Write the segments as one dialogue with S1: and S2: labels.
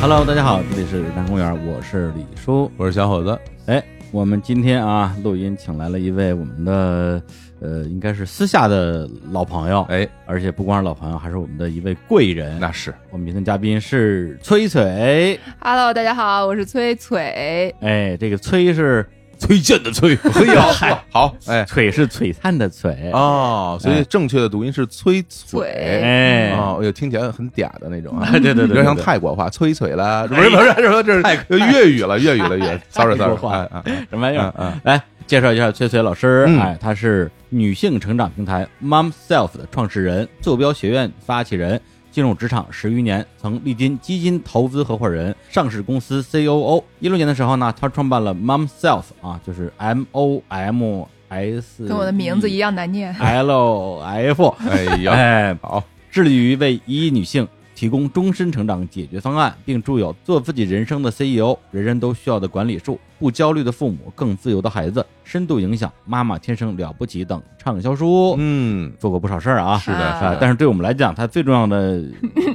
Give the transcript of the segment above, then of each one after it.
S1: Hello，大家好，这里是日坛公园，我是李叔。
S2: 我是小伙子，
S1: 哎，我们今天啊，录音请来了一位我们的呃，应该是私下的老朋友，
S2: 哎，
S1: 而且不光是老朋友，还是我们的一位贵人。
S2: 那是
S1: 我们今天嘉宾是崔崔，
S3: Hello，大家好，我是崔崔。
S1: 哎，这个崔是
S2: 崔健的崔，哎呦，好，哎，
S1: 璀是璀璨的璀，
S2: 哦，所以正确的读音是崔
S3: 璀
S2: 璀，
S1: 哎，
S2: 哦，哎呦，听起来很嗲的那种啊，
S1: 对对对
S2: 有
S1: 对，
S2: 点像
S1: 对
S2: 泰国话，崔璀啦，不是不是不是，这是粤语了，粤语了，粤，sorry
S1: 泰国
S2: sorry，
S1: 话
S2: 啊啊，
S1: 什么玩意儿
S2: 嗯？嗯
S1: 来介绍一下崔崔老师，
S2: 嗯
S1: 哎，他是女性成长平台 Mom Self 的创始人，坐标学院发起人，进入职场十余年，曾历经基金投资合伙人、上市公司 COO。一六年的时候呢，他创办了 Mom Self 啊，就是 M O M S，
S3: 跟我的名字一
S1: 样
S3: 样难念。
S1: ，L F，
S2: 哎呀，
S1: 哎，
S2: 好，
S1: 致力于为一亿女性提供终身成长解决方案，并著有《做自己人生的 CEO》、《人人都需要的管理术》、《不焦虑的父母，更自由的孩子》、《深度影响》、《妈妈天生了不起》等畅销书，
S2: 嗯，
S1: 做过不少事儿啊。
S2: 是的，
S3: 啊
S2: 是
S1: 啊
S2: 的，，
S1: 但是对我们来讲，他最重要 的，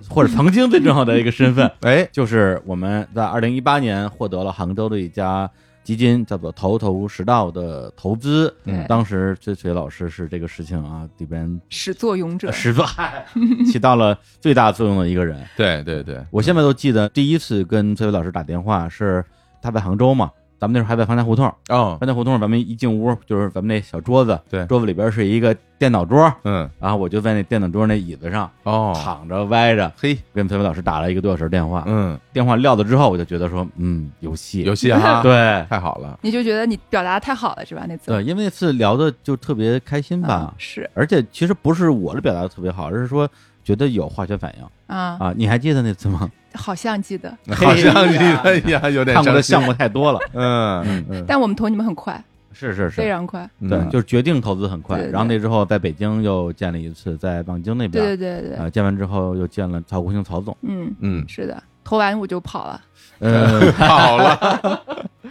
S1: 或者曾经最重要的一个身份，
S2: 哎，
S1: 就是我们在二零一八年获得了杭州的一家基金叫做“头头是道”的投资。
S3: 对
S1: 当时崔崔老师是这个事情啊里边
S3: 始作俑 者，
S1: 始作起到了最大作用的一个 人。
S2: 对对对，
S1: 我现在都记得第一次跟崔伟老师打电话是他在杭州嘛，咱们那时候还在方家胡同，
S2: 哦，
S1: 方家胡同咱们一进屋就是咱们那小桌子，
S2: 对
S1: 桌子里边是一个电脑桌，
S2: 嗯，
S1: 然后我就在那电脑桌那椅子上
S2: 哦，
S1: 躺着歪着。
S2: 嘿，
S1: 跟崔伟老师打了一个多小时电话，
S2: 嗯，
S1: 嗯电话撂了之后，我就觉得说，嗯，有戏，啊
S2: 游戏哈，，
S1: 对，
S2: 太好了，
S3: 你就觉得你表达得太好了是吧？那次
S1: 对，因为那次聊的就特别开心吧
S3: 嗯，是
S1: 而且其实不是我的表达的特别好，而是说觉得有化学反应
S3: 啊，
S1: 啊。你还记得那次吗？
S3: 好像记得，
S2: 好像你哎
S1: 嘿
S2: 呀，有点
S1: 看过的
S2: 伤心
S1: 项目，太多 了，
S2: 嗯嗯，
S3: 但我们投你们很快，
S1: 是是
S3: 非
S1: 是，
S3: 常快。
S2: 嗯
S1: 对，就是决定投资很快。
S3: 对对
S1: 然后那之后，在北京又建了一次，在望京那
S3: 对
S1: 边
S3: 对对对，对
S1: 啊，建完之后又见了曹国兴曹总，
S3: 嗯，
S2: 嗯，
S3: 是的，投完我就跑了。
S1: 嗯，
S2: 好了，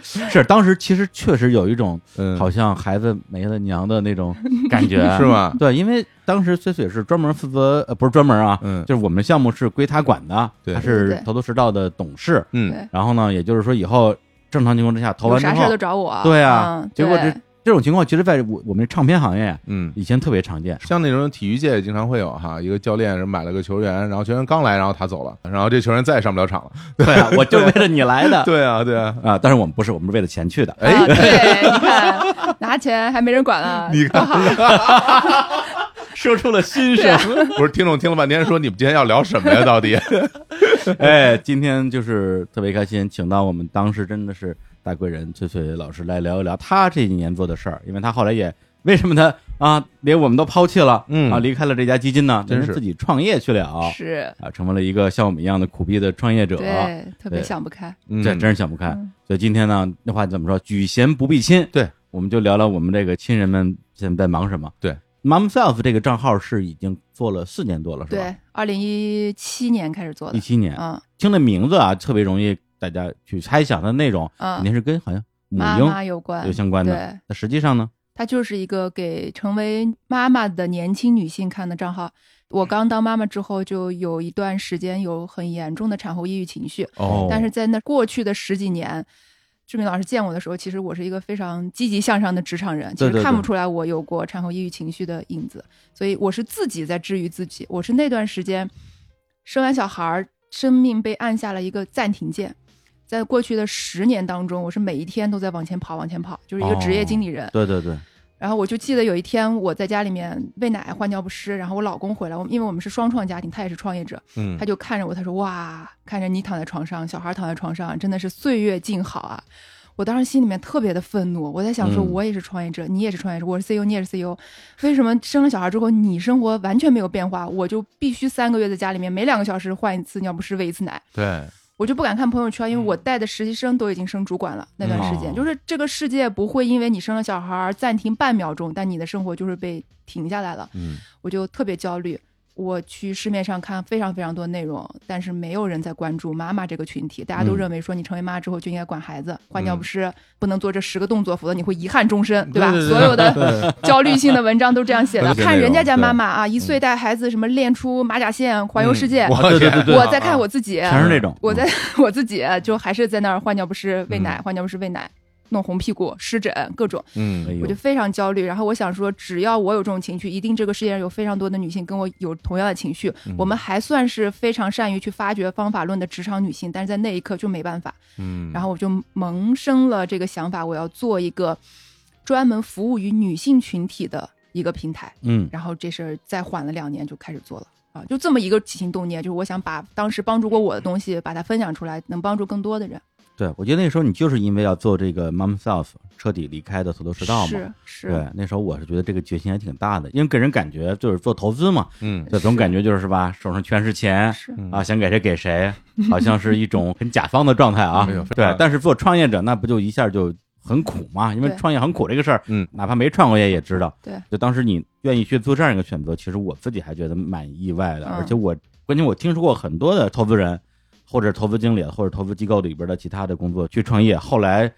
S1: 是当时其实确实有一种
S2: 嗯，
S1: 好像孩子没了娘的那种感 觉，啊
S2: 是？吗？
S1: 对，因为当时崔崔是专门负责，呃，不是专门啊，
S2: 嗯
S1: 就是我们项目是归他管的，
S2: 对
S1: 他
S3: 对对
S1: 是
S3: 对
S1: 头头是道的董事。
S2: 嗯，
S3: 对，
S1: 然后呢，也就是说以后正常情况之下投
S3: 有
S1: 完之
S3: 啥事儿
S1: 后
S3: 都，找我。
S1: 对啊
S3: 嗯
S1: 结果
S3: 对
S1: 这这种情况其实在我我们唱片行业
S2: 嗯，
S1: 以前特别常见，
S2: 像那种体育界也经常会有哈，一个教练是买了个球员，然后球员刚来，然后他走了，然后这球员再也上不了场了。
S1: 对啊，我就是为了你
S3: 哎
S1: 来的。
S2: 对啊，对啊，
S1: 啊，但是我们不是，我们是为了钱去的。
S3: 啊，对，你看拿钱还没人 管了，
S2: 你看，
S1: 说出了心
S3: 对啊。
S2: 不是听众听了半天说你们今天要聊什么呀？到底？
S3: 啊
S1: 哎，今天就是特别开心，请到我们当时真的是大贵人崔崔老师来聊一聊他这几年做的事儿，因为他后来也为什么他啊连我们都抛弃了，
S2: 嗯
S1: 啊离开了这家基金呢，
S2: 真
S1: 人家
S2: 是
S1: 自己创业去了啊，
S3: 是，
S1: 成为了一个像我们一样的苦逼的创业者。
S3: 对，特别
S1: 啊对
S3: 想不开。
S2: 嗯
S1: 这真是想不开。
S3: 嗯
S1: 所以今天呢，那话怎么说？举贤不避亲。
S2: 对，
S1: 我们就聊聊我们这个亲人们现在在忙什么。
S2: 对
S1: ，Momself 这个账号是已经做了四年多了，是吧？
S3: 对，二零一七年开始做
S1: 一
S3: 的，
S1: 七年。
S3: 嗯
S1: 听这名字啊，特别容易大家去猜想它内容，肯
S3: 嗯，
S1: 定是跟好像母
S3: 妈妈
S1: 婴
S3: 有关，
S1: 有相关的。
S3: 对。
S1: 那实际上呢，
S3: 它就是一个给成为妈妈的年轻女性看的账号。
S1: 嗯
S3: 我刚当妈妈之后，就有一段时间有很严重的产后抑郁情绪，
S1: 哦
S3: 但是在那过去的十几年，志明老师见我的时候，其实我是一个非常积极向上的职场人，其
S1: 对对
S3: 实
S1: 对
S3: 看不出来我有过产后抑郁情绪的影子，所以我是自己在治愈自己。我是那段时间生完小孩儿，生命被按下了一个暂停键。在过去的十年当中，我是每一天都在往前跑，往前跑，就是一个职
S1: 哦
S3: 业经理人。
S1: 对对对，
S3: 然后我就记得有一天我在家里面喂奶换尿不湿，然后我老公回来，我们因为我们是双创家庭，他也是创业者，
S2: 嗯
S3: 他就看着我，他说：“哇，看着你躺在床上，小孩躺在床上，真的是岁月静好啊！”我当时心里面特别的愤怒，我在想说，
S1: 嗯
S3: 我也是创业者，你也是创业者，我是 E CEO，你也是 CEO，为什么生了小孩之后，你生活完全没有变化，我就必须三个月在家里面每两个小时换一次尿不湿，喂一次奶，
S2: 对，
S3: 我就不敢看朋友圈，因为
S2: 嗯
S3: 我带的实习生都已经升主管了。那段时间，
S1: 哦
S3: 就是这个世界不会因为你生了小孩儿暂停半秒钟，但你的生活就是被停下来了。
S2: 嗯
S3: 我就特别焦虑。我去市面上看非常非常多内容，但是没有人在关注妈妈这个群体。大家都
S2: 嗯
S3: 认为说，你成为妈之后就应该管孩子，换尿
S2: 嗯
S3: 不湿，不能做这十个动作，否则你会遗憾终身，吧？
S2: 对对对
S3: 所有的
S2: 对
S3: 焦虑性的文章都这样写
S2: 都
S3: 的。
S2: 是这
S3: 看人
S2: 内
S3: 家
S2: 容
S3: 家
S2: 对嗯
S3: 妈妈啊，一岁带孩子什么练出马甲线，环游世界。
S2: 我
S1: 啊对对对对
S3: 我在看我自己，
S1: 全是这种。
S3: 我在 我自己啊就还是在那儿换尿不湿、喂奶，
S2: 嗯
S3: 换尿不湿、喂奶，弄红屁股、湿疹各种，
S2: 嗯
S1: 哎，呦
S3: 我就非常焦虑。然后我想说，只要我有这种情绪，一定这个世界上有非常多的女性跟我有同样的情绪。
S2: 嗯
S3: 我们还算是非常善于去发掘方法论的职场女性，但是在那一刻就没办法。
S2: 嗯，
S3: 然后我就萌生了这个想法，我要做一个专门服务于女性群体的一个平台。
S1: 嗯
S3: 然后这事儿再缓了两年就开始做了啊，就这么一个起心动念，就是我想把当时帮助过我的东西，把它分享出来，能帮助更多的人。
S1: 对，我觉得那时候你就是因为要做这个 mom self，彻底离开的头头是道嘛。
S3: 是是，
S1: 对，那时候我是觉得这个决心还挺大的，因为给人感觉就是做投资嘛，
S2: 嗯
S1: 这总感觉就是是吧，手上全是钱
S3: 是
S2: 嗯
S1: 啊，想给谁给谁，好像是一种很甲方的状态啊
S2: 哎。呦非常
S1: 对，但是做创业者那不就一下就很苦嘛，因为
S3: 对
S1: 创业很苦这个事儿，
S2: 嗯
S1: 哪怕没创过业也知道。
S3: 对，
S1: 就当时你愿意去做这样一个选择，其实我自己还觉得蛮意外的，
S3: 嗯
S1: 而且我关键我听说过很多的投资人，或者投资经理，或者投资机构里边的其他的工作去创业，后来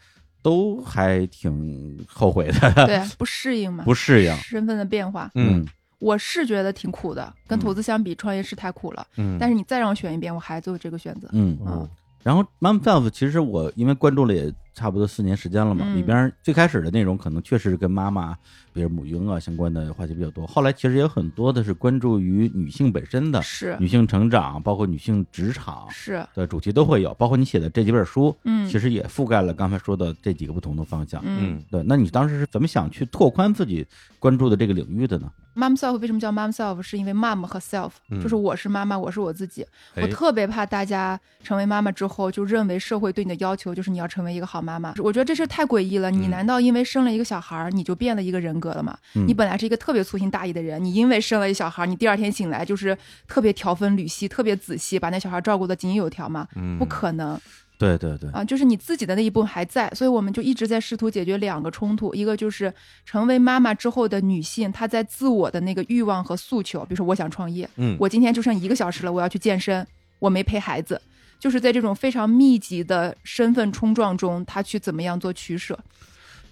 S1: 都还挺后悔的，
S3: 对，不适应 嘛，
S1: 不适应。
S3: 身份的变化，
S2: 嗯
S3: 我是觉得挺苦的，
S1: 嗯
S3: 跟投资相比，创业是太苦了。
S2: 嗯，
S3: 但是你再让我选一遍，我还做这个选择。啊
S1: 嗯，
S2: 哦
S1: 然后 Mom Self 其实我因为关注了也差不多四年时间了嘛，
S3: 嗯
S1: 里边最开始的内容可能确实跟妈妈，比如母婴啊相关的话题比较多，后来其实也有很多的是关注于女性本身的。
S3: 是
S1: 女性成长，包括女性职场
S3: 是，
S1: 的主题都会有，包括你写的这几本书，
S3: 嗯
S1: 其实也覆盖了刚才说的这几个不同的方向。
S3: 嗯
S2: 嗯
S1: 对，那你当时是怎么想去拓宽自己关注的这个领域的呢？
S3: ，mom self 为什么叫 mom self？是因为 mom 和 self，
S2: 嗯
S3: 就是我是妈妈，我是我自己。
S2: 哎
S3: 我特别怕大家成为妈妈之后，就认为社会对你的要求就是你要成为一个好妈妈。我觉得这事儿太诡异了。你
S2: 嗯
S3: 难道因为生了一个小孩儿，你就变了一个人格了吗？
S1: 嗯
S3: 你本来是一个特别粗心大意的人，你因为生了一小孩儿，你第二天醒来就是特别条分缕析、特别仔细，把那小孩照顾的井井有条吗？
S2: 嗯
S3: 不可能
S1: 对对对，
S3: 啊！就是你自己的那一部分还在，所以我们就一直在试图解决两个冲突，一个就是成为妈妈之后的女性，她在自我的那个欲望和诉求，比如说我想创业，
S2: 嗯
S3: 我今天就剩一个小时了，我要去健身，我没陪孩子，就是在这种非常密集的身份冲撞中，他去怎么样做取
S2: 嗯
S3: 舍。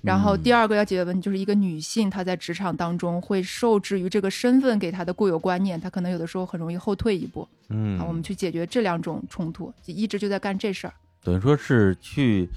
S3: 然后第二个要解决的问题就是一个女性，她在职场当中会受制于这个身份给她的固有观念，她可能有的时候很容易后退一步
S2: 嗯
S3: 啊。我们去解决这两种冲突，就一直就在干这事儿。
S1: 等于说是去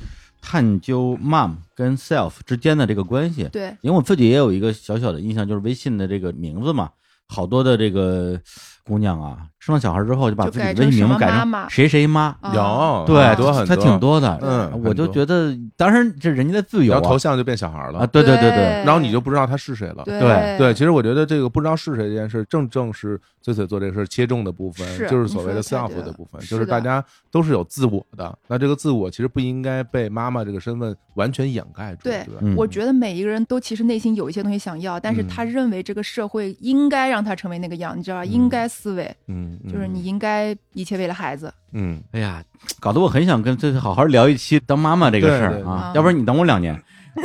S1: 探究 mom 跟 self 之间的这个关系。
S3: 对，
S1: 因为我自己也有一个小小的印象，就是微信的这个名字嘛，好多的这个姑娘啊，生了小孩之后就把
S3: 就
S1: 自己
S3: 改
S1: 的微信名
S3: 成
S1: 字
S3: 什么
S1: 改
S3: 妈
S1: 成
S3: 妈
S1: 谁谁妈，
S3: 啊、
S2: 有
S1: 对，
S2: 很多很
S1: 它
S2: 多
S1: 挺多的。
S2: 嗯
S1: 我就
S2: 很多
S1: 觉得，当然这人家的自由
S2: 然
S1: 啊
S2: 后头像就变小孩
S1: 啊，
S2: 了，
S1: 对对
S3: 对
S1: 对，
S2: 然后你就不知道他是谁了。
S3: 对
S1: 对
S2: 对，其实我觉得这个不知道是谁这件事，正正是最最做这个事儿切中的部分，
S3: 是
S2: 就是
S3: 你
S2: 所
S3: 说
S2: 谓的
S3: 得太
S2: self
S3: 对了
S2: 的部分，
S3: 是
S2: 就是大
S3: 的
S2: 家都是有自我的。那这个自我其实不应该被妈妈这个身份完全掩盖住，
S3: 对
S2: 对吧？
S1: 嗯
S3: 我觉得每一个人都其实内心有一些东西想要，但是
S2: 嗯
S3: 他认为这个社会应该让他成为那个样，你知道吧？
S2: 嗯
S3: 应该思维
S2: 嗯，
S3: 就是你应该一切为了孩子。
S2: 嗯，
S1: 哎呀，搞得我很想跟这好好聊一期当妈妈这个事
S2: 对
S1: 儿
S2: 对
S1: 啊，
S3: 对
S1: 要不然你等我两年，
S2: 嗯，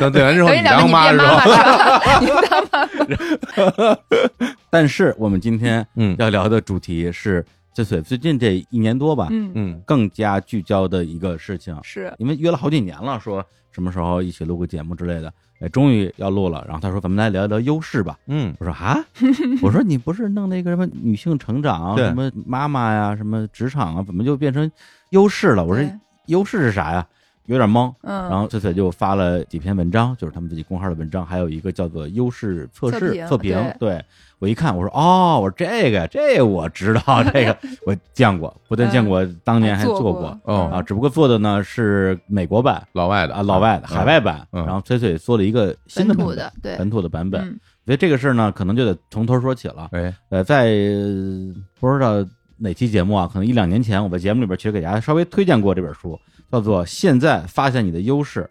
S2: 等等完之后
S3: 等你
S2: 你
S3: 两个
S2: 当
S3: 你
S2: 妈
S3: 变
S2: 的时
S3: 妈妈
S2: 候，
S3: 是 吧？你当妈
S1: 但是我们今天
S2: 嗯
S1: 要聊的主题是，这是最近这一年多吧，
S3: 嗯，
S2: 嗯
S1: 更加聚焦的一个事情，
S3: 是
S1: 因为约了好几年了，说什么时候一起录个节目之类的，哎，终于要录了。然后他说咱们来聊一聊优势吧。
S2: 嗯
S1: 我说啊， 我说你不是弄那个什么女性成长、
S2: 对
S1: 什么妈妈呀、什么职场啊，怎么就变成优势了？我说
S3: 对
S1: 优势是啥呀？有点懵。
S3: 嗯，
S1: 然后翠翠就发了几篇文章，就是他们自己公号的文章，还有一个叫做“优势测试
S3: 测评
S1: 测评”对我一看，我说哦，我说这个这我知 道，这个我见过，不但见过，当年还
S3: 嗯做
S1: 做
S3: 过
S2: 哦
S1: 啊，只不过做的呢是美国版
S2: 老外的
S1: 啊，老外的海外版，
S2: 嗯
S1: 然后翠翠做了一个新的
S3: 本
S1: 版
S3: 土
S1: 本
S3: 的对
S1: 本土的版本，
S3: 嗯
S1: 所以这个事儿呢，可能就得从头说起了。
S2: 哎，
S1: 呃，在呃不知道哪期节目啊，可能一两年前，我在节目里边其实给大家稍微推荐过这本书，叫做《现在发现你的优势》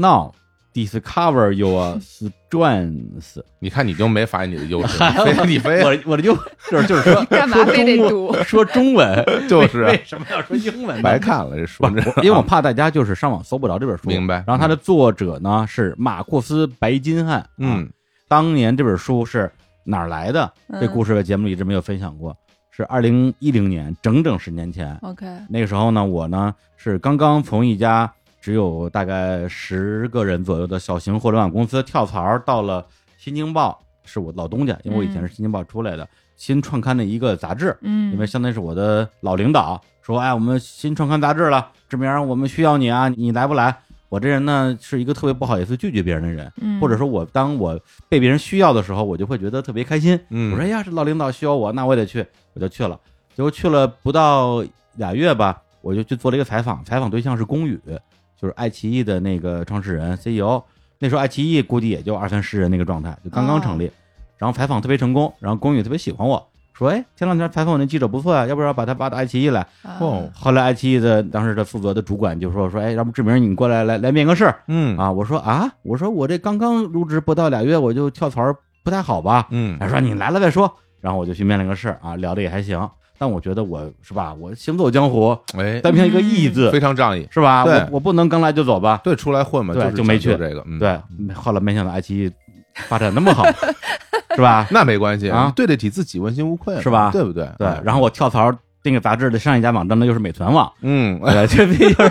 S1: ，Now Discover Your Strengths。
S2: 你看你就没发现你的优势，你非你非
S1: 我我的优就是就是说
S3: 干嘛
S1: 说
S3: 非得
S1: 中文
S3: 读
S1: 说中文，
S2: 就是
S1: 为什么要说英文呢？
S2: 白看了这书，这
S1: 因为我怕大家就是上网搜不着这本书，
S2: 明白嗯
S1: 然后它的作者呢是马库斯·白金汉，啊
S2: 嗯
S1: 当年这本书是哪儿来的？这
S3: 嗯
S1: 故事在节目里一直没有分享过，是二零一零年，整整十年前。
S3: OK，
S1: 那个时候呢，我呢是刚刚从一家只有大概十个人左右的小型互联网公司跳槽到了新京报，是我老东家，因为我以前是新京报出来的，新创刊的一个杂志。
S3: 嗯，
S1: 因为相当于是我的老领导说，哎，我们新创刊杂志了，志明，我们需要你啊，你来不来？我这人呢是一个特别不好意思拒绝别人的人，
S3: 嗯
S1: 或者说我当我被别人需要的时候，我就会觉得特别开心。
S2: 嗯
S1: 我说哎呀，这老领导需要我，那我也得去，我就去了。结果去了不到俩月吧，我就去做了一个采访，采访对象是龚宇，就是爱奇艺的那个创始人 CEO。那时候爱奇艺估计也就二三十人那个状态，就刚刚成立。然后采访特别成功，然后龚宇特别喜欢我，说哎，前两天采访我那记者不错呀、啊要不要把他挖到爱奇艺来？
S3: 啊
S2: 哦
S1: 后来爱奇艺的当时的负责的主管就说说哎，要不志明你过来来来面个试，
S2: 嗯
S1: 啊，我说啊，我说我这刚刚入职不到俩月，我就跳槽儿不太好吧？
S2: 嗯
S1: 他说你来了再说，然后我就去面了个试啊，聊的也还行，但我觉得我是吧，我行走江湖，
S2: 哎，
S1: 单凭一个义
S3: 嗯
S1: 字、
S2: 非常仗义，
S1: 是吧？
S2: 对
S1: 我我不能刚来就走吧？
S2: 对，出来混嘛，
S1: 对
S2: 是
S1: 就没
S2: 讲究
S1: 去
S2: 这个，嗯，
S1: 对，后来没想到爱奇艺发展那么好，是吧？
S2: 那没关系
S1: 啊
S2: 你对得起自己，问心无愧嘛，
S1: 是吧
S2: 对不对？
S1: 对，
S2: 嗯
S1: 然后我跳槽儿那个杂志的上一家网站呢又是美团 网，
S2: 嗯，
S1: 对，这逼就是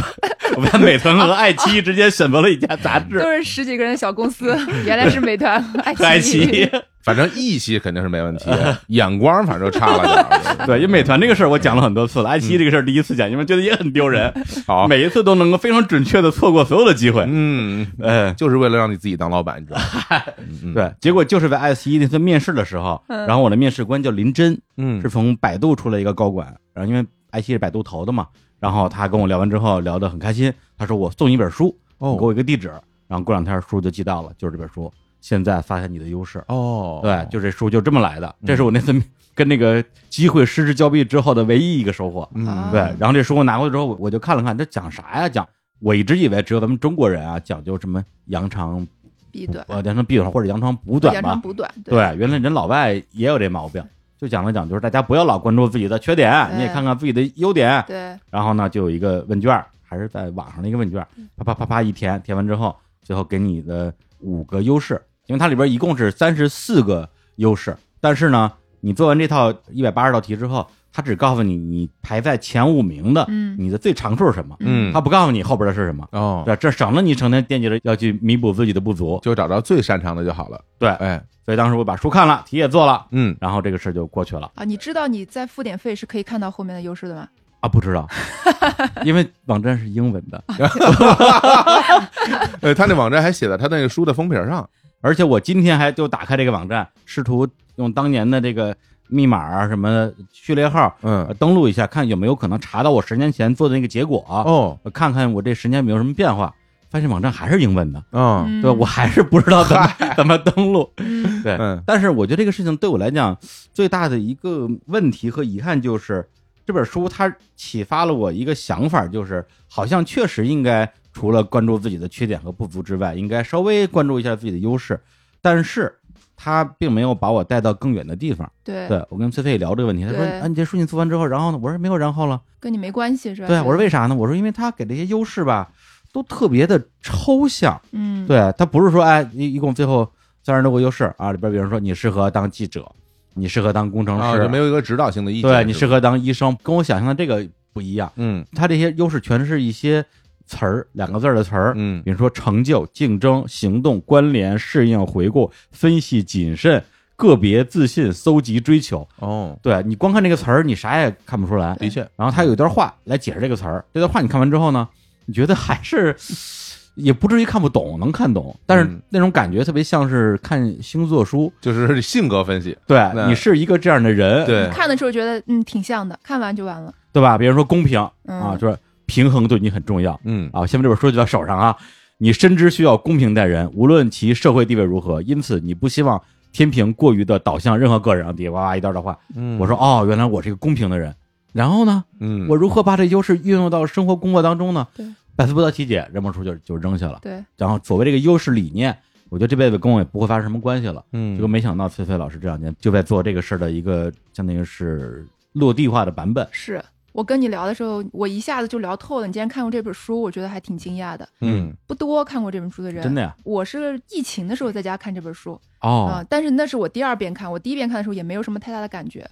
S1: 我把美团和爱奇艺之间选择了一家杂志
S3: 都是十几个人的小公 司，原来是美团、爱
S1: 和爱奇艺
S3: 艺。。
S2: 反正义气肯定是没 问题，眼光反正就差了点儿。
S1: 对，因为美团这个事儿我讲了很多次了，爱
S2: 嗯
S1: 奇艺这个事儿第一次讲，因为觉得也很丢人，
S2: 好，
S1: 每一次都能够非常准确的错过所有的机会。
S2: 嗯，
S1: 嗯，
S2: 就是为了让你自己当老板，你 知道吗？嗯，
S1: 对，结果就是在爱奇艺那次面试的时候，
S3: 嗯
S1: 然后我的面试官叫林真，
S2: 嗯
S1: 是从百度出来一个高管，然后因为爱奇艺是百度投的嘛，然后他跟我聊完之后聊得很开心，他说我送你一本书，
S2: 哦
S1: 给我一个地址，然后过两天书就寄到了，就是这本书。现在发现你的优势，
S2: 哦，嗯
S1: 对，就这书就这么来的，这是我那次跟那个机会失之交臂之后的唯一一个收获。
S2: 嗯
S3: 啊
S1: 对，然后这书我拿过去之后，我我就看了看，这讲啥呀？讲我一直以为只有咱们中国人啊，讲究什么扬长
S3: 臂短，
S1: 呃扬长避短或者扬长补短
S3: 扬
S1: 吧
S3: 长？补短，
S1: 对，原来人老外也有这毛病。就讲了讲，就是大家不要老关注自己的缺点，
S3: 对
S1: 你也看看自己的优点。
S3: 对，
S1: 然后呢，就有一个问卷儿，还是在网上的一个问卷儿，
S3: 嗯
S1: 啪啪啪啪一填，填完之后，最后给你的五个优势，因为它里边一共是三十四个优势，但是呢，你做完这套一百八十道题之后，它只告诉你你排在前五名的，
S3: 嗯
S1: 你的最长处是什么，
S2: 嗯，
S1: 它不告诉你后边的是什么。
S2: 哦，
S1: 对，这省了你成天惦记着要去弥补自己的不足。
S2: 就找着最擅长的就好了。
S1: 对
S2: 哎，
S1: 所以当时我把书看了，题也做了，
S2: 嗯，
S1: 然后这个事儿就过去了
S3: 啊，你知道你再付点费是可以看到后面的优势的吗？
S1: 啊。不知道，因为网站是英文的，
S2: 呃，他那网站还写在他那个书的封皮儿上。
S1: 而且我今天还就打开这个网站，试图用当年的这个密码啊什么的序列号、呃
S2: 嗯，
S1: 登录一下，看有没有可能查到我十年前做的那个结果，
S2: 哦，
S1: 我看看我这十年有没有什么变化。发现网站还是英文的，
S2: 嗯，
S1: 对我还是不知道怎么怎么登录。
S3: 嗯
S1: 对，
S2: 嗯
S1: 但是我觉得这个事情对我来讲最大的一个问题和遗憾就是，这本书它启发了我一个想法，就是好像确实应该除了关注自己的缺点和不足之外，应该稍微关注一下自己的优势，但是。它并没有把我带到更远的地方。
S3: 对，
S1: 对我跟崔飞也聊这个问题，他说：“
S3: 对
S1: 啊，你这书你做完之后，然后呢？”我说：“没有然后了。
S3: 跟你没关系是”吧？
S1: 对，我说：“为啥呢？”我说：“因为他给这些优势吧，都特别的抽象。”
S3: 嗯，
S1: 对他不是说哎，一一共最后三十多个优势啊，里边比如说你适合当记者，你适合当工程
S2: 啊，
S1: 师，
S2: 就没有一个指导性的意
S1: 嗯
S2: 见。
S1: 对你
S2: 是
S1: 适
S2: 吧
S1: 合当医生，跟我想象的这个不一样。
S2: 嗯
S1: 他这些优势全是一些词儿，两个字儿的词儿，
S2: 嗯
S1: 比如说成就、竞争、行动、关联、适应、回顾、分析、谨慎、个别、自信、搜集、追求。
S2: 哦，
S1: 对你光看这个词儿，你啥也看不出来。
S2: 的确，
S1: 然后他有一段话来解释这个词儿，这段话你看完之后呢，你觉得还是也不至于看不懂，能看懂，但是
S2: 嗯
S1: 那种感觉特别像是看星座书，
S2: 就是性格分析。
S1: 对
S2: 对
S1: 你是一个这样的人，对
S2: 对，
S3: 看的时候觉得嗯挺像的，看完就完了。
S1: 吧？比如说公平
S3: 嗯
S1: 啊，就是平衡对你很重要
S2: 嗯
S1: 啊。下面这本书就到手上啊，你深知需要公平待人，无论其社会地位如何，因此你不希望天平过于的导向任何个人啊。底下哇哇一段的话，
S2: 嗯
S1: 我说哦，原来我是一个公平的人。然后呢，
S2: 嗯，
S1: 我如何把这优势运用到生活工作当中呢
S3: 对？
S1: 百思不得其解，扔本书就就扔下了。
S3: 对，
S1: 然后所谓这个优势理念，我觉得这辈子跟我也不会发生什么关系了。
S2: 嗯
S1: 结果没想到崔飞老师这两年就在做这个事儿的一个，相当于是落地化的版本。
S3: 是。我跟你聊的时候，我一下子就聊透了。你竟然看过这本书，我觉得还挺惊讶的。
S2: 嗯
S3: 不多看过这本书的人，
S1: 真的呀？
S3: 我是疫情的时候在家看这本书啊、
S1: 哦，
S3: 但是那是我第二遍看，我第一遍看的时候也没有什么太大的感觉。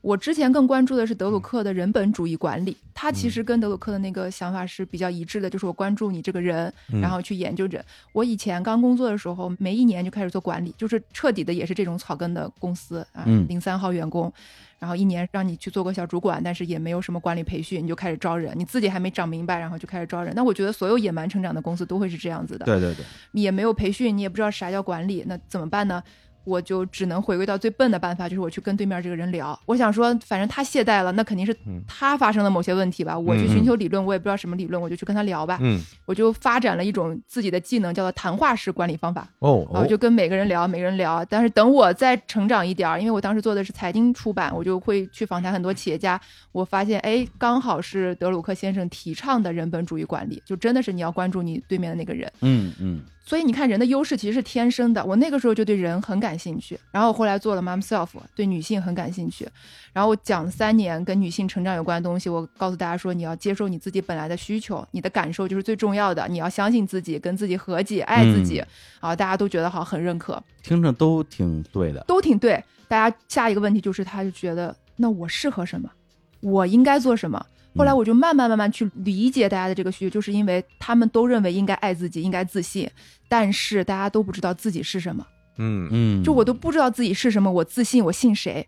S3: 我之前更关注的是德
S1: 嗯
S3: 鲁克的人本主义管理，他其实跟德鲁克的那个想法是比较一致的，就是我关注你这个人，
S2: 嗯
S3: 然后去研究人。我以前刚工作的时候，每一年就开始做管理，就是彻底的也是这种草根的公司啊
S1: 嗯，
S3: 零三号员工，然后一年让你去做个小主管，但是也没有什么管理培训，你就开始招人，你自己还没长明白，然后就开始招人。那我觉得所有野蛮成长的公司都会是这样子的，
S1: 对对对，
S3: 你也没有培训，你也不知道啥叫管理，那怎么办呢？我就只能回归到最笨的办法，就是我去跟对面这个人聊。我想说，反正他懈怠了，那肯定是
S2: 嗯
S3: 他发生了某些问题吧。我去
S2: 嗯嗯
S3: 寻求理论，我也不知道什么理论，我就去跟他聊吧。
S2: 嗯
S3: 我就发展了一种自己的技能，叫做谈话式管理方法。
S2: 哦
S3: 啊，我就跟每个人聊，每个人聊。但是等我再成长一点儿，因为我当时做的是财经出版，我就会去访谈很多企业家。我发现，哎，刚好是德鲁克先生提倡的人本主义管理，就真的是你要关注你对面的那个人。
S1: 嗯嗯，
S3: 所以你看，人的优势其实是天生的。我那个时候就对人很感兴趣，然后后来做了 Mom Self，对女性很感兴趣。然后我讲三年跟女性成长有关的东西，我告诉大家说，你要接受你自己本来的需求，你的感受就是最重要的。你要相信自己，跟自己和解，爱自己。啊，大家都觉得好，很认可，
S1: 听着都挺对的，
S3: 都挺对。大家下一个问题就是，他就觉得那我适合什么，我应该做什么。
S1: 嗯
S3: 后来我就慢慢慢慢去理解大家的这个需求，就是因为他们都认为应该爱自己，应该自信，但是大家都不知道自己是什么。
S2: 嗯
S1: 嗯，
S3: 就我都不知道自己是什么，我自信，我信谁？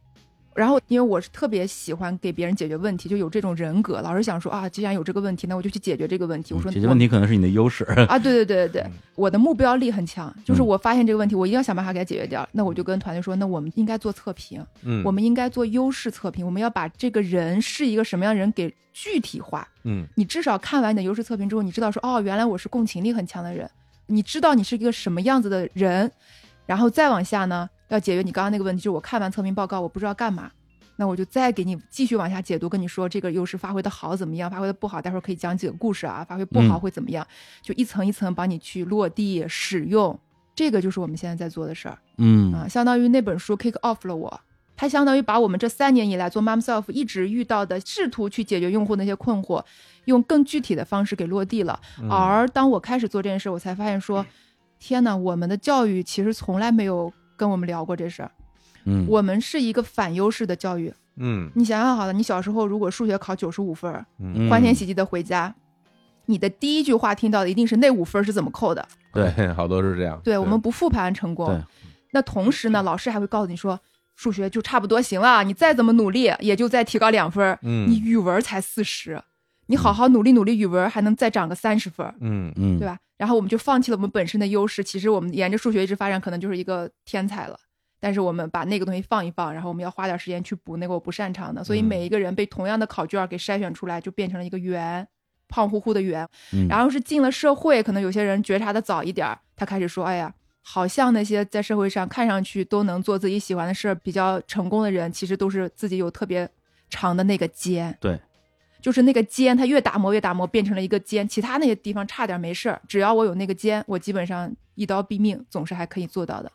S3: 然后因为我是特别喜欢给别人解决问题，就有这种人格，老是想说啊，既然有这个问题，那我就去解决这个问题。我说
S1: 解决嗯问
S3: 题
S1: 题可能是你的优势，
S3: 啊，对对对对对
S2: 嗯，
S3: 我的目标力很强，就是
S1: 嗯
S3: 我发现这个问题，我一定要想办法给它解决掉。那我就跟团队说，那我们应该做测评，
S2: 嗯
S3: 我们应该做优势测评，我们要把这个人是一个什么样的人给具体化。
S2: 嗯
S3: 你至少看完你的优势测评之后，你知道说，哦，原来我是共情力很强的人，你知道你是一个什么样子的人，然后再往下呢，要解决你刚刚那个问题，就是我看完测评报告，我不知道干嘛，那我就再给你继续往下解读，跟你说这个优势发挥的好怎么样，发挥的不好，待会儿可以讲几个故事啊，发挥不好
S1: 嗯
S3: 会怎么样，就一层一层帮你去落地使用，这个就是我们现在在做的事儿。
S1: 嗯
S3: 啊，相当于那本书 kick off 了我。它相当于把我们这三年以来做 Mom Self 一直遇到的试图去解决用户那些困惑，用更具体的方式给落地了。
S2: 嗯
S1: 嗯
S3: 而当我开始做这件事，我才发现说，天呐，我们的教育其实从来没有跟我们聊过这事儿。
S1: 嗯，
S3: 我们是一个反优势的教育。
S2: 嗯
S3: 你想想好了，你小时候如果数学考九十五分儿，
S2: 嗯，
S3: 欢天喜地的回家，你的第一句话听到的一定是那五分儿是怎么扣的。
S1: 对，
S2: 好多是这样，
S3: 对我们不复盘成
S1: 对
S3: 功。那同时呢，老师还会告诉你说，数学就差不多行了，你再怎么努力，也就再提高两分儿。
S2: 嗯
S3: 你语文才四十，你好好努力努力，语文还能再涨个三十分儿，
S2: 嗯
S1: 嗯，
S3: 对吧？然后我们就放弃了我们本身的优势，其实我们沿着数学一直发展，可能就是一个天才了。但是我们把那个东西放一放，然后我们要花点时间去补那个我不擅长的，所以
S2: 嗯
S3: 每一个人被同样的考卷给筛选出来，就变成了一个圆，胖乎乎的圆。
S1: 嗯？
S3: 然后是进了社会，可能有些人觉察的早一点儿，他开始说：“哎呀，好像那些在社会上看上去都能做自己喜欢的事儿、比较成功的人，其实都是自己有特别长的那个尖。”
S1: 对，
S3: 就是那个尖，他越打磨越打磨，变成了一个尖。其他那些地方差点没事儿，只要我有那个尖，我基本上一刀毙命，总是还可以做到的。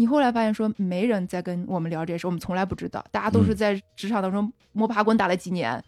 S3: 你后来发现说没人在跟我们聊这事，我们从来不知道，大家都是
S1: 嗯
S3: 在职场当中摸爬滚打了几年，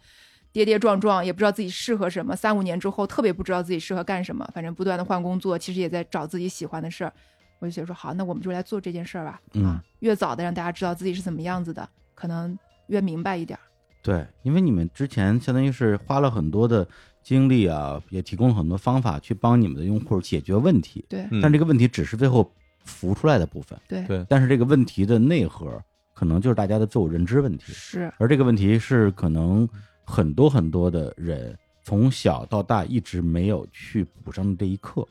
S3: 跌跌撞撞，也不知道自己适合什么。三五年之后，特别不知道自己适合干什么，反正不断的换工作，其实也在找自己喜欢的事儿。我就觉得说好，那我们就来做这件事儿吧。
S1: 嗯
S3: 啊，越早的让大家知道自己是怎么样子的，可能越明白一点儿。
S1: 对，因为你们之前相当于是花了很多的精力啊，也提供了很多方法去帮你们的用户解决问题，
S3: 对
S2: 嗯
S1: 但这个问题只是最后浮出来的部分，
S3: 对
S2: 对
S1: 但是这个问题的内核可能就是大家的自我认知问题，
S3: 是，
S1: 而这个问题是可能很多很多的人从小到大一直没有去补上的这一课，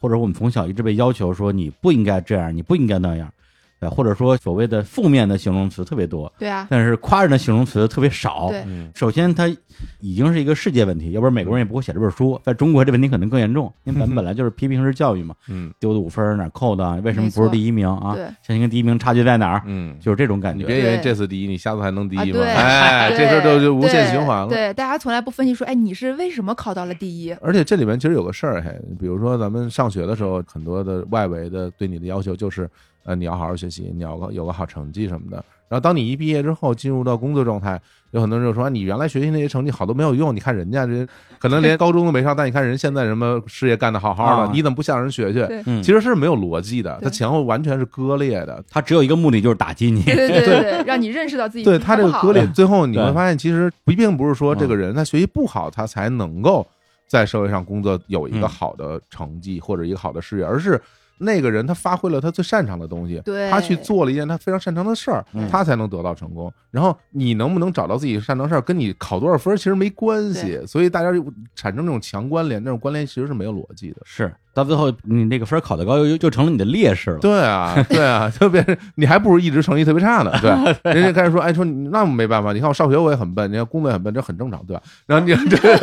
S1: 或者我们从小一直被要求说你不应该这样，你不应该那样，呃，或者说所谓的负面的形容词特别多，
S3: 对啊，
S1: 但是夸人的形容词特别少，
S3: 对
S2: 嗯
S1: 首先，它已经是一个世界问题，要不然美国人也不会写这本书。在中国，这问题可能更严重，因为咱们本来就是批评式教育嘛，
S2: 嗯
S1: 丢的五分儿哪儿扣的啊，为什么不
S3: 没
S1: 是
S3: 错
S1: 第一名啊？
S3: 对
S1: 现在跟第一名差距在哪儿？
S2: 嗯，
S1: 就是这种感
S2: 你
S1: 觉。
S2: 别以为
S3: 对
S2: 这次第一，你下次还能第
S3: 啊，
S2: 一吗？
S3: 对，
S2: 哎，
S3: 对
S2: 这事儿就就无限循环了。
S3: 对，对大家从来不分析说，哎，你是为什么考到了第一？
S2: 而且这里面其实有个事儿，嘿，比如说咱们上学的时候，很多的外围的对你的要求就是，呃，你要好好学习，你要有个有个好成绩什么的。然后当你一毕业之后进入到工作状态，有很多人就说、啊、你原来学习那些成绩好都没有用，你看人家这可能连高中都没上，但你看人现在什么事业干得好好
S1: 啊
S2: 的，你怎么不向人学学？
S3: 对
S1: 嗯
S2: 其实是没有逻辑的，它
S3: 对
S2: 前后完全是割裂的。
S1: 他只有一个目的就是打击你，
S3: 对对对对对，让你认识到自己
S2: 对他这个
S3: 不好
S2: 割裂，最后你
S1: 哎对
S2: 会发现，其实不并不是说
S1: 嗯
S2: 这个人他学习不好，他才能够在社会上工作有一个
S1: 嗯
S2: 好的成绩或者一个好的事业，而是那个人他发挥了他最擅长的东西，
S3: 对
S2: 他去做了一件他非常擅长的事儿
S1: 嗯，
S2: 他才能得到成功。然后你能不能找到自己擅长事儿，跟你考多少分儿其实没关系，所以大家就产生这种强关联，那种关联其实是没有逻辑的。
S1: 是到最后你那个分儿考得高，又又就成了你的劣势了。
S2: 对啊，对啊，特别是你还不如一直成绩特别差呢，对吧 人家开始说，哎，说你那没办法，你看我上学我也很笨，人家工作也很笨，这很正常，对吧？然 后你这，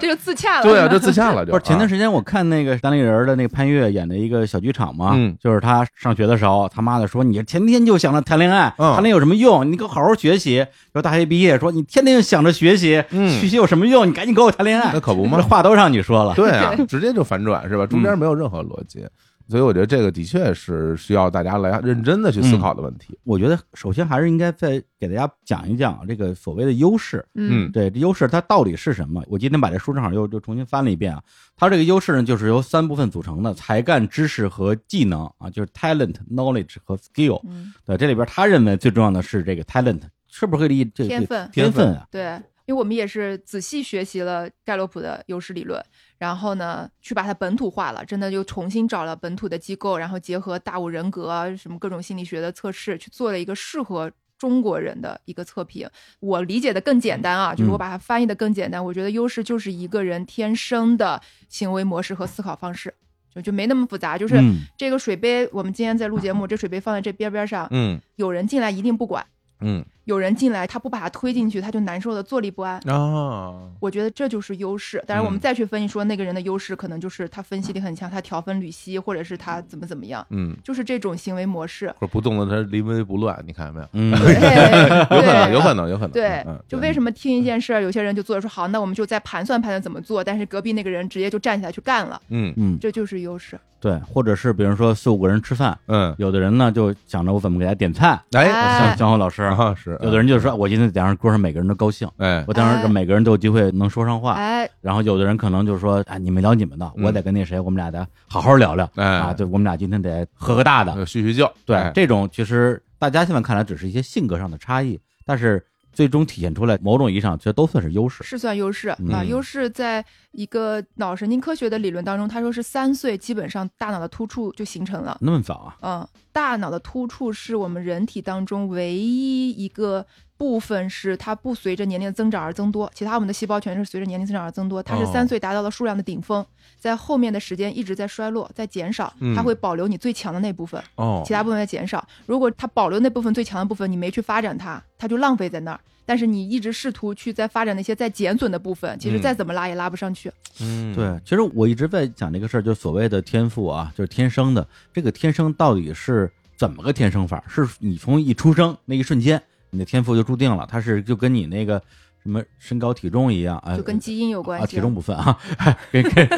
S3: 这就自洽了。
S2: 对啊，这自洽了就。
S1: 不是前段
S2: 时
S1: 时间我看那个单立人儿的那个潘越演的一个小剧场嘛，
S2: 嗯
S1: 就是他上学的时候，他妈的说你天天就想着谈恋爱，
S2: 嗯
S1: 谈恋爱有什么用？你给我好好学习。然后大学毕业说你天天就想着学习，
S2: 嗯
S1: 学习有什么用？你赶紧给我谈恋爱
S2: 那。可不
S1: 我
S2: 嘛
S1: 们，话都让你说了，
S2: 对啊，直接就反转
S1: 嗯
S2: 是吧？中间没有任何逻辑，所以我觉得这个的确是需要大家来认真的去思考的问题。
S1: 我觉得首先还是应该再给大家讲一讲这个所谓的优势。
S3: 嗯，
S1: 对，这优势它到底是什么？我今天把这书正好又又重新翻了一遍啊。它这个优势呢，就是由三部分组成的：才干、知识和技能啊，就是 talent、knowledge 和 skill。
S3: 嗯
S1: 对，这里边他认为最重要的是这个 talent，是不是可以理解这
S3: 天分
S1: 天分啊？
S3: 对，因为我们也是仔细学习了盖洛普的优势理论，然后呢，去把它本土化了，真的又重新找了本土的机构，然后结合大五人格啊什么各种心理学的测试，去做了一个适合。中国人的一个测评，我理解的更简单啊，就是我把它翻译的更简单。我觉得优势就是一个人天生的行为模式和思考方式，就就没那么复杂。就是
S2: 啊
S1: 嗯
S3: 这个水杯，我们今天在录节目，这水杯放在这边边上，
S2: 嗯
S3: 有人进来一定不管，
S2: 嗯
S3: 有人进来，他不把它推进去，他就难受的坐立不安。
S2: 啊，
S1: 哦
S3: 我觉得这就是优势。当然，我们
S2: 嗯
S3: 再去分析说那个人的优势，可能就是他分析力很强，他条分缕析，或者是他怎么怎么样，
S2: 嗯，。
S3: 就是这种行为模式
S2: 或者不动的他临危不乱，你看见没 有？
S1: 嗯，
S3: 对，
S2: 有可能，
S3: 哎对
S2: 有可能，有可能。
S3: 对
S2: 嗯，，
S3: 就为什么听一件事儿，有些人就做着说好，那我们就再盘算盘算怎么做，但是隔壁那个人直接就站起来去干了，
S2: 嗯
S1: 嗯，
S3: 这就是优势。
S1: 对，或者是比如说四五个人吃饭，
S2: 嗯，
S1: 有的人呢就想着我怎么给大家点菜，
S2: 哎，
S3: 哎
S1: 像江浩老师，
S2: 啊是，
S1: 有的人就啊说我今天得让桌上每个人都高兴，
S2: 哎
S1: 我当然让
S3: 哎
S1: 每个人都有机会能说上
S2: 啊
S1: 话。
S3: 哎，
S1: 然后有的人可能就说，哎，你们聊你们的，我得跟那谁，我们俩得好好聊聊
S2: 嗯哎
S1: 啊，对，我们俩今天得喝个大的。
S2: 呃叙叙旧，
S1: 对
S2: 哎，
S1: 这种其实大家现在看来只是一些性格上的差异，但是最终体现出来，某种意义上其实都算是优势。
S3: 是算优势啊。
S1: 嗯
S3: 优势在一个脑神经科学的理论当中，他说是三岁基本上大脑的突触就形成了。
S1: 那么早啊？
S3: 嗯，大脑的突触是我们人体当中唯一一个部分是它不随着年龄的增长而增多，其他我们的细胞全是随着年龄增长而增多。它是
S2: 哦
S3: 三岁达到了数量的顶峰，在后面的时间一直在衰落，在减少
S2: 嗯，
S3: 它会保留你最强的那部分，
S2: 哦
S3: 其，他部分在减少。如果它保留那部分最强的部分，你没去发展它，它就浪费在那儿。但是你一直试图去再发展那些在减损的部分，其实
S2: 嗯
S3: 再怎么拉也拉不上去。
S2: 嗯，
S1: 对，其实我一直在讲这个事儿，就是所谓的天赋啊，就是天生的。这个天生到底是怎么个天生法？是你从一出生那一瞬间，你的天赋就注定了，它是就跟你那个什么身高体重一样，哎，
S3: 就跟基因有关系，
S1: 啊体重不算啊， 跟 跟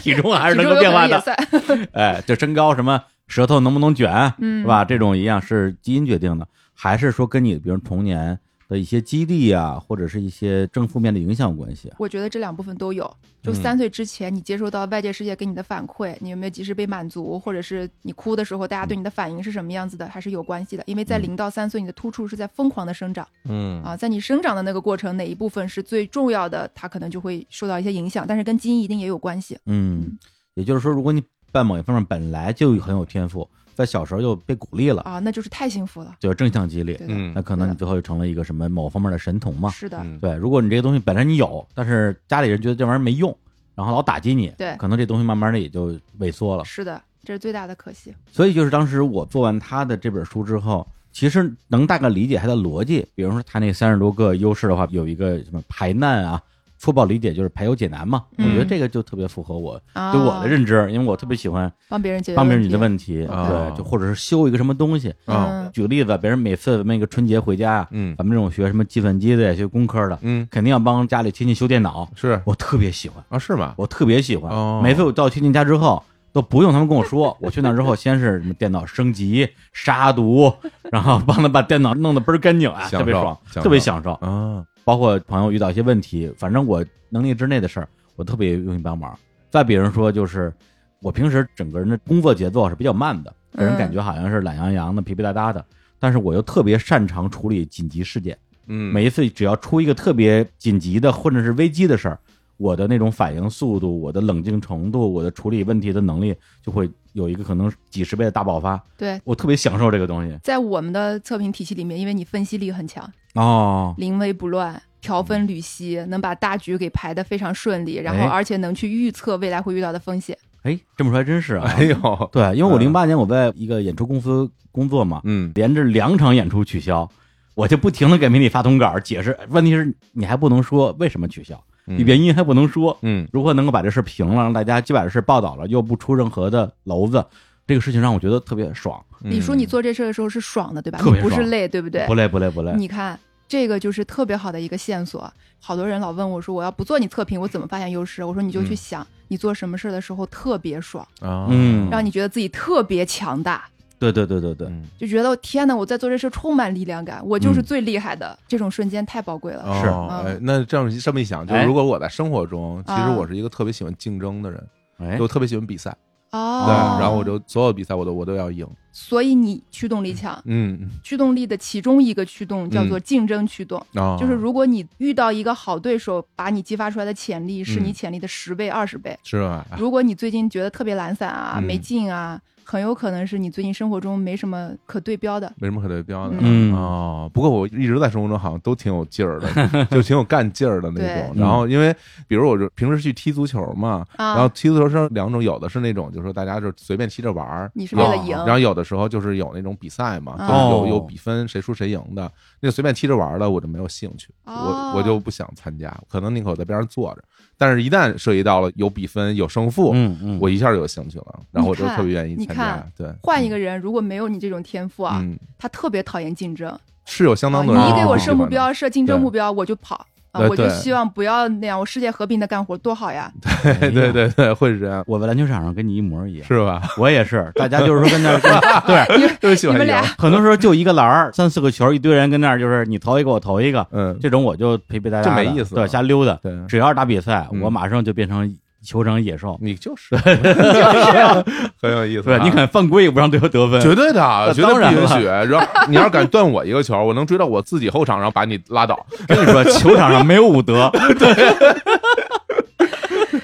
S1: 体重还是能够
S3: 体重有
S1: 变化
S3: 可能也
S1: 的，
S3: 算
S1: 哎，就身高什么舌头能不能卷，
S3: 嗯
S1: 是吧？这种一样是基因决定的，还是说跟你比如童年的一些激励啊，或者是一些正负面的影响有关系啊？
S3: 我觉得这两部分都有。就
S2: 嗯
S3: 三岁之前，你接收到外界世界给你的反馈，你有没有及时被满足，或者是你哭的时候，大家对你的反应是什么样子的，还是有关系的。因为在
S1: 嗯
S3: 零到三岁，你的突触是在疯狂的生长
S2: 嗯
S3: 啊，在你生长的那个过程，哪一部分是最重要的，它可能就会受到一些影响，但是跟基因一定也有关系。
S1: 嗯，也就是说，如果你在某一方面本来就很有天赋，在小时候就被鼓励了，
S3: 啊，那就是太幸福了。
S1: 就是正向激励，
S3: 对的，
S2: 嗯
S1: 那可能你最后就成了一个什么某方面的神童嘛。
S3: 是的，
S2: 嗯
S1: 对，如果你这个东西本来你有，但是家里人觉得这玩意儿没用，然后老打击你，
S3: 对
S1: 可能这东西慢慢的也就萎缩了。
S3: 是的，这是最大的可惜。
S1: 所以就是当时我做完他的这本书之后，其实能大概理解他的逻辑。比如说他那三十多个优势的话，有一个什么排难啊，粗暴理解就是排忧解难嘛。我觉得
S3: 嗯
S1: 这个就特别符合我
S3: 啊，
S1: 对我的认知，因为我特别喜欢
S3: 帮别人解决
S1: 帮别人解决
S3: 题，
S1: 问题，啊哦
S3: 哦
S1: 对，就或者是修一个什么东西。
S2: 啊，
S3: 嗯，
S1: 举个例子，别人每次那个春节回家啊，
S2: 嗯
S1: 咱们这种学什么计算机的、学工科的，
S2: 嗯
S1: 肯定要帮家里亲戚修电脑。
S2: 是
S1: 我特别喜欢，
S2: 啊是吗？
S1: 我特别喜欢。
S2: 哦
S1: 每次我到亲戚家之后，都不用他们跟我说。我去那之后，先是什么电脑升级、杀毒，然后帮他把电脑弄得倍儿干净啊，
S2: 享
S1: 特别
S2: 受
S1: 爽，
S2: 享
S1: 特别
S2: 受
S1: 享受。
S2: 啊，
S1: 包括朋友遇到一些问题，反正我能力之内的事儿，我特别愿意帮忙。再比如说，就是我平时整个人的工作节奏是比较慢的，给人
S3: 嗯
S1: 感觉好像是懒洋洋的、皮皮哒哒的，但是我又特别擅长处理紧急事件。
S2: 嗯，
S1: 每一次只要出一个特别紧急的或者是危机的事儿，我的那种反应速度、我的冷静程度、我的处理问题的能力，就会有一个可能几十倍的大爆发。
S3: 对，
S1: 我特别享受这个东西
S3: 在我们的测评体系里面，因为你分析力很强，
S1: 哦，
S3: 临危不乱。条分缕析，能把大局给排得非常顺利，然后
S1: 哎
S3: 而且能去预测未来会遇到的风险。
S1: 哎，这么说还真是啊。
S2: 哎呦，
S1: 对，因为我
S2: 嗯
S1: 零八年我在一个演出公司工作嘛，
S2: 嗯，
S1: 连着两场演出取消，我就不停的给媒体发通稿解释。问题是你还不能说为什么取消，你原因还不能说。
S2: 嗯
S1: 如何能够把这事平了，让大家既把这事报道了，又不出任何的娄子，这个事情让我觉得特别爽。
S2: 嗯，
S3: 你说你做这事儿的时候是爽的，对吧？
S1: 特别
S3: 你不是
S1: 爽
S3: 累，对不对？
S1: 不累不累不累，
S3: 你看，这个就是特别好的一个线索。好多人老问我说，我要不做你测评，我怎么发现优势？我说你就去
S2: 嗯
S3: 想，你做什么事儿的时候特别爽，
S2: 啊，
S1: 嗯
S3: 让你觉得自己特别强大，
S1: 对对对对对，
S2: 嗯
S3: 就觉得天哪，我在做这事儿充满力量感，我就是
S1: 嗯
S3: 最厉害的。这种瞬间太宝贵了。
S1: 是
S2: 哦哎
S3: 嗯，
S2: 那这样这么一想，就是
S1: 哎
S2: 如果我在生活中，其实
S3: 啊
S2: 我是一个特别喜欢竞争的人，
S1: 哎
S2: 就，特别喜欢比赛，
S3: 哦
S2: 对，，然后我就所有比赛我都我都要赢，
S3: 所以你驱动力强，
S2: 嗯，
S3: 驱动力的其中一个驱动叫做竞争驱动。
S2: 啊，
S3: 就是如果你遇到一个好对手，把你激发出来的潜力是你
S2: 嗯
S3: 潜力的十倍、二十倍。
S2: 是吧？
S3: 如果你最近觉得特别懒散啊、
S2: 嗯
S3: 没劲啊，很有可能是你最近生活中没什么可对标的。
S2: 没什么可对标的，
S1: 嗯
S2: 哦，不过我一直在生活中好像都挺有劲 儿的，就挺有干劲儿的那种。然后因为比如我就平时去踢足球嘛，
S3: 啊
S2: 然后踢足球是两种，有的是那种就是说大家就随便踢着玩儿，
S3: 你是为了
S2: 啊
S3: 赢
S2: 然后有的时候就是有那种比赛嘛，
S3: 啊
S2: 就是有
S1: 哦
S2: 有比分谁输谁赢的，那随便踢着玩儿的我就没有兴趣，
S3: 哦
S2: 我我就不想参加，可能宁可我在边上坐着。但是，一旦涉及到了有比分、有胜负，
S1: 嗯嗯，
S2: 我一下就有兴趣了，然后我就
S3: 你看
S2: 特别愿意
S3: 你
S2: 参
S3: 看
S2: 加。对，
S3: 换一个人，如果没有你这种天赋啊，
S2: 嗯，
S3: 他特别讨厌竞争。
S2: 是有相当多
S3: 啊
S2: 人
S3: 你一给我
S2: 不喜
S3: 设目
S2: 欢 的
S3: 标，设竞争
S2: 对
S3: 目标，我就跑啊，
S2: 对
S3: 我就
S2: 对
S3: 希望不要那样，我世界和平的干活多好呀。
S1: 哎呀
S2: 对对，对对，会是这样，
S1: 我在篮球场上跟你一模一样，
S2: 是 吧？
S1: 我也是，大家就是说 跟那儿对。
S2: 特别喜
S3: 你
S2: 欢
S3: 们
S2: 赢
S3: 俩，
S1: 很多时候就一个篮儿，三四个球，一堆人跟那儿就是你投一个我投一个，
S2: 嗯，
S1: 这种我就陪陪大家
S2: 就没意思了
S1: 对，瞎溜达。
S2: 对，
S1: 只要是打比赛，
S2: 嗯
S1: 我马上就变成球场野兽，
S2: 你 就是，很有意思啊，
S1: 对，你肯犯规也不让对方得分，
S2: 绝对的，绝对
S1: 当然
S2: 不允
S1: 了
S2: 许。然后 你要是敢断我一个球，我能追到我自己后场，然后把你拉倒。
S1: 跟你说，球场上没有武德，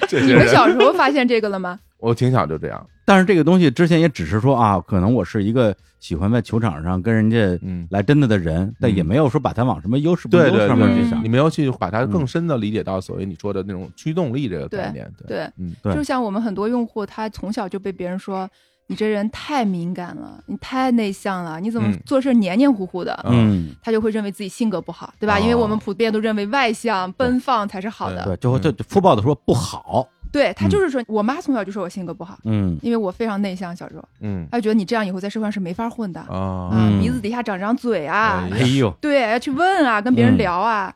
S2: 这
S3: 你
S2: 些
S3: 们
S2: 人，
S3: 小时候发现这个了吗？
S2: 我挺小就这样。
S1: 但是这个东西之前也只是说啊，可能我是一个喜欢在球场上跟人家
S2: 嗯，
S1: 来真的的人，但也没有说把他往什么优势不优
S2: 对对
S1: 势上面去
S2: 对，
S1: 想
S2: 你。没有去把它更深的理解到所谓你说的那种驱动力这个概念。对，
S3: 对，
S2: 嗯，
S1: 对
S3: 就像我们很多用户，他从小就被别人说。你这人太敏感了，你太内向了，你怎么
S2: 嗯
S3: 做事黏黏糊糊的？
S1: 嗯，
S3: 他就会认为自己性格不好，对吧？
S2: 哦
S3: 因为我们普遍都认为外向、奔放才是
S2: 嗯
S3: 好的。
S1: 对，就会就就粗暴的说不好。
S3: 对他就是说，我妈从小就说我性格不好，
S1: 嗯，
S3: 因为我非常内向，小时候，
S2: 嗯
S3: 她就觉得你这样以后在社会上是没法混的，
S2: 啊，
S1: 嗯
S3: 啊，鼻子底下长张嘴啊，
S1: 哎呦，
S3: 对，要去问啊，跟别人
S1: 嗯
S3: 聊啊。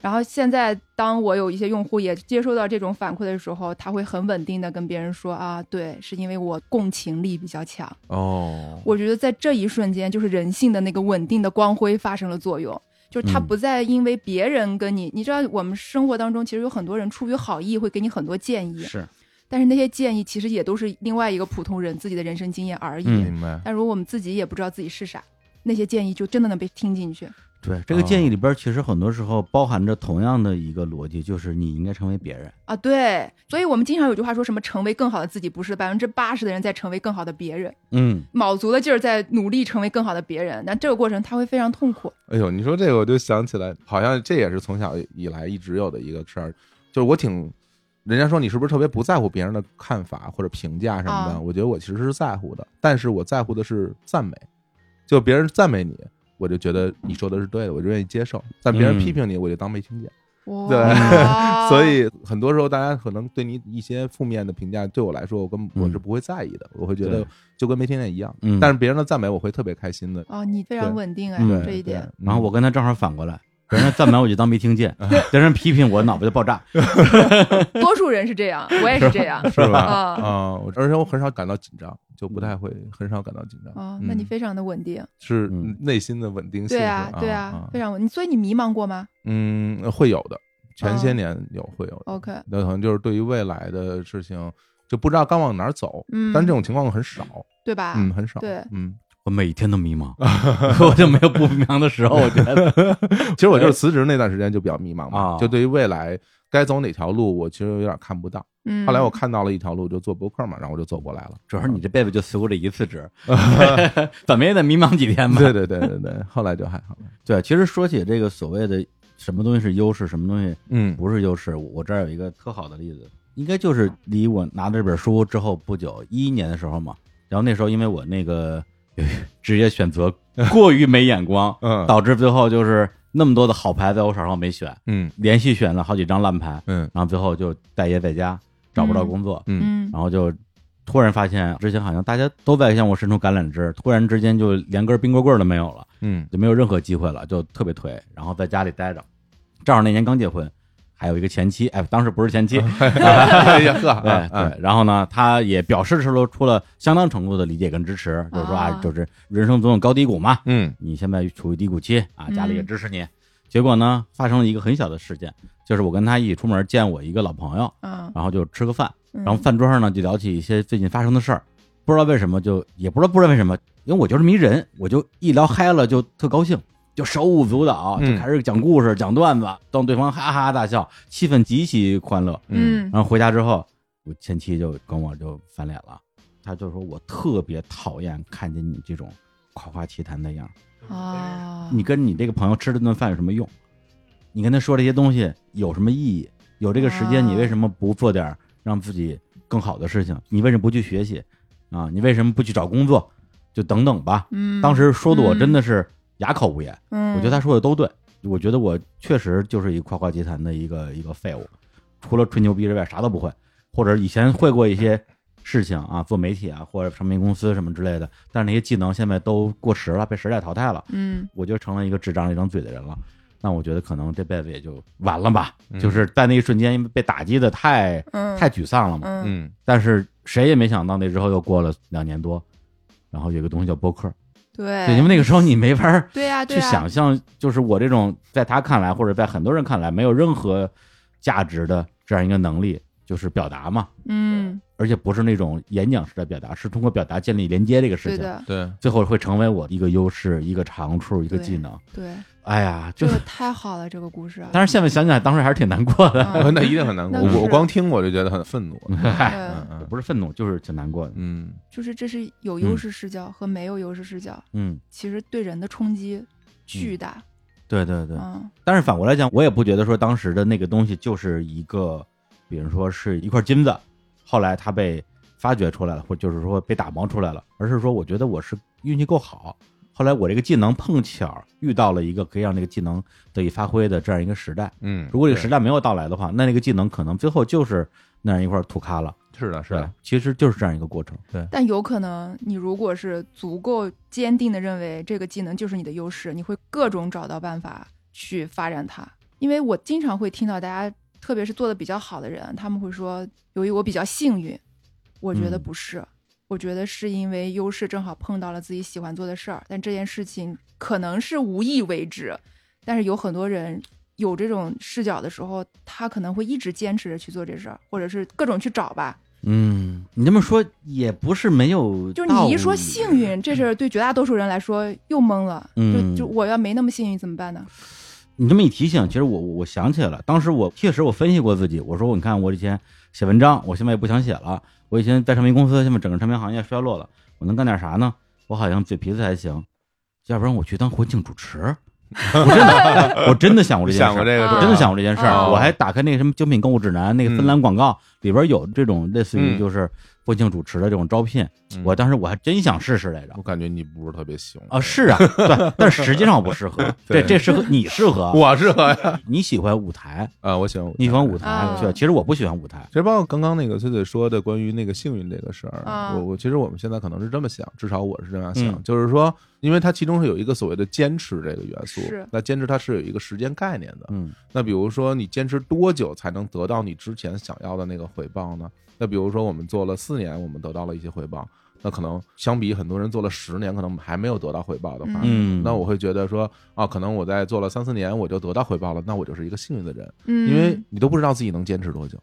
S3: 然后现在，当我有一些用户也接收到这种反馈的时候，他会很稳定的跟别人说啊，对，是因为我共情力比较强。
S2: 哦，
S3: 我觉得在这一瞬间，就是人性的那个稳定的光辉发生了作用，就是他
S1: 嗯
S3: 不再因为别人跟你，你知道我们生活当中其实有很多人出于好意会给你很多建议，
S1: 是，
S3: 但是那些建议其实也都是另外一个普通人自己的人生经验而已。
S1: 嗯
S2: 明白。
S3: 但如果我们自己也不知道自己是啥，那些建议就真的能被听进去。
S1: 对，这个建
S2: 哦
S1: 议里边其实很多时候包含着同样的一个逻辑，就是你应该成为别人。
S3: 啊，对，所以我们经常有句话说什么“成为更好的自己”，不是百分之八十的人在成为更好的别人，
S1: 嗯，
S3: 卯足了劲儿在努力成为更好的别人，那这个过程他会非常痛苦。
S2: 哎呦，你说这个我就想起来，好像这也是从小以来一直有的一个事儿，就是我挺，人家说你是不是特别不在乎别人的看法或者评价什么的，
S3: 啊
S2: 我觉得我其实是在乎的，但是我在乎的是赞美，就别人赞美你。我就觉得你说的是对的，我就愿意接受。但别
S1: 嗯
S2: 人批评你，我就当没听见。
S3: 哇，哦
S2: 对所以很多时候，大家可能对你一些负面的评价，对我来说，我根
S1: 嗯
S2: 我是不会在意的。我会觉得
S1: 对
S2: 就跟没听见一样。
S1: 嗯
S2: 但是别人的赞美，我会特别开心的。
S3: 哦，你非常
S2: 对
S3: 稳定哎，
S1: 嗯
S3: 这一点
S2: 对，
S1: 然后我跟他正好反过来，别人赞美我就当没听见，别人批评我脑袋就爆炸。
S3: 多数人是这样，我也是这样。
S2: 是吧？
S3: 啊
S2: 啊，我而且我很少感到紧张，就不太会，很少感到紧张。
S3: 哦，那你
S2: 嗯
S3: 非常的稳定。
S2: 是
S1: 嗯
S2: 内心的稳定性
S3: 对
S2: 是。
S3: 啊，对
S2: 啊，
S3: 非常稳。所以你迷茫过吗
S2: 嗯，会有的，前些
S3: 哦
S2: 年有会有的。
S3: ？OK，
S2: 那可能就是对于未来的事情就不知道该往哪儿走，
S3: 嗯
S2: 但这种情况很少，
S3: 对吧？
S2: 嗯，很少，
S3: 对
S2: 嗯，
S1: 我每天都迷茫， 我就没有不迷茫的时候。我觉得，
S2: 其实我就是辞职那段时间就比较迷茫嘛，
S1: 啊
S2: 就对于未来该走哪条路，我其实有点看不到。
S3: 嗯。
S2: 后来我看到了一条路，就做博客嘛，然后我就走过来 了。
S1: 主要是你这辈子就辞过这一次职， 怎么也得迷茫几天吧？
S2: 对对对对对，后来就还好了。
S1: 对，其实说起这个所谓的什么东西是优势，什么东西
S2: 嗯，
S1: 不是优势，我这儿有一个特好的例子，应该就是离我拿这本书之后不久，一一年的时候嘛。然后那时候因为我那个职业选择过于没眼光，
S2: 嗯
S1: 导致最后就是那么多的好牌在我手上没选，
S2: 嗯
S1: 连续选了好几张烂牌，
S2: 嗯
S1: 然后最后就待业在家，找不到工作，
S2: 嗯
S3: 嗯
S1: 然后就突然发现之前好像大家都在向我伸出橄榄枝，突然之间就连根冰棍棍儿都没有了。
S2: 嗯
S1: 就没有任何机会了，就特别颓，然后在家里待着。正好那年刚结婚，还有一个前妻，哎，当时不是前妻，
S2: 哎 呀呵，
S1: 对
S2: 啊啊
S1: 对。然后呢，他也表示出出了相当程度的理解跟支持，就是说啊
S3: 啊，
S1: 就是人生总有高低谷嘛，
S2: 嗯
S1: 你现在处于低谷期啊，
S3: 嗯
S1: 家里也支持你。结果呢，发生了一个很小的事件，就是我跟他一起出门见我一个老朋友，
S3: 嗯，
S1: 然后就吃个饭，
S3: 然
S1: 然后饭桌上呢就聊起一些最近发生的事儿，不知道为什么就也不知道不知道为什么，因为我就是迷人，我就一聊嗨了就特高兴，就手舞足蹈，
S2: 嗯
S1: 就开始讲故事、讲段子，逗对方哈哈大笑，气氛极其欢乐。
S3: 嗯
S1: 然后回家之后，我前妻就跟我就翻脸了，她就说我特别讨厌看见你这种夸夸其谈的样儿，
S3: 啊，
S1: 你跟你这个朋友吃这顿饭有什么用？你跟他说这些东西有什么意义？有这个时间，
S3: 啊
S1: 你为什么不做点儿让自己更好的事情？你为什么不去学习？啊，你为什么不去找工作？就等等吧。
S3: 嗯，
S1: 当时说的我真的是哑口无言，
S3: 嗯，
S1: 我觉得他说的都对，我觉得我确实就是一夸夸其谈的一个一个废物，除了吹牛逼之外啥都不会，或者以前会过一些事情啊，做媒体啊或者唱片公司什么之类的，但是那些技能现在都过时了，被时代淘汰了。
S3: 嗯
S1: 我就成了一个只长一张嘴的人了。那我觉得可能这辈子也就完了吧，
S2: 嗯
S1: 就是在那一瞬间因为被打击的太
S3: 嗯
S1: 太沮丧了嘛。
S3: 嗯
S2: 嗯
S1: 但是谁也没想到，那之后又过了两年多，然后有一个东西叫播客，
S3: 对
S1: 对，因为那个时候你没法儿
S3: 对呀对啊
S1: 去
S3: 呀，
S1: 想象，就是我这种在他看来或者在很多人看来没有任何价值的这样一个能力，就是表达嘛，
S3: 嗯
S1: 而且不是那种演讲式的表达，是通过表达建立连接这个事
S3: 对
S1: 情，
S3: 的
S2: 对，
S1: 最后会成为我一个优势、一个长处、一个
S3: 对
S1: 技能。
S3: 对，
S1: 哎呀，
S3: 这
S1: 就
S3: 个太好了这个故事，啊
S1: 但是现在想起来，当时还是挺难过的，
S3: 嗯
S2: 呃那一定很难过。
S3: 那
S2: 我我
S3: 是
S2: 光听我就觉得很愤怒。
S1: 嗨，
S3: 嗯
S2: 嗯
S1: 不是愤怒，就是挺难过的。
S2: 嗯
S3: 就是这是有
S1: 嗯
S3: 优势视角和没有优势视角，
S1: 嗯，
S3: 其实对人的冲击巨大，
S1: 对嗯对对。
S3: 嗯
S1: 但是反过来讲，我也不觉得说当时的那个东西就是一个，比如说是一块金子，后来它被发掘出来了，或就是说被打磨出来了，而是说我觉得我是运气够好。后来我这个技能碰巧遇到了一个可以让这个技能得以发挥的这样一个时代。
S2: 嗯，
S1: 如果这个
S2: 对
S1: 时代没有到来的话，那那个技能可能最后就是那样一块土咖了。
S2: 是的，是
S1: 对
S2: 的，，
S1: 其实就是这样一个过程。
S3: 但有可能你如果是足够坚定的认为这个技能就是你的优势，你会各种找到办法去发展它。因为我经常会听到大家，特别是做的比较好的人，他们会说，由于我比较幸运，我觉得
S1: 嗯
S3: 不是。我觉得是因为优势正好碰到了自己喜欢做的事儿，但这件事情可能是无意为之，但是有很多人有这种视角的时候，他可能会一直坚持着去做这事儿，或者是各种去找吧。
S1: 嗯，你这么说也不是没有道
S3: 就
S1: 理，
S3: 是你一说幸运这事儿，对绝大多数人来说又懵了。
S1: 嗯
S3: 就就我要没那么幸运怎么办呢？
S1: 你这么一提醒，其实我我我想起来了，当时我确实我分析过自己，我说我你看我以前写文章，我现在也不想写了，我以前在唱片公司，现在整个唱片行业衰落了，我能干点啥呢？我好像嘴皮子还行，要不然我去当婚庆主 持，我真的我真的想过
S2: 我
S1: 这件
S2: 想
S1: 事
S2: 过
S1: 儿。
S2: 这个，
S1: 我
S3: 啊
S1: 真的想过这件事儿，
S3: 啊
S1: 我还打开那个什么精品购物指南，那个芬兰广告里边有这种类似于
S2: 嗯
S1: 就是婚庆主持的这种招聘，我当时我还真想试试来着
S2: 我。感觉你不是特别行
S1: 啊，是啊，对，但是实际上我不适合，这
S2: 对
S1: 这适合你适合，
S2: 我适合呀，
S1: 你喜欢舞台，
S2: 啊，我喜欢舞台
S1: 你喜欢舞台
S3: 啊，
S1: 对，其实我不喜欢舞台，
S2: 其实包括刚刚那个崔崔说的关于那个幸运这个事儿，
S3: 啊
S2: 我我其实我们现在可能是这么想，至少我是这样想，
S1: 嗯
S2: 就是说，因为它其中是有一个所谓的坚持这个元素
S3: 是，
S2: 那坚持它是有一个时间概念的。
S1: 嗯
S2: 那比如说你坚持多久才能得到你之前想要的那个回报呢？那比如说我们做了四年，我们得到了一些回报，那可能相比很多人做了十年，可能还没有得到回报的话，
S1: 嗯，
S2: 那我会觉得说啊，可能我在做了三四年我就得到回报了，那我就是一个幸运的人。
S3: 嗯，
S2: 因为你都不知道自己能坚持多久，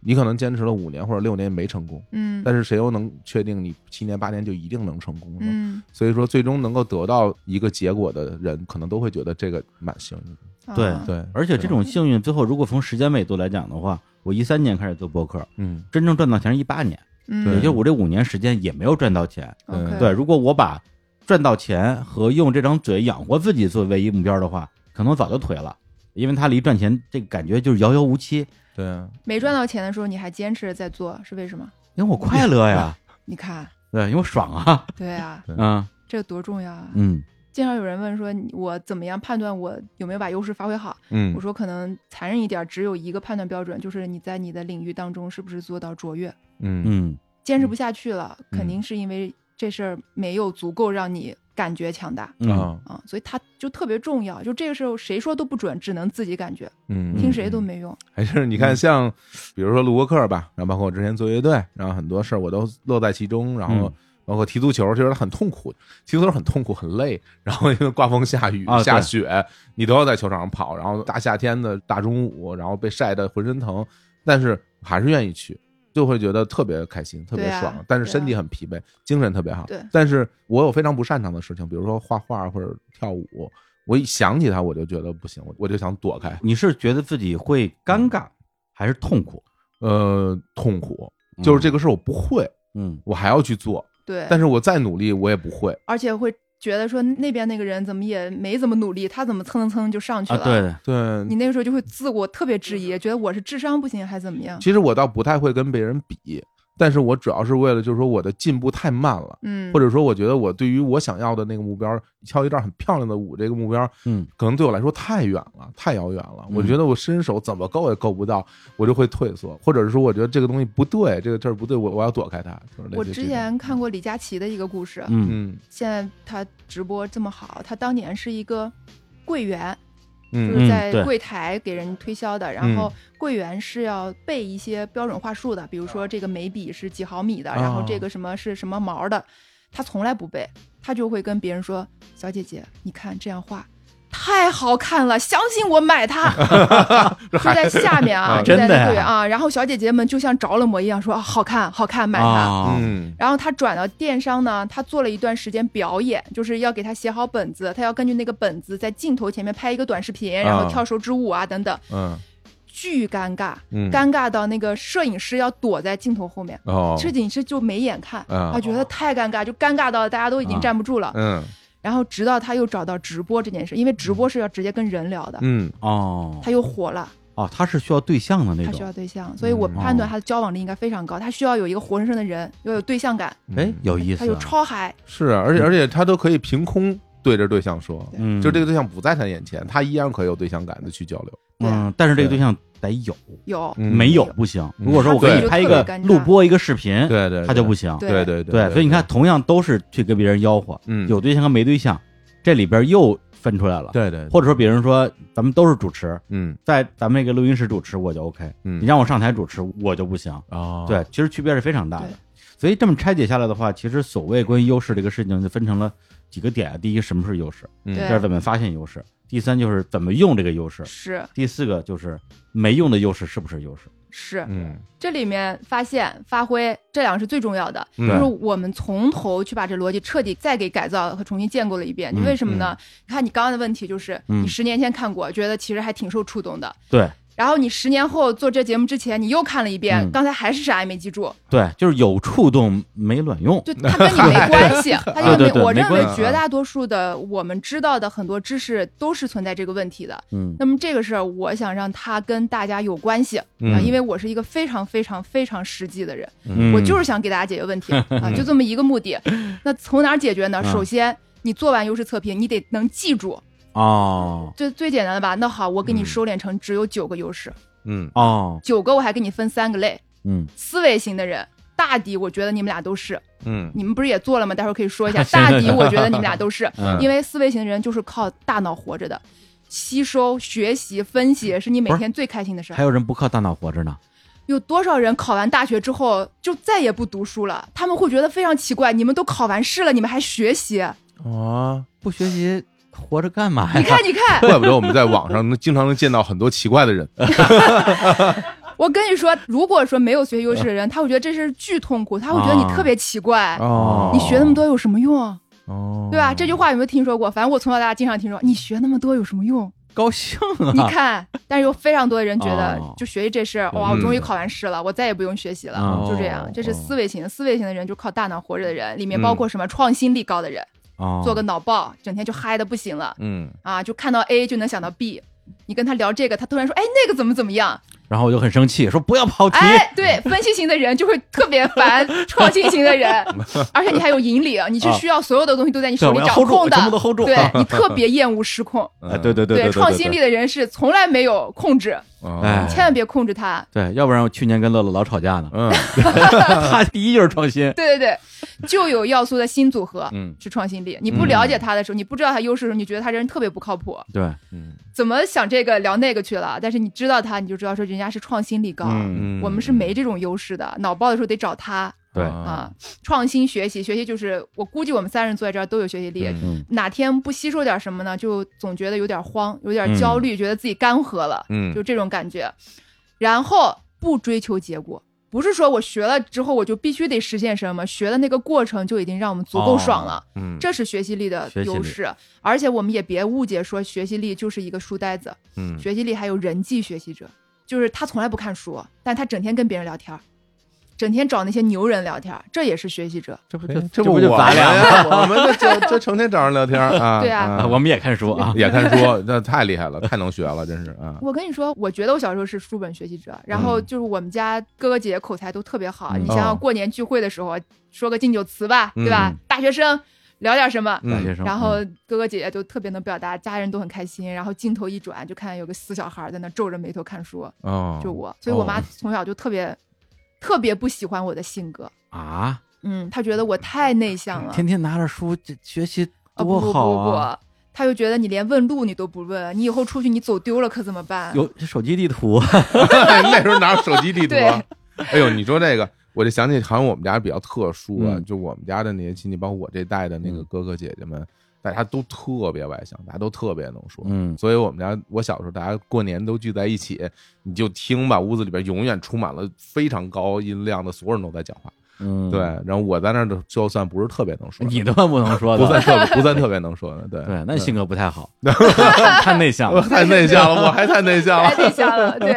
S2: 你可能坚持了五年或者六年没成功，
S3: 嗯，
S2: 但是谁又能确定你七年八年就一定能成功呢？
S3: 嗯，
S2: 所以说，最终能够得到一个结果的人，可能都会觉得这个蛮幸运的。
S1: 对
S3: 啊
S2: 对，
S1: 而且这种幸运，最后如果从时间维度来讲的话，我一三年开始做播客，
S2: 嗯，
S1: 真正赚到钱是一八年，也
S3: 嗯，
S1: 就是我这五年时间也没有赚到钱。
S3: OK
S1: 对，，如果我把赚到钱和用这张嘴养活自己作为唯一目标的话，可能早就颓了，因为它离赚钱这个感觉就是遥遥无期。
S2: 对啊，
S3: 没赚到钱的时候你还坚持着在做，是为什么？
S1: 因为我快乐 呀，
S3: 你看，
S1: 对，因为我爽啊，
S3: 对啊，
S2: 对
S1: 嗯
S3: 这多重要啊！
S1: 嗯
S3: 经常有人问说，你我怎么样判断我有没有把优势发挥好？
S2: 嗯
S3: 我，说可能残忍一点，只有一个判断标准，就是你在你的领域当中是不是做到卓越。
S2: 嗯
S1: 嗯
S3: 坚持不下去了，肯
S2: 嗯
S3: 定是因为这事儿没有足够让你感觉强大
S1: 嗯
S2: 啊，
S3: 啊、所以它就特别重要。就这个时候谁说都不准，只能自己感觉，
S2: 嗯，
S3: 听谁都
S2: 嗯。
S3: 没用。
S2: 还是你看，像比如说录播客吧，然后包括我之前做乐队，然后很多事儿我都乐在其中，然后
S1: 嗯
S2: 包括踢足球，觉得很痛苦，踢足球很痛苦，很累，然后因为刮风下雨
S1: 啊对
S2: 下雪，你都要在球场上跑，然后大夏天的大中午，然后被晒得浑身疼，但是还是愿意去。就会觉得特别开心，特别
S3: 对啊
S2: 爽，但是
S3: 对啊
S2: 身体很疲惫，精神特别好。
S3: 对
S2: 但是我有非常不擅长的事情，比如说画画或者跳舞，我一想起它我就觉得不行，我我就想躲开。
S1: 你是觉得自己会
S2: 嗯
S1: 尴尬还是痛苦？
S2: 呃，痛苦，就是这个事儿我不会，
S1: 嗯
S2: 我还要去做，
S3: 对，
S2: 但是我再努力我也不会。
S3: 而且会觉得说那边那个人怎么也没怎么努力，他怎么蹭蹭蹭就上去
S1: 啊，
S3: 了？
S1: 对，对
S2: 对，
S3: 你那个时候就会自我特别质疑，觉得我是智商不行还是怎么样？
S2: 其实我倒不太会跟别人比，但是我主要是为了就是说我的进步太慢了，
S3: 嗯，
S2: 或者说我觉得我对于我想要的那个目标，跳一段很漂亮的舞这个目标，
S1: 嗯
S2: 可能对我来说太远了，太遥远了。
S1: 嗯
S2: 我觉得我伸手怎么够也够不到，我就会退缩，或者是说我觉得这个东西不对，这个事儿不对，我我要躲开它。就是类
S3: 我
S2: 似于
S3: 之
S2: 这种
S3: 前看过李佳琦的一个故事，
S1: 嗯
S2: 嗯
S3: 现在他直播这么好，他当年是一个柜员，就
S2: 嗯
S3: 是
S1: 对
S3: 在柜台给人推销的，然后柜员是要背一些标准话术的，比如说这个眉笔是几毫米的，
S2: 哦
S3: 然后这个什么是什么毛的，他从来不背，他就会跟别人说：“小姐姐，你看这样画。”太好看了，相信我买它。就在下面啊，
S2: 啊
S3: 就
S1: 真
S3: 在
S1: 的呀
S3: 那柜员啊，然后小姐姐们就像着了魔一样说啊：“好看，好看，买它。
S1: 啊
S2: 嗯
S3: 然后他转到电商呢，他做了一段时间表演，就是要给他写好本子，他要根据那个本子在镜头前面拍一个短视频，然后跳手指舞啊等等，
S2: 嗯
S3: 巨尴尬，
S2: 嗯，
S3: 尴尬到那个摄影师要躲在镜头后面，
S2: 哦，
S3: 摄影师就没眼看，
S2: 嗯
S3: 他觉得太尴尬，就尴尬到大家都已经站不住了。
S2: 嗯
S3: 然后直到他又找到直播这件事，因为直播是要直接跟人聊的，
S2: 嗯
S1: 哦
S3: 他又火了，
S1: 哦，他是需要对象的那
S3: 他需
S1: 种
S3: 要。对象，所以我判断他的交往力应该非常高，他需要有一个活生生的人，要有对象感，
S1: 哎
S2: 嗯，
S1: 有意思
S3: 他
S1: 啊，
S3: 有超嗨，
S2: 是，啊而且而且他都可以凭空对着对象说，
S1: 嗯，
S2: 就这个对象不在他眼前，他依然可以有对象感的去交流。
S3: 对
S1: 嗯，但是这个对象得有，
S3: 有。
S1: 没有
S3: 有
S1: 不行。
S2: 嗯
S1: 如果说我给
S2: 对
S1: 你拍一
S3: 就
S1: 个
S3: 特别尴尬
S1: 录播一个视频，
S2: 对对，
S1: 嗯他就不行。
S3: 对
S2: 对对
S1: 对，所以你看，，同样都是去跟别人吆喝，
S2: 嗯，
S1: 有对象和没对象，这里边又分出来了。
S2: 对对，
S1: 或者说，比如说咱们都是主持，
S2: 嗯
S1: 在咱们这个录音室主持我就 OK，
S2: 嗯，
S1: 你让我上台主持我就不行。
S2: 哦，
S1: 对，其实区别是非常大的
S3: 对。
S1: 所以这么拆解下来的话，其实所谓关于优势这个事情就分成了几个点：啊第一，什么是优势；
S2: 嗯
S1: 第
S3: 对
S1: 二，怎么发现优势；第三，就是怎么用这个优势；
S3: 是
S1: 第四个就是没用的优势是不是优势？
S3: 是，
S2: 嗯，
S3: 这里面发现、发挥这两个是最重要的，
S2: 嗯
S3: 就是我们从头去把这逻辑彻底再给改造和重新建构了一遍。
S1: 嗯
S3: 为什么呢？你看你刚刚的问题就是，
S1: 嗯
S3: 你十年前看过，觉得其实还挺受触动的。
S1: 对，
S3: 然后你十年后做这节目之前，你又看了一遍，
S1: 嗯
S3: 刚才还是啥也没记住，
S1: 对，就是有触动没卵用，
S3: 就它跟你没关系，它就
S1: 对对对
S3: 我
S1: 没
S3: 认
S1: 关啊
S3: 为
S2: 系
S3: 绝大多数的我们知道的很多知识都是存在这个问题的。
S1: 嗯
S3: 那么这个事儿，我想让它跟大家有关系啊，
S2: 嗯
S3: 因为我是一个非常非常非常实际的人，
S1: 嗯，
S3: 我就是想给大家解决 问题啊，就这么一个目的。那从哪儿解决呢？
S1: 嗯
S3: 首先，你做完优势测评，你得能记住，
S1: 哦
S3: 这最简单的吧？那好，我给你
S2: 嗯
S3: 收敛成只有九个优势，
S2: 嗯
S1: 哦，
S3: 九个我还给你分三个类，
S1: 嗯，。
S3: 思维型的人。大抵我觉得你们俩都是，
S2: 嗯
S3: 你们不是也做了吗？待会儿可以说一下
S1: 是
S3: 大抵我觉得你们俩都是，
S1: 嗯
S3: 因为思维型的人就是靠大脑活着的，吸收、学习、分析是你每
S1: 不是
S3: 天最开心的事
S1: 还
S3: 儿。
S1: 有人不靠大脑活着呢，
S3: 有多少人考完大学之后就再也不读书了？他们会觉得非常奇怪，你们都考完试了，你们还 学习？
S2: 啊，
S1: 不学习活着干嘛呀？
S3: 你看，你看，
S2: 怪不得我们在网上能经常能见到很多奇怪的人。
S3: 我跟你说，如果说没有学习优势的人，他会觉得这是巨痛苦，他会觉得你特别奇怪，
S1: 哦
S3: 你学那么多有什么用？
S2: 哦，
S1: 啊
S3: 对吧？啊这句话有没有听说过？反正我从小到大经常听说，你学那么多有什 么用？
S1: 高兴啊，
S3: 你看，但是有非常多的人觉得
S1: 哦，
S3: 就学习这事儿，
S1: 嗯
S3: 哇，我终于考完试了，我再也不用学习了
S1: 哦，
S3: 就这样。这是思维型的，思维型的人就靠大脑活着的人，里面
S2: 嗯
S3: 包括什么创新力高的人，
S1: 哦
S3: 做个脑爆，整天就嗨的不行了
S2: 嗯，
S3: 啊，就看到 A 就能想到 B。你跟他聊这个，他突然说：“哎，那个怎么怎么样
S1: 然后我就很生气，说不要跑？”题，
S3: 哎，对，分析型的人就会特别烦创新型 的人，而且你还有引领，你是需要所有的东西都在你手里
S1: 啊对我要
S3: 掌
S1: hold 住
S3: 控的
S1: 我全部都 hold 住，啊
S3: 对你特别厌恶失控。
S2: 嗯
S1: 哎，对 对对对，
S3: 创新力，的人是从来没有控制，
S1: 哎
S2: 哦，
S3: 千万别控制他。
S1: 对，要不然我去年跟乐乐老吵 架呢，
S2: 嗯
S1: 他第一就是创新，
S3: 对对对，就有要素的新组合，
S2: 嗯
S3: 是创新力。你不
S1: 嗯
S3: 了解他的时候，你不知道他优势的时候，你觉得他人特别不靠谱，
S1: 对，
S2: 嗯
S3: 怎么想这个聊那个去了？但是你知道他，你就知道说人家是创新力高，
S2: 嗯，
S3: 我们是没这种优势的。脑爆的时候得找他
S1: 对
S2: 嗯
S3: 啊，创新学习，学习就是我估计我们三人坐在这儿都有学习力。
S2: 嗯
S1: 嗯
S3: 哪天不吸收点什么呢？就总觉得有点慌，有点焦虑，觉得自己干涸了，
S2: 嗯
S3: 就这种感觉。然后不追求结果，不是说我学了之后我就必须得实现什么，学的那个过程就已经让我们足够爽了。
S2: 嗯
S3: 这是学习力的
S1: 学习力
S3: 优势，而且我们也别误解说学习力就是一个书呆子，
S2: 嗯
S3: 学习力还有人际学习者，就是他从来不看书，但他整天跟别人聊天儿，整天找那些牛人聊天儿，这也是学习者。
S1: 这不
S2: 哎
S1: 这
S2: 不
S1: 就
S2: 我
S1: 咱
S2: 们
S1: 俩
S2: 呀，我们这这这成天找人聊天儿啊，
S3: 对啊
S1: 啊我们也看书啊，
S2: 也看书，那太厉害了，太能学了，真是啊，
S3: 我跟你说，我觉得我小时候是书本学习者，然后就是我们家哥哥姐姐口才都特别好。
S1: 嗯
S3: 你想
S2: 哦
S3: 想过年聚会的时候，啊说个敬酒词吧，对吧？
S1: 嗯
S3: 大学生聊点什么。
S1: 大学生，
S3: 嗯
S1: 嗯
S3: 然后哥哥姐姐就特别能表达，家人都很开心。然后镜头一转，就看有个死小孩在那皱着眉头看书，
S2: 哦，
S3: 就我。所以我妈从小就特别，特别不喜欢我的性格。
S1: 嗯啊，
S3: 嗯，她觉得我太内向了，
S1: 天天拿着书这学习
S3: 啊不
S1: 多
S3: 不不
S1: 好
S3: 不
S1: 啊，
S3: 不，她就觉得你连问路你都不问，你以后出去你走丢了可怎么办？
S1: 有手机地 图，
S2: 那时候哪有手机地图？啊？哎呦，你说这个，我就想起好像我们家比较特殊啊，
S1: 嗯
S2: 就我们家的那些亲戚，包括我这代的那个哥哥姐姐们，大家都特别外向，大家都特别能说。
S1: 嗯
S2: 所以我们家我小时候，大家过年都聚在一起，你就听吧，屋子里边永远充满了非常高音量的，所有人都在讲话。
S1: 嗯，
S2: 对，，然后我在那儿就算不是特别能说的，
S1: 你都不能说
S2: 不
S1: 的，
S2: 算特 别不算特别能说的，对
S1: 对，那
S2: 嗯
S1: 你性格不太好， 太内向
S2: 我
S1: 了，
S2: 太内向了，我还太内向
S3: 太
S2: 了，
S3: 内向了，对。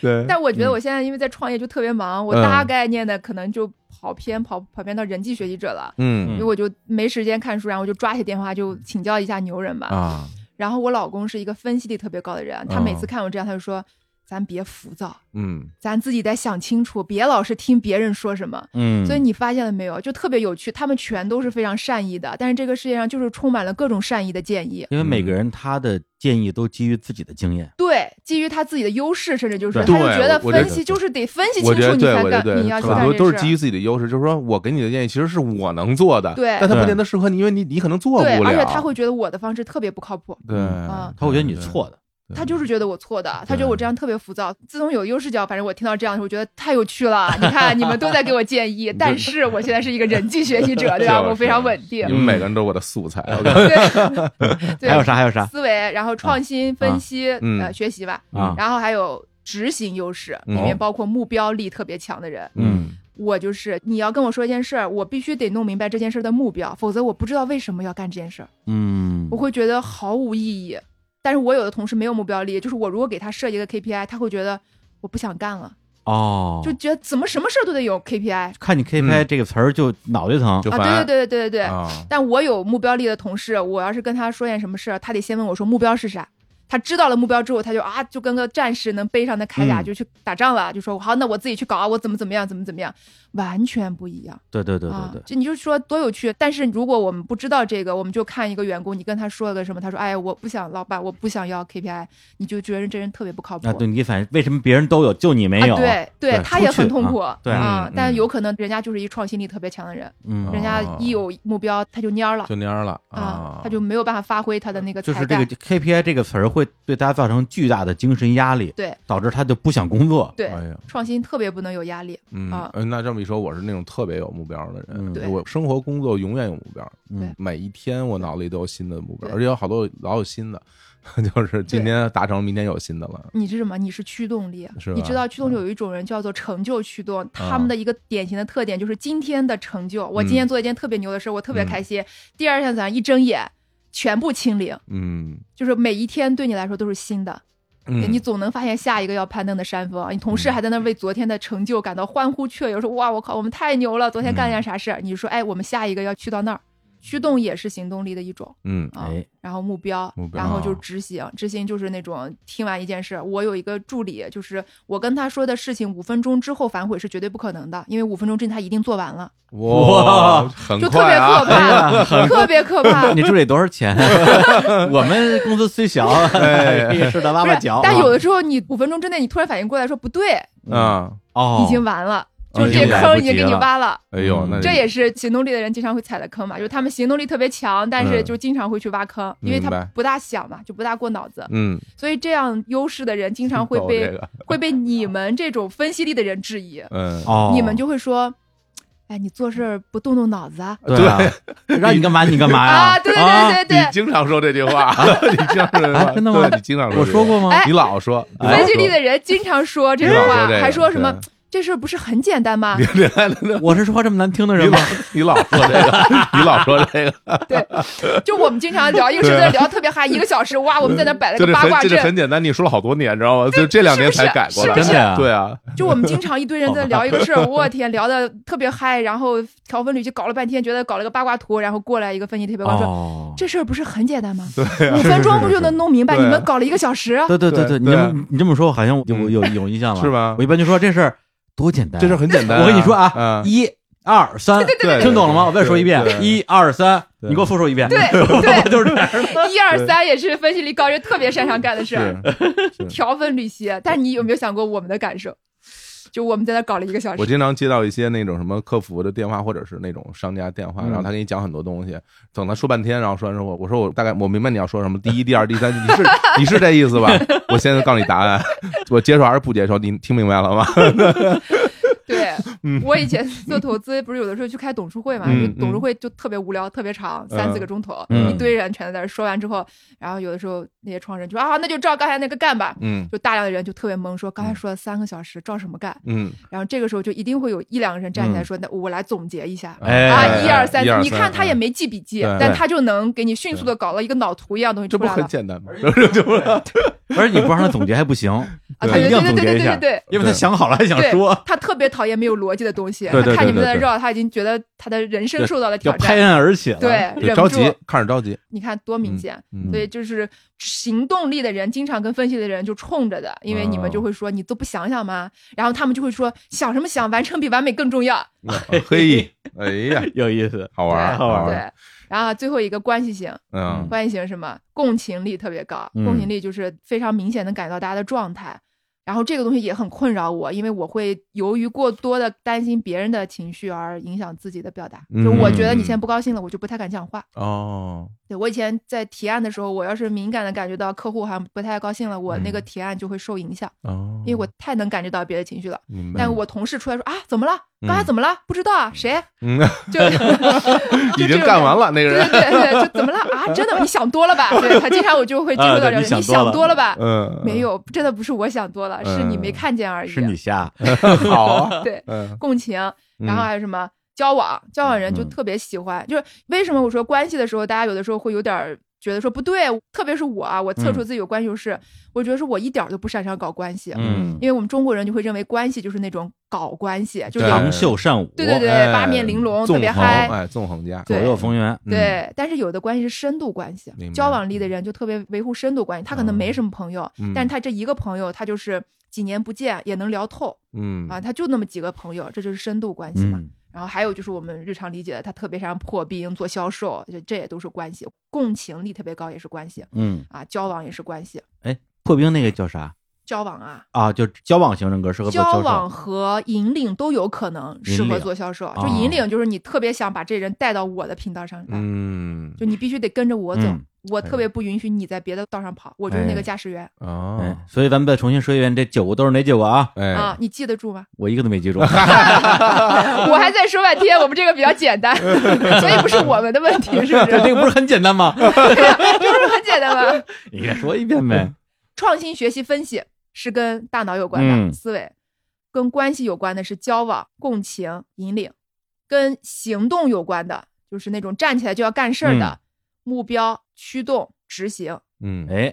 S2: 对，
S3: 哎但我觉得我现在因为在创业就特别忙，我
S2: 嗯
S3: 大概念的可能就跑偏跑跑偏到人际学习者了，因
S2: 嗯
S3: 为我就没时间看书，然后我就抓起电话就请教一下牛人吧。
S2: 啊，
S3: 然后我老公是一个分析力特别高的人，他每次看我这样，他就说：“咱别浮躁，
S2: 嗯
S3: 咱自己得想清楚，别老是听别人说什么。”
S1: 嗯，
S3: 所以你发现了没有，就特别有趣，他们全都是非常善意的，但是这个世界上就是充满了各种善意的建议。
S1: 因为每个人他的建议都基于自己的经验，
S3: 对，基于他自己的优势，甚至就是
S1: 对
S3: 他就觉得
S2: 我我觉得
S3: 分析就是得分析清
S2: 我觉
S3: 楚
S2: 得
S3: 你
S2: 对，
S3: 才
S2: 我觉得
S3: 干，
S2: 对，
S3: 你要去
S2: 很
S3: 干
S2: 多
S3: 这
S2: 都是
S3: 事
S2: 基于自己的优势，就是说我给你的建议其实是我能做的，
S3: 对
S2: 但它不
S1: 对
S2: 见得适合你，因为你你可能做不
S3: 对，
S2: 了，
S3: 而且他会觉得我的方式特别不靠谱，
S2: 对
S3: 嗯，
S1: 他会觉得你错的，
S2: 对，
S3: 他就是觉得我错的，他觉得我这样特别浮躁。自从有优势角，反正我听到这样的时候，我觉得太有趣 了。你看，你们都在给我建议，但是我现在是一个人际学习者，对吧？
S2: 是
S3: 我非常稳
S2: 你
S3: 定。
S2: 们每个人都是我的素材，我跟
S3: 对，对
S1: 还有啥还有啥
S3: 思维，然后创新、分析、
S2: 啊嗯
S3: 呃学习吧，
S1: 啊，
S3: 然后还有执行优势，
S2: 嗯
S3: 里面包括目标力特别强的人。
S1: 嗯
S3: 我就是你要跟我说一件事儿，我必须得弄明白这件事儿的目标，否则我不知道为什么要干这件事儿，
S1: 嗯，
S3: 我会觉得毫无意义。但是我有的同事没有目标力，就是我如果给他设一个 KPI，他会觉得我不想干了，
S1: 哦，
S3: 就嗯觉得怎么什么事儿都得有 KPI
S1: 看你 KPI 这个词儿就脑袋疼，
S2: 嗯就
S3: 啊！
S2: 烦。
S3: 对对对对对对。
S2: 啊，
S3: 但我有目标力的同事，我要是跟他说件什么事儿，他得先问我说目标是啥。他知道了目标之后，他就啊，就跟个战士能背上那铠甲
S1: 嗯
S3: 就去打仗了，就说好，那我自己去搞啊，我怎么怎么样，怎么怎么样，完全不一样。
S1: 对对对对
S3: 啊
S1: 对，，
S3: 就你就说多有趣。但是如果我们不知道这个，我们就看一个员工，你跟他说了个什么，他说：“哎，我不想，老板，我不想要 KPI。”你就觉得这人特别不靠谱。
S1: 啊，对你反为什么别人都有，就你没有？
S3: 啊，对
S1: 对
S3: 他
S1: 出
S3: 也
S1: 去
S3: 很痛苦。
S1: 对
S3: 啊
S2: 嗯，
S3: 但
S2: 嗯
S3: 有可能人家就是一创新力特别强的人，
S1: 嗯，
S3: 人家一有目标他就蔫儿了
S2: 就蔫儿了
S3: 啊，他就没有办法发挥他的那个
S1: 就
S3: 才
S1: 是
S3: 干。
S1: 这个 KPI 这个词儿会对大家造成巨大的精神压力，
S3: 对，
S1: 导致他就不想工作。
S3: 对，
S2: 哎呀，
S3: 创新特别不能有压力。
S2: 嗯
S3: 啊，
S2: 呃那这么一说，我是那种特别有目标的人。
S1: 嗯
S3: 对
S2: 我生活工作永远有目标，
S1: 嗯
S2: 每一天我脑子里都有新的目标，
S3: 对
S2: 而且有好多老有新的， 就是今天达成，明天有新的了。
S3: 你是什么？你是驱动力
S2: 是。吧
S3: 你知道驱动力有一种人叫做成就驱动，他们的一个典型的特点就是今天的成就。我今天做一件特别牛的事，我特别开心。第二天早上一睁眼，全部清零，
S2: 嗯，
S3: 就是每一天对你来说都是新的。
S2: 嗯
S3: 哎你总能发现下一个要攀登的山峰。你同事还在那为昨天的成就感到欢呼雀跃，说：“哇，我靠，我们太牛了！昨天干了件啥事儿？”你就说：“哎，我们下一个要去到那儿。”驱动也是行动力的一种。
S2: 嗯
S3: 啊
S1: 哎，
S3: 然后目标
S2: 目，标
S3: 然后就是
S2: 啊
S3: 执行，执行就是那种听完一件事，我有一个助理，就是我跟他说的事情，五分钟之后反悔是绝对不可能的，因为五分钟之内他一定做完了，
S1: 哇
S2: 哇，很
S3: 就特
S2: 快
S3: 别可
S2: 啊，
S3: 怕，特别可怕。
S1: 你助理多少 钱？我们公司虽小，也是的拉
S3: 哎不
S1: 拉
S3: 是
S1: 脚啊。，
S3: 但有的时候你五分钟之内你突然反应过来说不对，
S2: 啊，
S1: 哦，
S3: 已经完了，
S1: 哦
S3: 就
S1: 已
S3: 这
S1: 经
S3: 个
S1: 来
S3: 坑
S1: 不
S3: 已经
S1: 及
S3: 给你
S1: 了
S3: 挖了。
S2: 哎呦，
S1: 嗯
S2: 那
S3: 这也是行动力的人经常会踩的坑嘛，就是他们行动力特别强，但是
S2: 嗯
S3: 就经常会去挖坑，因为他
S2: 明白
S3: 不大想嘛，就不大过脑子，
S2: 嗯，
S3: 所以这样优势的人经 常会
S2: 够
S3: 被
S2: 这个
S3: 会被你们这种分析力的人质疑，
S2: 嗯，
S1: 哦，
S3: 你们就会说，哎，你做事儿不动动脑子啊？
S1: 对啊，让你干嘛你干
S2: 哎
S1: 嘛呀？
S3: 啊，对对对
S2: 你
S3: 对对。
S2: 经常说这句 话，你经常说这句话
S1: 啊真的吗
S2: 对你经常说，
S1: 我说过，吗？
S3: 哎
S2: 你老说，你老
S3: 分析力
S2: 说
S3: 的人经常说这
S2: 你
S3: 种
S2: 老
S3: 话，
S2: 这个
S3: 还说什么啊
S2: 对
S3: 这事儿不是很简 单吗？
S1: 我是说话这么难听的人吗？
S2: 你老说这个，你老说这个，
S3: 对，就我们经常聊一个事情，聊特别嗨，一个小时，哇，我们在那摆了
S2: 就
S3: 哎个
S2: 这
S3: 八
S2: 很
S3: 卦
S2: 就这
S3: 阵，哎
S2: 很简单，你说了好多年，知道吗？就这两年才改过来，
S3: 是不
S1: 真
S3: 是
S1: 的呀？哎
S2: 对啊，
S3: 就我们经常一堆人在聊一个事 儿，我天，聊的特别嗨，然后调分率就搞了半天，觉得搞了个八卦图，然后过来一个分析特别高说。
S1: 哦，
S3: 这事儿不是很简单吗？
S2: 对啊
S3: 五分钟不就能弄明白？
S2: 是啊是
S3: 你
S2: 是
S3: 们搞了一个小时，啊
S1: 对对对
S2: 对
S1: 你这
S2: 对
S1: 么你这么说，好像我有
S2: 嗯
S1: 有有印象了，
S2: 是吧
S1: 我一般就说这事儿多简单啊，
S2: 这事很简单啊。
S1: 我跟你说啊，
S2: 嗯，
S1: 一二三，
S2: 对
S1: 听懂了吗？我再说一遍
S2: 对，对
S1: 一二三，
S2: 对
S1: 你给我复述一遍。
S3: 对对，
S1: 就是这样。
S3: 一二三也是分析力高人特别擅长干的事儿，
S2: 是
S3: 调分缕析。但你有没有想过我们的感受？就我们在那搞了一个小
S2: 我
S3: 时，
S2: 经常接到一些那种什么客服的电话，或者是那种商家电话，
S1: 嗯
S2: 然后他给你讲很多东西，等他说半天，然后说完之后，我说我大概我明白你要说什么，第一、第二、第三，你是你是这意思吧？我现在告诉你答案， 我接受还是不接受？你听明白了吗？
S3: 对我以前做投资，不是有的时候去开董事会嘛，
S2: 嗯
S3: 就董事会就特别无聊，特别长，三四个钟头，
S1: 嗯
S3: 一堆人全在那儿说完之后，然后有的时候那些创始人就说啊，那就照刚才那个干吧，
S2: 嗯
S3: 就大量的人就特别懵，说刚才说了三个小时，照什么干？
S2: 嗯，
S3: 然后这个时候就一定会有一两个人站起来说，那我来总结一下。
S1: 哎
S3: 啊，一二三
S2: 嗯一二，
S3: 你看他也
S2: 嗯
S3: 没记笔记，
S2: 对
S3: 但他就能给你迅速的搞了一个脑图一样东西
S2: 这
S3: 出
S2: 不
S3: 来
S2: 很
S3: 了。
S2: 简 单吗？ 这不
S1: 而且你不让他总结还不行，
S3: 啊，
S1: 他
S3: 对
S1: 一定要
S3: 对对
S1: 总
S3: 对
S1: 结
S3: 对
S1: 一下
S3: 对对，
S1: 因为他想好了还想
S3: 对
S1: 说，
S3: 他特别讨厌没有逻辑的东西。
S2: 对对对
S3: 他看你们
S2: 对
S3: 在
S2: 对
S3: 绕，他已经觉得他的人生
S1: 对
S3: 受到了
S1: 要
S3: 挑
S1: 拍啊
S3: 战。
S1: 案而起了。
S3: 对，，
S2: 对
S3: 忍
S2: 着
S3: 不住
S2: 急，，看着 着急，
S3: 你看多明显。
S2: 嗯
S3: 所以就是行动力的人，经常跟分析的人就冲着的，因为你们就会说你都不想想吗？然后他们就会说想什么想，完成比完美更重要。
S2: 啊嘿，哎呀，
S1: 有意思。
S2: 好玩儿，
S3: 对
S1: 好玩儿
S2: 儿，
S3: 对，然后最后一个关系型，
S2: 嗯
S3: 关系型是什么？共情力特别高，
S1: 嗯
S3: 共情力就是非常明显的感到大家的状态。然后这个东西也很困扰我，因为我会由于过多的担心别人的情绪而影响自己的表
S2: 嗯
S3: 达。就我觉得你现在不高兴了，我就不太敢讲话。
S2: 哦，
S3: 对我以前在提案的时候，我要是敏感的感觉到客户好像不太高兴了，我那个
S2: 嗯
S3: 提案就会受影响，
S2: 哦，
S3: 因为我太能感觉到别的情绪了。
S2: 明白，
S3: 但我同事出来说啊，怎么了？刚才
S2: 嗯
S3: 怎么了？不知道啊，谁？
S2: 嗯，
S3: 就 就
S2: 已
S3: 这
S2: 经
S3: 种
S2: 干完了那个
S3: 对
S2: 人，
S3: 对对，对，就怎么了啊？真的吗，你想多了吧？对他经常我就会接触到
S1: 啊
S3: 这
S1: 对
S3: 种，
S1: 你想
S3: 你
S1: 多了
S3: 想多了吧？
S2: 嗯，
S3: 没有，真的不是我想多了，是你没
S2: 嗯
S3: 看见而已。
S1: 是你瞎，
S2: 好啊，
S3: 对
S2: 嗯，
S3: 共情，然后还有什么交往，交往人就特别喜欢，就是为什么我说关系的时候，大家有的时候会有点。觉得说不对，特别是我啊，我测出自己有关系就是，我觉得说我一点儿都不擅长搞关系，
S1: 嗯
S3: 因为我们中国人就会认为关系就是那种搞关系，就是
S2: 对
S3: 要
S1: 长袖善舞，
S3: 对对对
S2: 哎
S3: 八面玲珑
S2: 纵
S3: 特别
S2: 横
S3: 嗨
S2: 哎，纵横家，
S3: 对
S1: 左右逢源，
S2: 嗯，
S3: 对，但是有的关系是深度关系
S2: 明白，
S3: 交往力的人就特别维护深度关系，他可能没什么朋友，
S2: 嗯
S3: 但是他这一个朋友，他就是几年不见也能聊透
S2: 嗯
S3: 啊，他就那么几个朋友，这就是深度关系嘛。
S1: 嗯
S3: 然后还有就是我们日常理解的，他特别擅长破冰、做销售，这这也都是关系，共情力特别高也是关系
S1: 嗯，
S3: 啊，交往也是关系，
S1: 破冰那个叫啥
S3: 交往啊，
S1: 啊？就交往型人格适合做销
S3: 交
S1: 售，
S3: 往和引领都有可能适
S1: 引
S3: 合
S1: 领
S3: 做销售，
S1: 哦
S3: 就引领就是你特别想把这人带到我的频道上来，
S2: 嗯
S3: 就你必须得跟着我走，
S1: 嗯
S3: 我特
S2: 哎
S3: 别不允许你在别的道上跑，我就是那
S1: 哎
S3: 个驾驶员、
S1: 哎
S2: 哦，，
S1: 所以咱们再重新说一遍，这九个都是哪九个啊？
S2: 哎
S3: 啊，，你记得住吗？
S1: 我一个都没记住。
S3: 我还在说半天，我们这个比较简 单，所以不是我们的问题，是 不
S1: 这这
S3: 是？
S1: 个不是很简单吗？
S3: 就是很简单嘛。
S1: 你再说一遍呗。
S3: 创新学习分析是跟大脑有关的、
S1: 嗯
S3: 思维，跟关系有关的是交往、共情、引领，跟行动有关的就是那种站起来就要干事儿的、目标、驱动、执行。
S2: 嗯，
S1: 哎，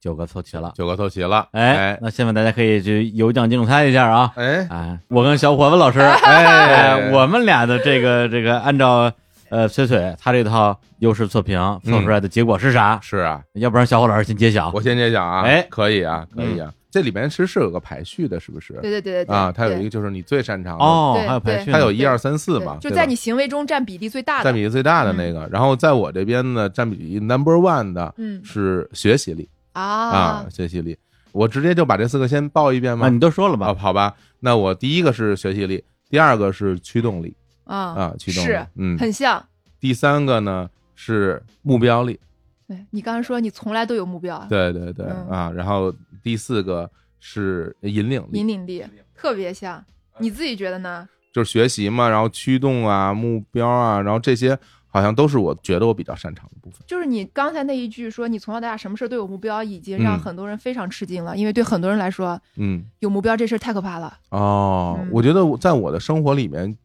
S1: 九个凑齐了。
S2: 九个凑齐了，
S1: 哎，那下面大家可以去有奖竞猜一下啊！
S2: 哎
S1: 哎，我跟小伙子老 师，哎，我们俩的这个这个，按照呃崔崔他这套优势测评测出来的结果是啥？
S2: 是啊，
S1: 要不然小伙老师先揭晓
S2: 我。先揭晓啊，
S1: 哎
S2: 可以啊，可以啊，这里面其实是有个排序的，是不是？
S3: 对对对对对
S2: 啊，它有一
S3: 对
S2: 个就是你最擅长的，
S1: 哦，
S3: 对
S1: 还有排序呢，
S2: 它有一
S3: 对
S2: 二三四嘛，
S3: 对就
S2: 对
S3: 在
S2: 吧
S3: 你行为中占比例最大的。
S2: 占比最大的那个，然后在我这边呢，占比 number one 的
S3: 嗯
S2: 是学习力啊，学习力，我直接就把这四个先报一遍吗
S1: 啊，？你都说了
S2: 啊，
S1: 吧？
S2: 好吧，那我第一个是学习力，第二个是驱动力
S3: 啊
S2: 啊，驱动力
S3: 是，
S2: 嗯，
S3: 很像。
S2: 第三个呢是目标力，
S3: 对你刚才说你从来都有目标啊，
S2: 对对对
S3: 嗯
S2: 啊，然后第四个是引领力
S3: 引，领力特别
S2: 嗯
S3: 像，你自己觉得呢？
S2: 就是学习嘛，然后驱动啊、目标啊，然后这些好像都是我觉得我比较擅长的部分。
S3: 就是你刚才那一句说你从小到大什么事儿都有目标，已经让
S2: 嗯
S3: 很多人非常吃惊了，因为对很多人来说，
S2: 嗯，
S3: 有目标这事儿太可怕了。
S2: 哦，
S3: 嗯
S2: 我觉得我在我的生活里面，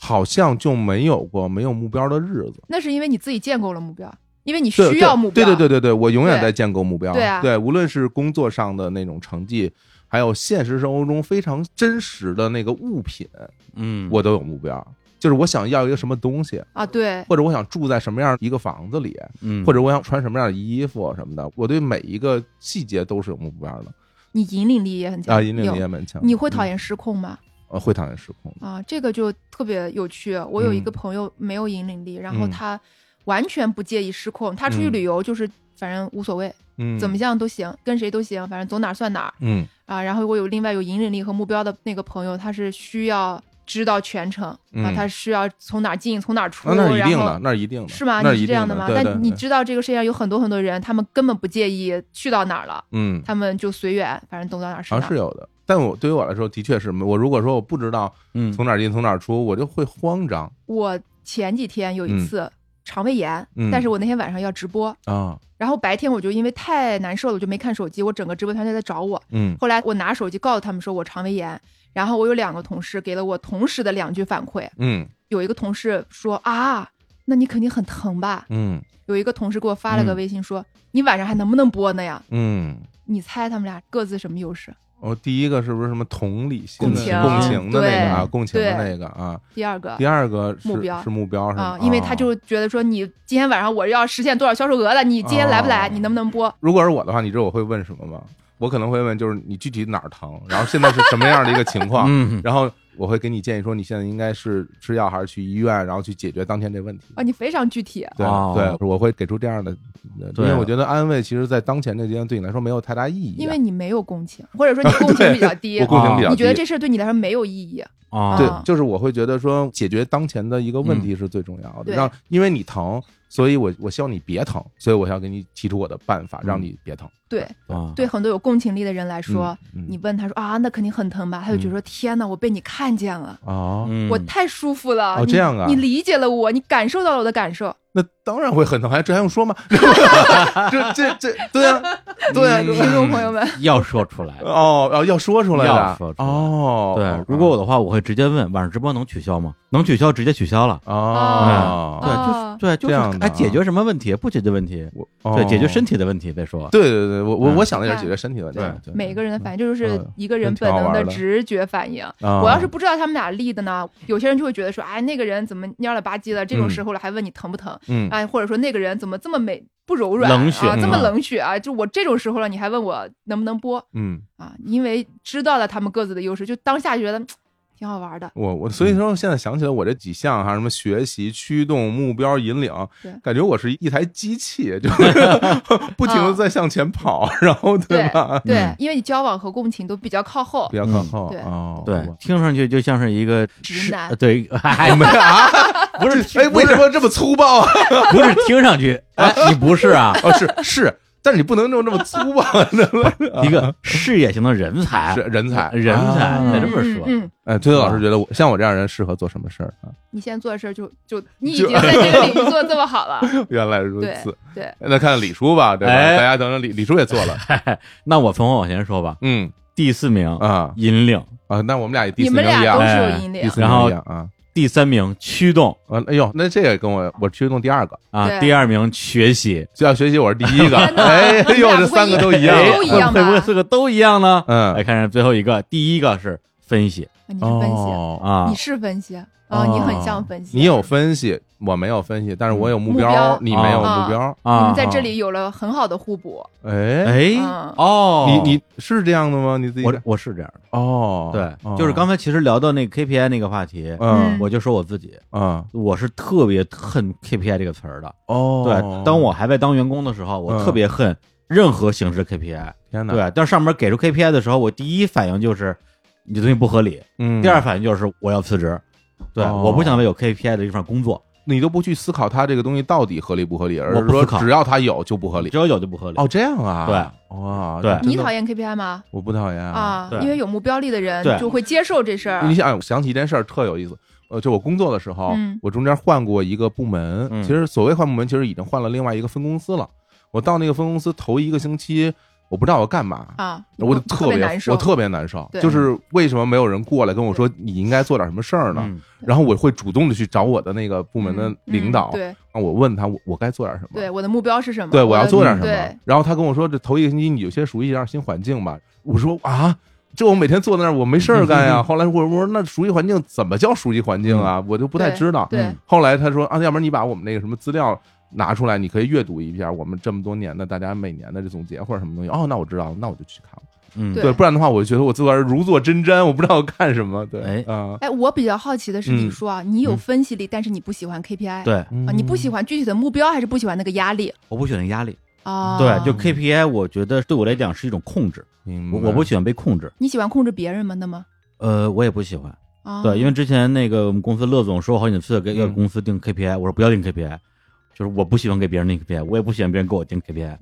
S2: 好像就没有过没有目标的日子。
S3: 那是因为你自己建构了目标，因为你
S2: 对
S3: 需要目标。
S2: 对对对对
S3: 对
S2: 对，我永远在建构目标。
S3: 对啊
S2: 无论是工作上的那种成绩，还有现实生活中非常真实的那个物品，
S1: 嗯，
S2: 我都有目标。就是我想要一个什么东西，
S3: 啊，对，
S2: 或者我想住在什么样一个房子里，
S1: 嗯
S2: 或者我想穿什么样的衣服什么的，我对每一个细节都是有目标的
S3: 你引领力也很强。
S2: 啊。引领
S3: 有
S2: 力也蛮强的。
S3: 你会讨
S2: 厌
S3: 厌失控吗？
S2: 呃会讨厌失控的。
S3: 啊，这个就特别有趣。我有一
S2: 嗯
S3: 个朋友没有引领力，然后
S2: 嗯
S3: 他完全不介意失控，他出去
S2: 嗯
S3: 旅游就是反正无所谓，
S2: 嗯，
S3: 怎么？样都行，跟谁都行，反正走哪儿算哪儿
S2: 嗯
S3: 啊。然后我有另外有引领力和目标的那个朋友，他是需要知道全程、啊
S2: 嗯，
S3: 他需要从哪儿进从哪儿出，
S2: 啊，那是一定
S3: 然后
S2: 的，那是一定的，
S3: 是吗？
S2: 那
S3: 你
S2: 一
S3: 是这
S2: 定
S3: 样
S2: 的
S3: 吗？
S2: 对对
S3: 那你
S2: 对
S3: 知道这个世界上有很多很多人，他们根本不介意去到哪儿了，
S2: 嗯，
S3: 他们就随缘，反正走到哪儿是
S2: 好
S3: 哪
S2: 啊像是
S3: 儿。
S2: 有的。但我对于我来说，的确是我如果说我不知道
S1: 嗯
S2: 从哪儿进从哪儿出，我就会慌张
S3: 我前几天有一次肠胃炎，
S2: 嗯
S3: 但是我那天晚上要直播，
S2: 啊，
S3: 然后白天我就因为太难受了，我就没看手机，我整个直播团队在找我。
S2: 嗯
S3: 后来我拿手机告诉他们说我肠胃炎，然后我有两个同事给了我同时的两句反馈，
S2: 嗯
S3: 有一个同事说啊，那你肯定很疼吧？
S2: 嗯
S3: 有一个同事给我发了个
S2: 嗯
S3: 微信说、你晚上还能不能播呢呀？
S2: 嗯。
S3: 你猜他们俩各自什么优势？
S2: 哦，第一个是不是什么同理心
S1: 共
S2: 的
S1: 情
S2: 共情的那
S3: 对
S2: 个啊，共情的
S3: 对
S2: 那个啊？
S3: 第二个
S2: 第二个是
S3: 目标
S2: 是目标是吗
S3: 啊？，因为他
S2: 哦
S3: 就觉得说你今天晚上我要实现多少销售额了，你今天来不来？
S2: 哦
S3: 你能不能播？
S2: 如果是我的话，你知道我会问什么吗？我可能会问，就是你具体哪儿疼，然后现在是什么样的一个情况，
S1: 嗯，
S2: 然后我会给你建议说，你现在应该是吃药还是去医院，然后去解决当前这问题。
S3: 啊，你非常具体。
S2: 对、
S1: 哦
S2: 对，我会给出这样的，呃
S1: 对啊
S2: 因为我觉得安慰其实，在当前这阶段对你来说没有太大意义啊、
S3: 因为你没有共情，或者说你共情比 较低
S2: 我，共情比较低，
S3: 你觉得这事儿对你来说没有意义。
S1: 啊，
S2: 哦对
S3: 啊，
S2: 就是我会觉得说，解决当前的一个问
S1: 嗯
S2: 题是最重要的。
S3: 对
S2: 让因为你疼，所以我我希望你别疼，所以我要给你提出我的办
S1: 嗯
S2: 法，让你别疼。
S3: 对
S1: 啊，
S3: 对，很多有共情力的人来说，
S2: 嗯
S3: 你问他说啊，那肯定很疼吧？他就觉得说天哪，我被你看见了，
S2: 哦，
S1: 嗯，
S3: 我太舒服了。
S2: 哦
S3: 你
S2: 这样啊
S3: 你理解了我，你感受到了我的感受。
S2: 那当然会很疼，还这还用说吗？这这这，对啊，
S3: 对，
S2: 嗯
S3: 听众朋友们，
S1: 要说出来。
S2: 哦哦，要说出来的，
S1: 要说出来
S2: 哦，
S1: 对，如果我的话，我会直接问晚上直播能取消吗？能取消，直接取消了。
S2: 哦，
S1: 对，就是
S3: 哦
S1: 对，就
S2: 这样
S1: 是
S2: 的
S1: 哎，
S2: 啊
S1: 解决什么问题？不解决问题，
S2: 我
S1: 对，解决身
S2: 体，
S1: 体的问题再说。
S2: 对对对，我我
S1: 嗯
S2: 我想的也是解决身体的问题，
S1: 对
S2: 对
S3: 每个人的反应，这就是
S2: 嗯
S3: 一个
S2: 真
S3: 人
S2: 挺
S3: 本
S2: 好
S3: 能
S2: 玩
S3: 的
S2: 的
S3: 直觉反应。
S2: 啊
S3: 我要是不知道他们俩立的呢，有些人就会觉得说，哎，那个人怎么蔫了吧唧的？这种
S2: 嗯
S3: 时候了还问你疼不疼？
S2: 嗯
S1: 啊
S3: 哎，或者说那个人怎么这么美不柔软
S1: 冷血
S3: 啊，这么
S1: 嗯
S3: 冷血啊？就我这种时候了，你还问我能不能播
S2: 嗯，
S3: 啊？因为知道了他们各自的优势，就当下觉得嗯挺好玩的。
S2: 我我
S3: 嗯
S2: 所以说现在想起来我这几项哈，什么学习、驱动、目标、引领
S3: 对，
S2: 感觉我是一台机器， 就是不停的在向前跑，然后对 吧？
S3: 嗯对
S1: 嗯，
S3: 因为你交往和共情都比较靠后
S2: 比，较靠后
S3: 对
S2: 哦，
S1: 对，听上去就像是一个
S3: 直
S1: 是
S3: 男
S1: 呃对， 哎，
S2: 没啊，不是，哎，为什么这么粗暴啊？
S1: 不是听上去， 哎，你不是啊，
S2: 哦，是是，但是你不能用这么粗暴，啊
S1: 一个事业型的人才啊
S2: 是，人才，
S1: 哎人才
S2: 啊
S1: 得这
S3: 嗯
S1: 么
S3: 嗯
S1: 说
S3: 嗯，
S2: 哎，崔老师觉得我像我这样人适合做什么事儿 啊？
S3: 你现在做的事儿就就你已
S2: 就
S3: 经在这个领域做的这 么好了，
S2: 原来如
S3: 对
S2: 此。
S3: 对，
S2: 那看看李叔吧，对吧？
S1: 哎
S2: 大家等等李李叔也做了，
S1: 那我从我往前说吧，
S2: 嗯
S1: 第四名
S2: 啊
S1: 引领，
S2: 啊，那我们俩也第
S3: 你
S2: 四
S3: 们
S2: 名一
S3: 俩
S2: 样，
S3: 都
S2: 哎
S3: 是
S1: 哎
S3: 有引
S2: 第
S3: 领
S2: 四，名
S1: 然后
S2: 一样啊。
S1: 第三名驱动
S2: 啊，哎呦，那这个跟我我驱动第二个，
S1: 啊，
S3: 对
S1: 第二名学习，
S2: 就要学习我是第一个，
S3: 天哪
S2: 哎
S3: 你们
S2: 呦，
S3: 俩
S2: 这
S3: 不会
S2: 三个都一
S3: 一
S2: 样，啊
S1: 哎
S3: 都一样
S1: 会不会
S3: 吧
S1: 四个都一样呢？来
S2: 嗯，
S1: 看看最后一个，第一个是分析
S3: 你是分析，
S2: 哦，
S1: 啊
S3: 你，是分析啊，你很像分析，
S2: 你有分析，我没有分析，但是我有目
S3: 目标
S2: 你没有目标，
S3: 你
S1: 啊
S3: 们，在这里有了很好的互补，
S2: 哎，
S1: 哎
S3: 嗯
S1: 哦，
S2: 你你是这样的吗？你自己
S1: 我我是这样的，
S2: 哦，
S1: 对，就是刚才其实聊到那个 KPI 那个话题，
S2: 嗯
S1: 我就说我自己，
S2: 嗯
S1: 我是特别恨 KPI 这个词儿的。
S2: 哦，
S1: 对，当我还在当员工的时候，我
S2: 嗯
S1: 特别恨任何形式的 KPI。
S2: 天哪，
S1: 对，但上面给出 KPI 的时候，我第一反应就是你这东西不合理，
S2: 嗯，
S1: 第二反应就是我要辞职。对，
S2: 哦
S1: 我不想为有 KPI 的一份工作，
S2: 你都不去思考它这个东西到底合理不合理，而
S1: 我
S2: 是
S1: 不
S2: 说
S1: 思考
S2: 只要它有就不合理
S1: 只。要有就不合理。嗯
S2: 哦，这样啊？
S1: 对，
S2: 哇，
S1: 对
S2: 真的
S3: 你讨厌 KPI 吗？
S2: 我不讨厌
S3: 啊
S1: 对，
S3: 因为有目标力的人
S1: 对
S3: 就会接受这事儿
S2: 你，想，我想起一件事儿特有意思。呃，就我工作的时候，
S3: 嗯
S2: 我中间换过一个部门。
S1: 嗯
S2: 其实所谓换部门，其实已经换了另外一个分公司了。我到那个分公司头一个星期，我不知道我干嘛，
S3: 啊，
S2: 我就
S3: 特
S2: 别
S3: 难受，
S2: 我特别难受。
S3: 对
S2: 就是为什么没有人过来跟我说你应该做点什么事儿呢？
S1: 嗯，
S2: 然后我会主动的去找我的那个部门的
S3: 嗯
S2: 领导，
S3: 嗯对
S2: 啊我问他我我该做点什么。
S3: 对，我的目标是什么？
S2: 对，我要
S3: 的嗯
S2: 做点什
S3: 对
S2: 么。然后他跟我说，这头一个星期你有些熟悉一下新环境吧。我说啊，这我每天坐在那儿，我没事儿 干呀。后来我说那熟悉环境怎么叫熟悉环境啊？我就不太知道。
S3: 对
S1: 嗯
S2: 后来他说啊，要不然你把我们那个什么资料拿出来，你可以阅读一下我们这么多年的大家每年的这总结或者什么东西。哦，那我知道了，那我就去看了。
S1: 嗯，
S3: 对
S2: 对，不然的话，我就觉得我自个儿如坐针毡，我不知道我干什么。对，
S1: 哎
S2: 啊，
S3: 哎，我比较好奇的是，
S2: 嗯
S3: 你说啊，你有
S2: 嗯
S3: 分析力，但是你不喜欢 KPI，
S1: 对，
S2: 嗯
S3: 啊，你不喜欢具体的目标，还是不喜欢那个压力
S1: 我不喜欢压力。
S3: 啊？
S1: 对，就 KPI，我觉得对我来讲是一种控制，
S2: 明白，
S1: 我我不喜欢被控制。
S3: 你喜欢控制别人吗？那么
S1: 呃，我也不喜欢。
S3: 啊，
S1: 对，因为之前那个我们公司乐总说过好几次给要
S2: 嗯
S1: 公司定 KPI，、我说不要定 KPI，就是我不喜欢给别人定 KPI，我也不喜欢别人给我定 KPI。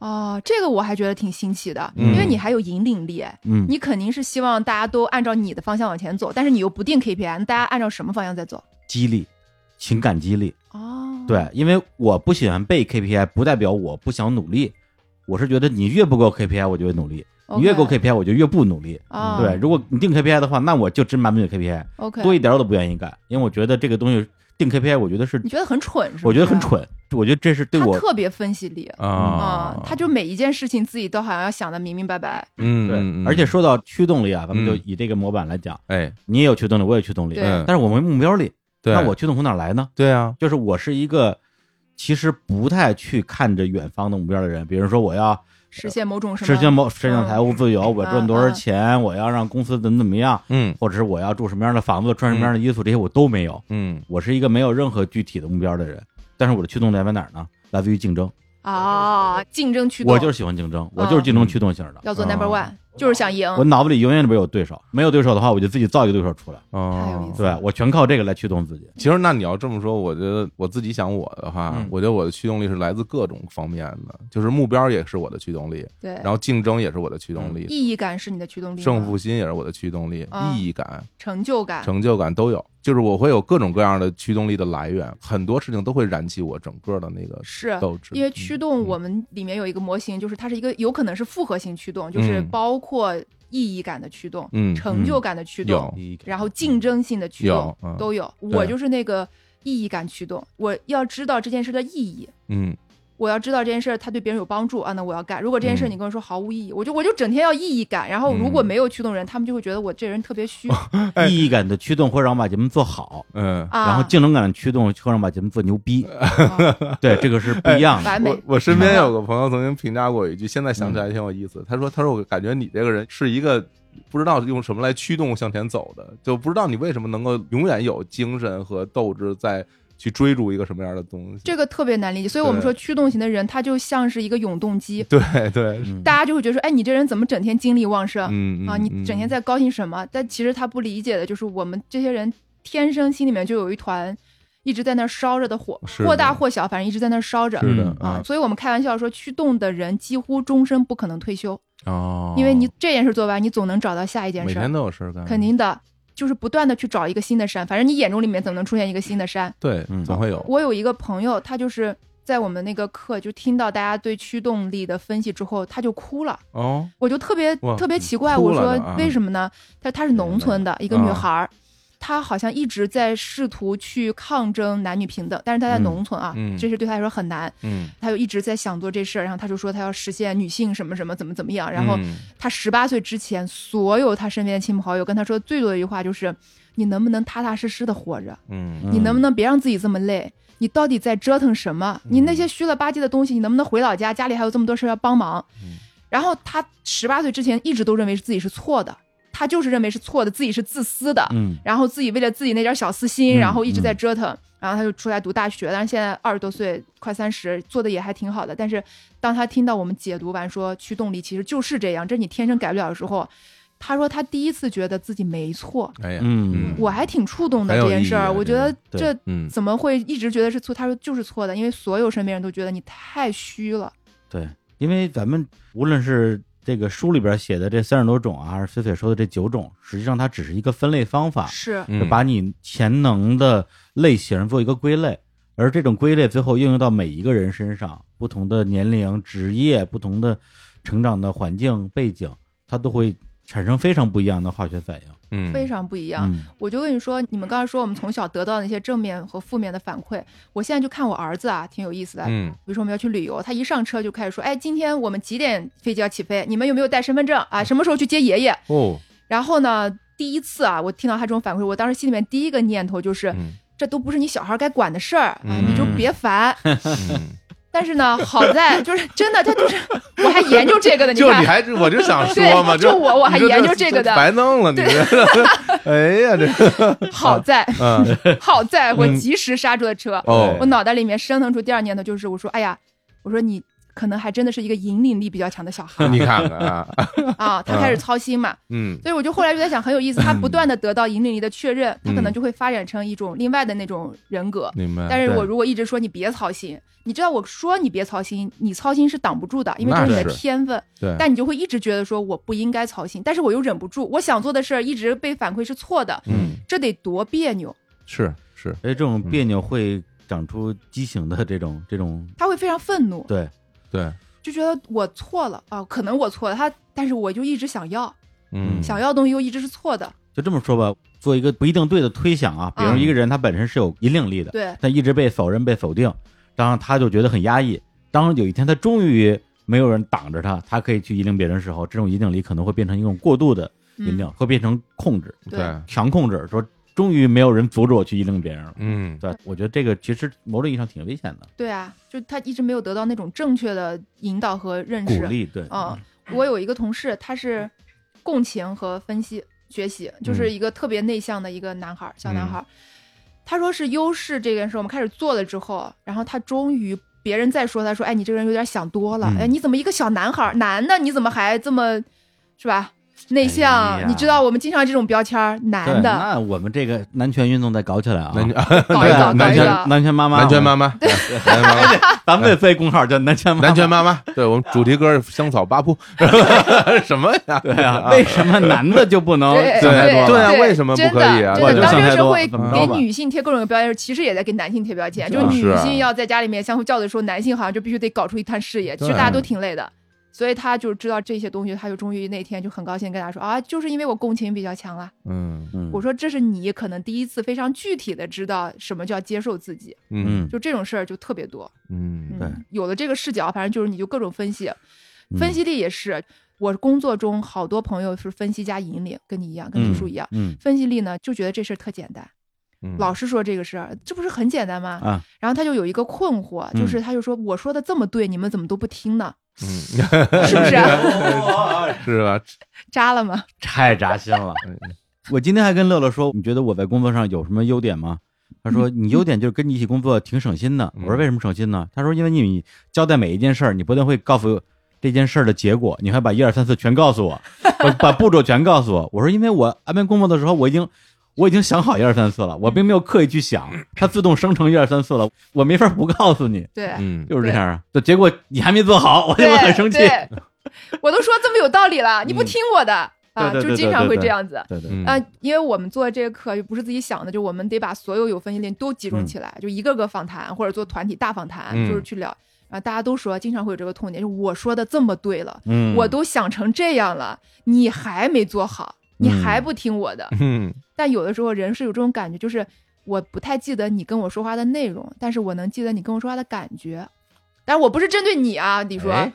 S3: 哦，这个我还觉得挺新奇的，
S2: 嗯
S3: 因为你还有引领力，
S1: 嗯，
S3: 你肯定是希望大家都按照你的方向往前走，但是你又不定 KPI，那大家按照什么方向在走？
S1: 激励，情感激励。
S3: 哦，
S1: 对，因为我不喜欢被 KPI，不代表我不想努力。我是觉得你越不够 KPI，我就越努力；你越够 KPI，我就越不努力。
S3: 啊，
S1: 对，如果你定 KPI 的话，那我就真满满的 KPI，
S3: ，OK，
S1: 多一点我都不愿意干，因为我觉得这个东西定 KPI，我觉得是
S3: 你，觉得很蠢是吗？啊
S1: 我觉得很，蠢，我觉得这是对
S3: 他
S1: 我
S3: 特别分析力
S2: 啊
S3: 啊，，他就每一件事情自己都好像要想的明明白白，
S2: 嗯，嗯
S1: 对。
S2: 嗯
S1: 而且说到驱动力啊，咱们就
S2: 嗯
S1: 以这个模板来讲，
S2: 哎，
S1: 你也有驱动力，我也驱动力，
S3: 对
S2: 嗯
S1: 但是我没目标力，
S2: 对，
S1: 那我驱动从哪儿来呢？
S2: 对啊，
S1: 就是我是一个其实不太去看着远方的目标的人，比如说我要
S3: 实现某种什么嗯
S1: 实现某实现财务自由，我赚多少钱，我要让公司怎么怎么样，
S2: 嗯
S1: 或者是我要住什么样的房子，穿什么样的衣服，这些我都没有。
S2: 嗯，
S1: 我是一个没有任何具体的目标的人，但是我的驱动来源哪儿呢？来自于竞争，
S3: 啊，竞争驱动，嗯
S1: 我就是喜欢竞争，我就是竞争驱动型的。
S3: 要做 number
S2: 啊
S3: one，就是想赢。
S1: 我脑子里永远没有对手，没有对手的话，我就自己造一个对手出来，
S3: 太有意
S2: 哦
S3: 思，
S1: 对吧我全靠这个来驱动自己。
S2: 其实那你要这么说，我觉得我自己想我的话，
S1: 嗯
S2: 我觉得我的驱动力是来自各种方面的，就是目标也是我的驱动力，
S3: 对，嗯
S2: 然后竞争也是我的驱动力，
S3: 意义感是你的驱动力吗，
S2: 胜负心也是我的驱动力，
S3: 啊
S2: 意义感、
S3: 成就感，
S2: 成就感都有，就是我会有各种各样的驱动力的来源，很多事情都会燃起我整个的那个
S3: 是
S2: 斗志，
S3: 因为驱
S2: 嗯
S3: 动我们里面有一个模型，就是它是一个有可能是复合型驱动，就是
S2: 嗯
S3: 包括意义感的驱动、
S2: 嗯
S3: 成就感的驱动
S2: 有，
S3: 然后竞争性的驱动
S2: 有嗯
S3: 都有。
S2: 对
S3: 我就是那个意义感驱动，我要知道这件事的意义。
S2: 嗯
S3: 我要知道这件事儿，它对别人有帮助啊，那我要干。如果这件事儿
S2: 嗯
S3: 你跟我说毫无意义，我就我就整天要意义感，然后如果
S2: 嗯
S3: 没有驱动人，他们就会觉得我这人特别虚
S2: 哎
S1: 意义感的驱动会让我们把节目做好，
S2: 嗯，
S3: 啊。
S1: 然后竞争感的驱动会让我们把节目做牛逼。
S3: 啊
S1: 对，这个是不一样的。
S3: 哎完美
S2: 我，我身边有个朋友曾经评价过一句，现在想起来挺有意思。他说：“他说我感觉你这个人是一个不知道用什么来驱动向前走的，就不知道你为什么能够永远有精神和斗志在去追逐一个什么样的东西。
S3: 这个特别难理解。所以我们
S2: 对
S3: 说驱动型的人，他就像是一个永动机”，
S2: 对 对，
S1: 嗯
S3: 大家就会觉得说，哎，你这人怎么整天精力旺盛
S2: 嗯
S3: 啊？
S2: 嗯
S3: 你整天在高兴什么？但其实他不理解的就是，我们这些人天生心里面就有一团一直在那儿烧着的火，
S2: 是的
S3: 或大或小，反正一直在那儿烧着。
S2: 是的
S1: 嗯
S3: 啊
S2: 啊，
S3: 所以我们开玩笑说，驱动的人几乎终身不可能退休，
S2: 哦
S3: 因为你这件事做完，你总能找到下一件
S2: 每
S3: 事
S2: 天
S3: 儿，
S2: 都有事儿干，
S3: 肯定的，就是不断的去找一个新的山，反正你眼中里面总能出现一个新的山。
S2: 对
S1: 嗯，
S2: 总会有
S3: 我有一个朋友，他就是在我们那个课就听到大家对驱动力的分析之后，他就哭了。
S2: 哦，
S3: 我就特别
S2: 哇
S3: 特别奇怪，
S2: 哭
S3: 我
S2: 了
S3: 说
S2: 呢啊
S3: 为什么呢？她她是农村的一个
S2: 嗯
S3: 女孩儿，她好像一直在试图去抗争男女平等，但是她在
S1: 嗯
S3: 农村啊，
S2: 嗯
S3: 这事对她来说很难。
S2: 嗯，
S3: 她就一直在想做这事儿，然后她就说她要实现女性什么什么怎么怎么样。然后
S2: 嗯
S3: 她十八岁之前，所有她身边的亲朋好友跟她说最多的一句话就是：“你能不能踏踏实实的活着？
S2: 嗯
S1: 嗯
S3: 你能不能别让自己这么累？”你到底在折腾什么？你那些虚了吧唧的东西，你能不能回老家？家里还有这么多事儿要帮忙。然后他十八岁之前一直都认为是自己是错的，他就是认为是错的，自己是自私的，
S1: 嗯
S3: 然后自己为了自己那点小私
S1: 嗯
S3: 心，然后一直在折腾，然后他就出来读大学，但是现在二十多岁，快三十，做的也还挺好的。但是当他听到我们解读完说驱动力其实就是这样，这你天生改不了的时候，他说他第一次觉得自己没错，
S2: 哎呀，
S1: 嗯，
S3: 我还挺触动的
S2: 很有
S3: 这件
S2: 意
S3: 事
S2: 义
S3: 儿，
S2: 啊
S3: 我
S2: 这
S3: 觉
S2: 个
S3: 得
S1: 对
S3: 这
S2: 嗯
S3: 怎么会一直觉得是错？他说就是错的，因为所有身边人都觉得你太虚了。
S1: 对，因为咱们无论是这个书里边写的这三十多种啊，还是菲菲说的这九种，实际上它只是一个分类方法，
S3: 是，
S1: 就
S2: 嗯
S1: 把你潜能的类型做一个归类，而这种归类最后应用到每一个人身上，不同的年龄、职业、不同的成长的环境背景，它都会产生非常不一样的化学反应。
S2: 嗯
S3: 非常不一样。
S1: 嗯
S3: 我就跟你说，你们刚才说我们从小得到的那些正面和负面的反馈，我现在就看我儿子啊，挺有意思的。
S2: 嗯
S3: 比如说我们要去旅游，他一上车就开始说：“哎，今天我们几点飞机要起飞？你们有没有带身份证
S2: 嗯
S3: 啊？什么时候去接爷爷
S2: 哦，？”
S3: 然后呢，第一次啊，我听到他这种反馈，我当时心里面第一个念头就是，
S2: 嗯
S3: 这都不是你小孩该管的事儿啊，
S2: 嗯
S3: 你就 别烦。
S2: 嗯
S3: 但是呢，好在就是真的，他就是我还研究这个呢，
S2: 就
S3: 看
S2: 你还我就想 说
S3: 对
S2: 嘛，
S3: 就我我还
S2: 你
S3: 研究这个的
S2: 白弄了你这，哎 呀这，
S3: 好 在
S2: 嗯，
S3: 好在我
S2: 嗯
S3: 及时刹住了车，
S2: 哦
S3: 我脑袋里面升腾出第二念头就是，我说，哎呀，我说你可能还真的是一个引领力比较强的小孩
S2: 你看看啊，
S3: 啊。他开始操心嘛，
S2: 嗯
S3: 所以我就后来就在想，很有意思，他不断的得到引领力的确认，他可能
S2: 嗯
S3: 就会发展成一种另外的那种人格。
S2: 明白。
S3: 但是
S1: 对
S3: 我如果一直说你别操心，你知道我说你别操心，你操心是挡不住的，因为这
S2: 那
S3: 是你的
S2: 是嗯
S3: 天分。
S2: 对，
S3: 但你就会一直觉得说我不应该操心，但是我又忍不住，我想做的事儿一直被反馈是错的，
S2: 嗯
S3: 这得多别扭。
S2: 是是，
S1: 哎而且这种
S3: 嗯
S1: 别扭会长出畸形的这种这种
S3: 他会非常愤怒，
S1: 对，
S2: 对，
S3: 就觉得我错了啊，可能我错了，他，但是我就一直想要，
S2: 嗯，
S3: 想要的东西又一直是错的，
S1: 就这么说吧，做一个不一定对的推想啊，比如
S3: 嗯
S1: 一个人他本身是有引领力的，
S3: 对，
S1: 但一直被否认、被否定，当然他就觉得很压抑。当有一天他终于没有人挡着他，他可以去引领别人的时候，这种引领力可能会变成一种过度的引领，
S3: 嗯，
S1: 会变成控制、
S2: 对，
S1: 强控制，说终于没有人阻止我去引领别人了。
S2: 嗯
S1: 对，我觉得这个其实某种意义上挺危险的，
S3: 对啊，就他一直没有得到那种正确的引导和认
S1: 鼓
S3: 识。
S1: 励对，
S3: 嗯，我有一个同事，他是共情和分析学习，就是一个特别内向的一个男孩儿，小男孩儿。他说是优势这件事，我们开始做了之后，然后他终于。别人再说他说，哎，你这个人有点想多了，
S1: 嗯
S3: 哎，你怎么一个小男孩儿，男的你怎么还这么是吧？内向，
S1: 哎呀
S3: 你知道我们经常这种标签儿，男
S1: 对，
S3: 的
S1: 那我们这个男权运动再搞起来啊！
S2: 男
S3: 搞一
S1: 对
S3: 搞，
S1: 啊
S3: 搞
S1: 男
S3: 一
S1: 权
S3: 搞。
S1: 男权妈妈，
S2: 男权妈妈，男权妈 妈，
S1: 妈，咱们得飞公号叫男权妈妈。
S2: 男权妈妈，对我们主题歌《是香草八铺》 什么 呀？
S1: 对啊，为什么男的就不能
S3: 对
S1: 想太多了
S3: 对
S2: 对啊
S3: 对，
S2: 为什么不
S3: 真
S2: 可以啊
S3: 的，
S1: 我
S3: 真
S1: 就
S3: 的，当
S1: 想
S3: 这
S1: 太
S3: 个社
S1: 多
S3: 会
S1: 怎么
S3: 给
S1: 着吧
S3: 女性贴各种标签，其实也在给男性贴标签。就是
S2: 啊
S3: 女
S2: 是啊
S3: 性要在家里面相夫教子的时候，男性好像就必须得搞出一摊事业。其实
S2: 对
S3: 大家都挺累的，所以他就知道这些东西，他就终于那天就很高兴跟他说啊，就是因为我共情比较强了。
S2: 嗯
S1: 嗯
S3: 我说这是你可能第一次非常具体的知道什么叫接受自己，
S2: 嗯
S1: 嗯，
S3: 就这种事儿就特别多。
S2: 嗯，
S1: 对
S3: 嗯，有了这个视角，反正就是你就各种分析，
S1: 嗯
S3: 分析力也是。我工作中好多朋友是分析加引领，跟你一样，跟
S1: 嗯
S3: 读书一样。
S1: 嗯
S3: 分析力呢，就觉得这事儿特简单，
S2: 嗯
S3: 老是说这个事儿，这不是很简单吗？
S1: 啊，
S3: 然后他就有一个困惑，
S1: 嗯
S3: 就是他就说：“我说的这么对，你们怎么都不听呢？
S2: 嗯
S3: 是 不是嗯
S2: 是吧？
S3: 扎了吗
S1: 太扎心了
S2: 嗯。
S1: 我今天还跟乐乐说，你觉得我在工作上有什么优点吗？他说你优点就是跟你一起工作挺省心的。
S2: 嗯
S1: 我说为什么省心呢？他说因为你交代每一件事儿，你不但会告诉这件事儿的结果，你还把一二三四全告诉我，把把步骤全告诉我。我说因为我安排工作的时候，我已经我已经想好一二三四了，我并没有刻意去想，它自动生成一二三四了，我没法不告诉你，？”
S3: 对，
S2: 嗯，
S1: 就是这样啊。就结果你还没做好，我就
S3: 对，
S1: 会 很生气。
S3: 对，我都说这么有道理了，你不
S1: 嗯
S3: 听我的、啊，
S1: 对对对
S3: 就经常
S1: 对对
S3: 会
S1: 对
S3: 这样子。
S1: 对对
S2: 嗯
S3: 啊，因为我们做这个课就不是自己想的，就我们得把所有有分析力都集中起来，
S1: 嗯
S3: 就一个个访谈或者做团体大访谈，
S2: 嗯
S3: 就是去聊。啊，大家都说经常会有这个痛点，就我说的这么对了，
S1: 嗯，
S3: 我都想成这样了，你还没做好，
S1: 嗯
S3: 你还不听我的。
S2: 嗯
S3: 但有的时候人是有这种感觉，就是我不太记得你跟我说话的内容，但是我能记得你跟我说话的感觉。但是我不是针对你啊，你说，
S1: 哎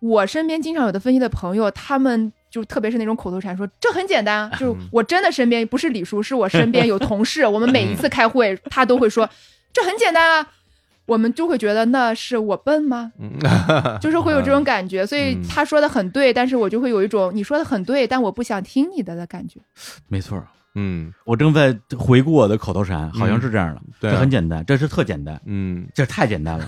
S3: 我身边经常有的分析的朋友，他们就特别是那种口头禅说这很简 单啊，就是我真的身边不是李叔，是我身边有同事，我们每一次开会，他都会说这很简单啊，我们就会觉得那是我笨吗？
S2: 嗯，
S3: 就是会有这种感觉，所以
S1: 嗯
S3: 他说的很对，但是我就会有一种你说的很对，但我不想听你的的感觉。
S1: 没错儿。
S2: 嗯，
S1: 我正在回顾我的口头禅，好像是这样的，
S2: 对啊
S1: 这很简单，这是特简单，
S2: 嗯，
S1: 这太简 单了，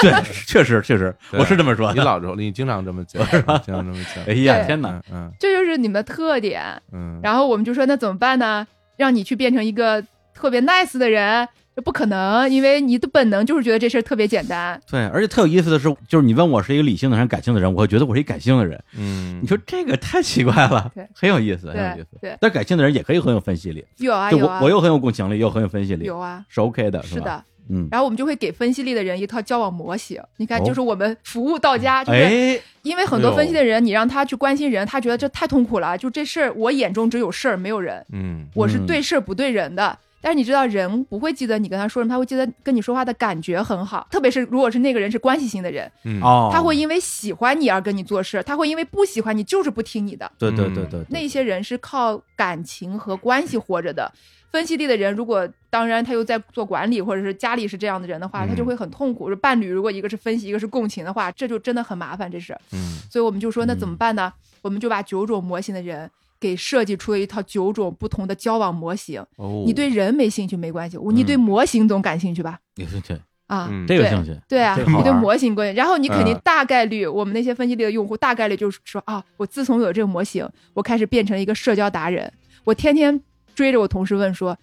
S1: 对，确实确实，
S2: 对啊
S1: 我是这么说
S2: 你
S1: 的。
S2: 老时候你经常这 么讲，经常这么讲
S1: 哎，呀，
S3: 对
S1: 天哪
S2: 嗯！嗯
S3: 这就是你们的特点。
S2: 嗯，
S3: 然后我们就说那怎么办呢？让你去变成一个特别 nice 的人，这不可能，因为你的本能就是觉得这事儿特别简单。
S1: 对，而且特有意思的是，就是你问我是一个理性的人、感性的人，我会觉得我是一感性的人。
S2: 嗯，
S1: 你说这个太奇怪了
S3: 对，
S1: 很有意思，很有意
S3: 对
S1: 思。
S3: 对，
S1: 但感性的人也可以很有分析力，
S3: 有啊
S1: 就
S3: 有
S1: 我
S3: 啊
S1: 我又很有共情力，又很有分析力，
S3: 有啊，
S1: 是 OK 的，
S3: 是
S1: 吧？
S3: 的。
S1: 嗯，
S3: 然后我们就会给分析力的人一套交往模型。你看，
S1: 哦
S3: 就是我们服务到家，就是
S1: 哎，
S3: 因为很多分析的人，你让他去关心人，他觉得这太痛苦了，就这事儿我眼中只有事儿没有人，
S2: 嗯
S3: 我是
S1: 嗯
S3: 对事儿不对人的。但是你知道，人不会记得你跟他说什么，他会记得跟你说话的感觉很好。特别是如果是那个人是关系型的人，
S2: 嗯，
S1: 哦，
S3: 他会因为喜欢你而跟你做事，他会因为不喜欢你就是不听你的。
S1: 对对对对，对
S3: 嗯那些人是靠感情和关系活着的。分析力的人，如果当然他又在做管理，或者是家里是这样的人的话，
S2: 嗯
S3: 他就会很痛苦。就伴侣如果一个是分析，一个是共情的话，这就真的很麻烦。这是，
S2: 嗯
S3: 所以我们就说，那怎么办呢？我们就把九种模型的人给设计出了一套九种不同的交往模型。
S2: 哦，
S3: 你对人没兴趣没关系，
S1: 嗯
S3: 我你对模型总感兴趣吧？
S1: 有兴趣，
S3: 啊，
S2: 嗯
S1: 这个兴趣，
S3: 对啊，
S1: 这个好
S3: 你对
S1: 玩
S3: 模型关心，然后你肯定
S2: 嗯
S3: 大概率，我们那些分析类的用户大概率就是说啊，我自从有这个模型，我开始变成一个社交达人，我天天追着我同事问说。